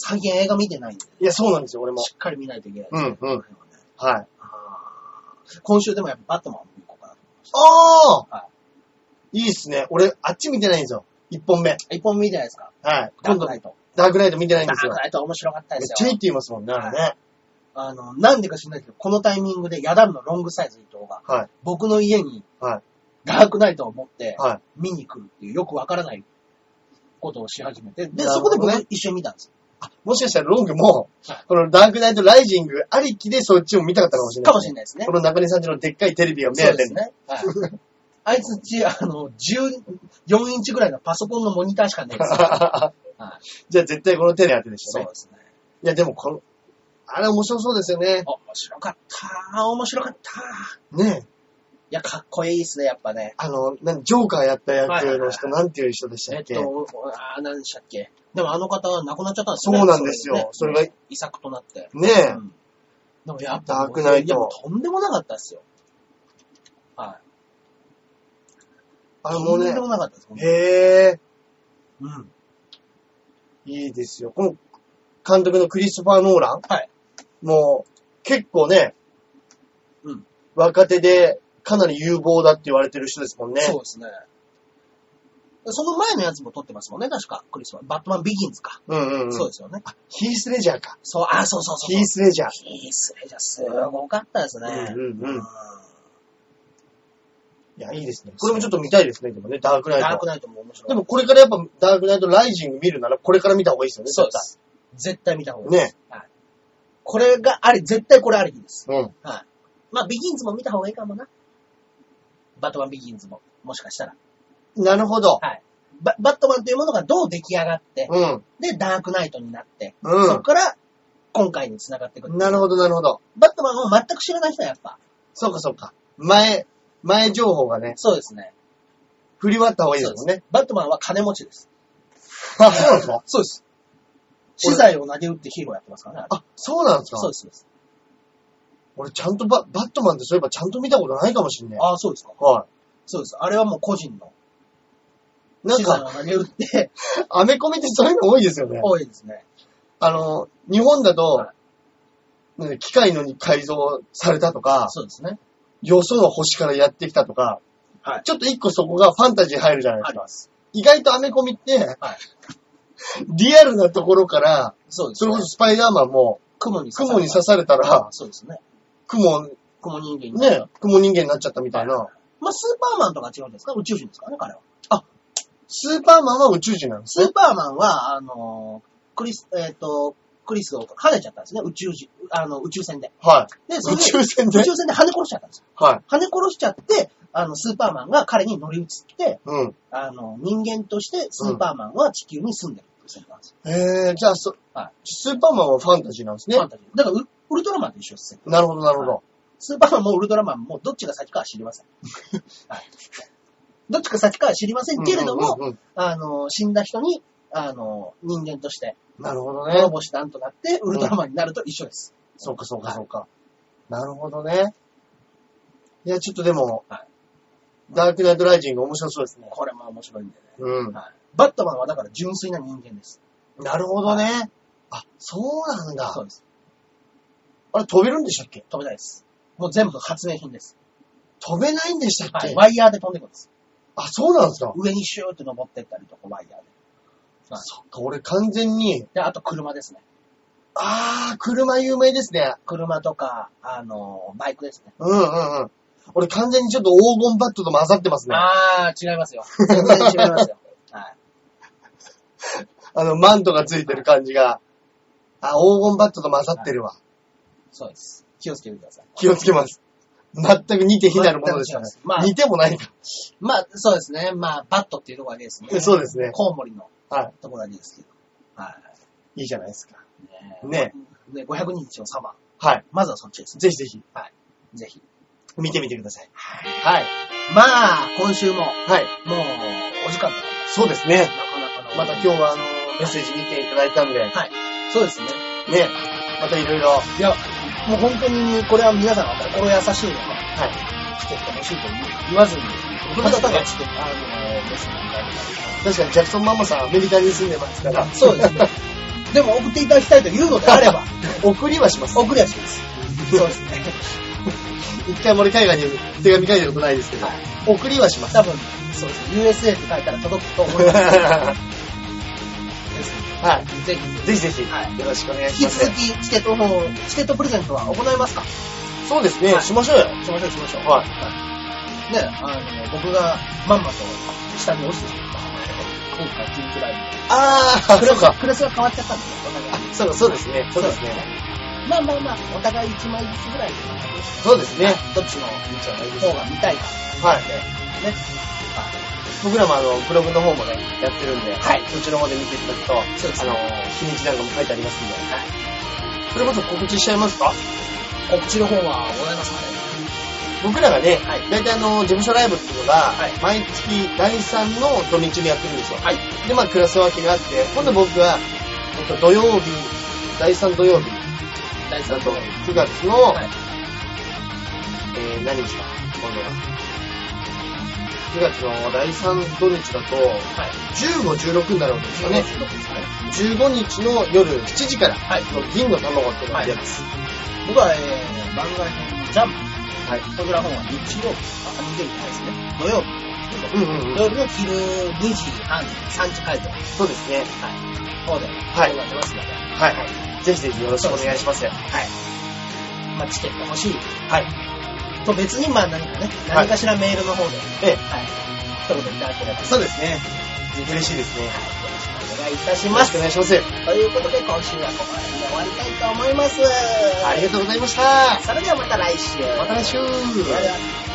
[SPEAKER 1] 最近映画見てないんで、
[SPEAKER 2] いや、そうなんですよ、俺も。
[SPEAKER 1] しっかり見ないといけない。
[SPEAKER 2] うんうん
[SPEAKER 1] この辺はね
[SPEAKER 2] はい。
[SPEAKER 1] あー今週でもやっぱバットマン見に行こうか
[SPEAKER 2] あー
[SPEAKER 1] はい
[SPEAKER 2] いいっすね。俺、あっち見てないんですよ。一本目。
[SPEAKER 1] な。一本見てないですか
[SPEAKER 2] はい。今
[SPEAKER 1] ダーク
[SPEAKER 2] 度
[SPEAKER 1] ナ、イト。
[SPEAKER 2] ダークナイト見てな
[SPEAKER 1] ダ
[SPEAKER 2] いんです
[SPEAKER 1] ー
[SPEAKER 2] よ
[SPEAKER 1] ク。ナイト面白かった
[SPEAKER 2] めっ
[SPEAKER 1] です
[SPEAKER 2] ちゃいいっ
[SPEAKER 1] よ
[SPEAKER 2] て。言いますもんね、あれね。
[SPEAKER 1] あの、なんでか知らないですけど、このタイミングでヤダンのロングサイズ伊藤が、
[SPEAKER 2] はい。
[SPEAKER 1] 僕の家に
[SPEAKER 2] はい。
[SPEAKER 1] ダークナイトを持って、
[SPEAKER 2] は
[SPEAKER 1] 見に来るっていう、よくわからないことをし始めて、
[SPEAKER 2] な
[SPEAKER 1] で、
[SPEAKER 2] る
[SPEAKER 1] そ
[SPEAKER 2] ほ
[SPEAKER 1] こで
[SPEAKER 2] どね
[SPEAKER 1] 僕一緒に見たんですよ。
[SPEAKER 2] もしかしたらロングも
[SPEAKER 1] はい、
[SPEAKER 2] このダークナイトライジングありきでそっちも見たかったかもしれない。
[SPEAKER 1] かもしれないですね
[SPEAKER 2] こ。の中根さんちのでっかいテレビが目
[SPEAKER 1] そう
[SPEAKER 2] 当
[SPEAKER 1] で
[SPEAKER 2] て
[SPEAKER 1] す
[SPEAKER 2] に。
[SPEAKER 1] ね。はい。あいつち、あの、14インチぐらいのパソコンのモニターしかないですよ。は
[SPEAKER 2] <laughs> じゃあ絶対このテレ当てでした
[SPEAKER 1] そう
[SPEAKER 2] ね
[SPEAKER 1] で。すね。
[SPEAKER 2] いや、でもこの、あれ面白そうですよね。
[SPEAKER 1] 面白かった。面白かった。
[SPEAKER 2] ねえ
[SPEAKER 1] いや、かっこいいですね、やっぱね。
[SPEAKER 2] あの、なんジョーカーやった
[SPEAKER 1] はいは
[SPEAKER 2] 役
[SPEAKER 1] いは
[SPEAKER 2] の
[SPEAKER 1] い
[SPEAKER 2] 人、なんていう人でした
[SPEAKER 1] えっ
[SPEAKER 2] っけ
[SPEAKER 1] と、あー何でしたっけ。でもあの方は亡くなっちゃったんです
[SPEAKER 2] そうなんですよ
[SPEAKER 1] そ
[SPEAKER 2] それ
[SPEAKER 1] れで
[SPEAKER 2] が
[SPEAKER 1] ね遺作となって。
[SPEAKER 2] ね
[SPEAKER 1] う
[SPEAKER 2] え。
[SPEAKER 1] ん。でもやっぱ、
[SPEAKER 2] ダークナイト
[SPEAKER 1] いやもうとんでもなかったですよ。はい。
[SPEAKER 2] あれも
[SPEAKER 1] と
[SPEAKER 2] ね
[SPEAKER 1] んで、もなかったです。本当に
[SPEAKER 2] へえ、
[SPEAKER 1] うん。
[SPEAKER 2] いいですよ。この監督のクリストファー・ノーラン
[SPEAKER 1] はい。
[SPEAKER 2] もう、結構ね、
[SPEAKER 1] うん
[SPEAKER 2] 若手でかなり有望だって言われてる人ですもんね。
[SPEAKER 1] そうですね。その前のやつも撮ってますもんね、確か。クリスは。バットマンビギンズか。
[SPEAKER 2] うんうん、うん。
[SPEAKER 1] そうですよね。
[SPEAKER 2] ヒース・レジャーか。
[SPEAKER 1] そう、あ、そうそうそう
[SPEAKER 2] ヒース・レジャー。
[SPEAKER 1] ヒースレジャーすごかったですね。
[SPEAKER 2] うんうんうん
[SPEAKER 1] ん
[SPEAKER 2] いや、いいですね。これもちょっと見たいですね、でもね、ダークナイト。
[SPEAKER 1] ダークナイトも面白い。
[SPEAKER 2] でもこれからやっぱダークナイトライジング見るならこれから見た方がいいですよね、
[SPEAKER 1] そうです。絶対見た方がいいです。
[SPEAKER 2] ね。
[SPEAKER 1] はい、これがあり、絶対これありきです。
[SPEAKER 2] うん。
[SPEAKER 1] はい。まあ、ビギンズも見た方がいいかもな。バットマンビギンズも、もしかしたら。
[SPEAKER 2] なるほど。
[SPEAKER 1] はい。ババットマンというものがどう出来上がって、
[SPEAKER 2] うん。
[SPEAKER 1] で、ダークナイトになって、
[SPEAKER 2] うん
[SPEAKER 1] そこから今回に繋がっていくる。
[SPEAKER 2] なるほど、なるほど。
[SPEAKER 1] バットマンを全く知らない人はやっぱ、
[SPEAKER 2] そうか、そうか。前、前情報がね、
[SPEAKER 1] そうですね。
[SPEAKER 2] 振り割った方がいいで
[SPEAKER 1] そう
[SPEAKER 2] す
[SPEAKER 1] で
[SPEAKER 2] もん
[SPEAKER 1] す
[SPEAKER 2] ね。。
[SPEAKER 1] バットマンは金持ちです。
[SPEAKER 2] あ、そうなんですか
[SPEAKER 1] そうです。資材を投げ打ってヒーローやってますからね。
[SPEAKER 2] あ、そうなんですか
[SPEAKER 1] そうです、そうです。
[SPEAKER 2] 俺ちゃんとババットマンってそういえばちゃんと見たことないかもしんない。
[SPEAKER 1] ああ、そうですか。
[SPEAKER 2] は
[SPEAKER 1] そうです。あれはもう個人の
[SPEAKER 2] い。なん
[SPEAKER 1] 資材を
[SPEAKER 2] か、
[SPEAKER 1] 投げ打って、
[SPEAKER 2] アメコミってそういうの多いですよね。
[SPEAKER 1] 多いですね。
[SPEAKER 2] あの、日本だと
[SPEAKER 1] は、
[SPEAKER 2] なんか機械のに改造されたとか、
[SPEAKER 1] そうですね。
[SPEAKER 2] よその星からやってきたとか、
[SPEAKER 1] はい
[SPEAKER 2] ちょっと一個そこがファンタジー入るじゃないで
[SPEAKER 1] あ
[SPEAKER 2] す
[SPEAKER 1] り
[SPEAKER 2] か。
[SPEAKER 1] ます。
[SPEAKER 2] 意外とアメコミって、
[SPEAKER 1] はい。
[SPEAKER 2] リアルなところから、
[SPEAKER 1] そうです
[SPEAKER 2] そ
[SPEAKER 1] ね。
[SPEAKER 2] れこそスパイダーマンも、
[SPEAKER 1] 雲に
[SPEAKER 2] 雲に刺
[SPEAKER 1] す。
[SPEAKER 2] されたら、
[SPEAKER 1] そうですね。
[SPEAKER 2] 雲、
[SPEAKER 1] 雲人間に。
[SPEAKER 2] ね、雲人間になっちゃったみたいな。
[SPEAKER 1] まあ、スーパーマンとか違うんですか宇宙人ですからね、彼は。
[SPEAKER 2] スーパーマンは宇宙人なんです
[SPEAKER 1] ス
[SPEAKER 2] ね
[SPEAKER 1] ー。パーマンは、あのークリス、えっ、と、クリスを跳ねちゃったんですね、宇宙人、あの、宇宙船で。
[SPEAKER 2] はい。
[SPEAKER 1] で、それ
[SPEAKER 2] 宇
[SPEAKER 1] で、
[SPEAKER 2] 宙船で
[SPEAKER 1] 宇。宙船で跳ね殺しちゃったんですよ。
[SPEAKER 2] はい。
[SPEAKER 1] 跳ね殺しちゃって、あの、スーパーマンが彼に乗り移って、
[SPEAKER 2] うん。
[SPEAKER 1] あの、人間としてスーパーマンは地球に住んでる。作なんですよ。
[SPEAKER 2] えー、じゃあ、そ
[SPEAKER 1] はい
[SPEAKER 2] スーパーマンはファンタジーなんですね
[SPEAKER 1] ファ。ンタジー。だからウ、ウルトラマンと一緒ですよ。
[SPEAKER 2] なるほど、なるほど。
[SPEAKER 1] スーパーマンもウルトラマンもどっちが先かは知りません。はい <laughs> どっちが先かは知りませんけれども、
[SPEAKER 2] うんうんうん
[SPEAKER 1] あの、死んだ人に、あの、人間として、
[SPEAKER 2] なるほどね
[SPEAKER 1] 滅。ぼしたんとなって、ウルトラマンになると一緒です。
[SPEAKER 2] そうか、そうか、そうか。なるほどね。いや、ちょっとでも
[SPEAKER 1] は、
[SPEAKER 2] ダークナイトライジング面白そうですね。
[SPEAKER 1] これも面白いんでね。
[SPEAKER 2] うん。
[SPEAKER 1] はいバットマンはだから純粋な人間です。
[SPEAKER 2] なるほどね。あ、そうなんだ
[SPEAKER 1] そ。うです。
[SPEAKER 2] あれ、飛べるんでしたっけ
[SPEAKER 1] 飛べないです。もう全部発明品です。
[SPEAKER 2] 飛べないんでしたっ
[SPEAKER 1] は
[SPEAKER 2] け
[SPEAKER 1] い。ワイヤーで飛んでくるんです。
[SPEAKER 2] あ、そうなんですか。
[SPEAKER 1] 上にシューって登ってったりとか、ワイヤーで。はい
[SPEAKER 2] そっか、俺完全に、
[SPEAKER 1] で、あと車ですね。
[SPEAKER 2] あー、車有名ですね。
[SPEAKER 1] 車とか、あの、バイクですね。
[SPEAKER 2] うんうんうん。俺完全にちょっと黄金バットと混ざってますね。あ
[SPEAKER 1] あー、違います <laughs> よ。全然違いますよ。はい。
[SPEAKER 2] の、マントがついてる感じが。あ、黄金バットと混ざってるわ。
[SPEAKER 1] そうです。気をつけてください。
[SPEAKER 2] 気をつけます。全く似て非なるものでしたね
[SPEAKER 1] 全く違います。まあ
[SPEAKER 2] 似てもないか。
[SPEAKER 1] まあ、そうですね。まあ、バットっていうところがいいですね。
[SPEAKER 2] そうですね
[SPEAKER 1] コウモリの
[SPEAKER 2] は。
[SPEAKER 1] ところがいいですけど。はい
[SPEAKER 2] いいじゃないですか。
[SPEAKER 1] い。
[SPEAKER 2] ね
[SPEAKER 1] え。ね500日のサマー。
[SPEAKER 2] はい。
[SPEAKER 1] まずはそっちですね。
[SPEAKER 2] ぜひぜひ、
[SPEAKER 1] ぜひ。
[SPEAKER 2] 見てみてください。はい。
[SPEAKER 1] まあ、今週も、
[SPEAKER 2] はい。
[SPEAKER 1] もう、お時間だか
[SPEAKER 2] そうですね。
[SPEAKER 1] ら、なかなかの。
[SPEAKER 2] また今日はあの、メッセージ見ていただいたんで、ね、
[SPEAKER 1] はい。そうですね。
[SPEAKER 2] またいろいろ、
[SPEAKER 1] いや、もう本当に、これは皆さんが心優しいので、
[SPEAKER 2] はい。
[SPEAKER 1] 来てほしいと言わずに、ただただちょっと、あの、メッセージいただきたい
[SPEAKER 2] 確かにジャクソンママさんアメリカに住んでます <laughs> から、
[SPEAKER 1] <laughs> そうですね。でも送っていただきたいというのであれば、
[SPEAKER 2] 送りはします。
[SPEAKER 1] 送りはします。そう <laughs> ですね。
[SPEAKER 2] 一回も俺海外に手紙書いたことないですけど、
[SPEAKER 1] はい
[SPEAKER 2] 送りはし <laughs> ます。
[SPEAKER 1] 多分、そうですね。USA って書いたら届くと思います。
[SPEAKER 2] は
[SPEAKER 1] です
[SPEAKER 2] い。
[SPEAKER 1] ぜひ、
[SPEAKER 2] ぜひぜひ、
[SPEAKER 1] はい
[SPEAKER 2] よろしくお願いし
[SPEAKER 1] 引
[SPEAKER 2] ま
[SPEAKER 1] き続
[SPEAKER 2] す。
[SPEAKER 1] き、チケットの方、チケットプレゼントは行いますか
[SPEAKER 2] そうですね、
[SPEAKER 1] はい
[SPEAKER 2] しましょうよ。
[SPEAKER 1] しましょうしましょう。
[SPEAKER 2] はい
[SPEAKER 1] ね、あの、僕がまんまと下に落ちてしまった。今回、ピンクライブ。
[SPEAKER 2] あー、
[SPEAKER 1] クラ
[SPEAKER 2] そう
[SPEAKER 1] ス
[SPEAKER 2] か。
[SPEAKER 1] クラスが変わっちゃったんでね、お互い
[SPEAKER 2] そうか、そうですね。そうですね。
[SPEAKER 1] まあまあまあ、お互い1枚ずつぐらいで、
[SPEAKER 2] そうですね。
[SPEAKER 1] どっちの方が見たいか。
[SPEAKER 2] はい。
[SPEAKER 1] ね。
[SPEAKER 2] 僕らもあの、ブログの方もね、やってるんで、
[SPEAKER 1] はい
[SPEAKER 2] そっちの方で見ていただくと、
[SPEAKER 1] そうです
[SPEAKER 2] あ
[SPEAKER 1] ね
[SPEAKER 2] の、日にちなんかも書いてありますんで、
[SPEAKER 1] はい。
[SPEAKER 2] それこそ告知しちゃいますか
[SPEAKER 1] 告知の方はございますかね。
[SPEAKER 2] 僕らがね、
[SPEAKER 1] はい
[SPEAKER 2] 大体あの、事務所ライブっていうのが、
[SPEAKER 1] はい
[SPEAKER 2] 毎月第3の土日にやってるんですよ。
[SPEAKER 1] はい。
[SPEAKER 2] で、まあ、クラス分けがあって、今度僕は、えっと土曜日、第3土曜日、
[SPEAKER 1] 大
[SPEAKER 2] だ
[SPEAKER 1] 丈
[SPEAKER 2] と
[SPEAKER 1] 夫。
[SPEAKER 2] 9月の、
[SPEAKER 1] はい。
[SPEAKER 2] えー、何日だ今度は。9月の第3土日だと、
[SPEAKER 1] はい。
[SPEAKER 2] 15、16になるわけですよね。
[SPEAKER 1] どうですか
[SPEAKER 2] 15
[SPEAKER 1] ね
[SPEAKER 2] 日の夜7時から、
[SPEAKER 1] はい
[SPEAKER 2] の銀の卵っていうのをやります。
[SPEAKER 1] 僕は、えー、番外編のジャンプ。
[SPEAKER 2] はい。
[SPEAKER 1] こちらの方は日曜日、あ、日曜日じゃないですね。土曜日。
[SPEAKER 2] うんうんうん。
[SPEAKER 1] 土曜日の昼2時半、3時会場。
[SPEAKER 2] そうですね。
[SPEAKER 1] はい。方で、
[SPEAKER 2] はい
[SPEAKER 1] 行ってますので、
[SPEAKER 2] はいはい。ぜひぜひよろしくお願いします。
[SPEAKER 1] はい。まあ、チケット欲しい。
[SPEAKER 2] はい。
[SPEAKER 1] と別に、まあ何か
[SPEAKER 2] は
[SPEAKER 1] ね、
[SPEAKER 2] い
[SPEAKER 1] 何かしらメールの方で、
[SPEAKER 2] ええ、
[SPEAKER 1] はい。一言いただければ、
[SPEAKER 2] そうですね。嬉しいですね。
[SPEAKER 1] お願いいたし
[SPEAKER 2] よ
[SPEAKER 1] ま
[SPEAKER 2] ろし
[SPEAKER 1] す
[SPEAKER 2] くお。願いします。
[SPEAKER 1] ということで、今週はここら辺で終わりたいと思います。
[SPEAKER 2] ありがとうございました。
[SPEAKER 1] それではまた来週。
[SPEAKER 2] また来週。
[SPEAKER 1] ではでは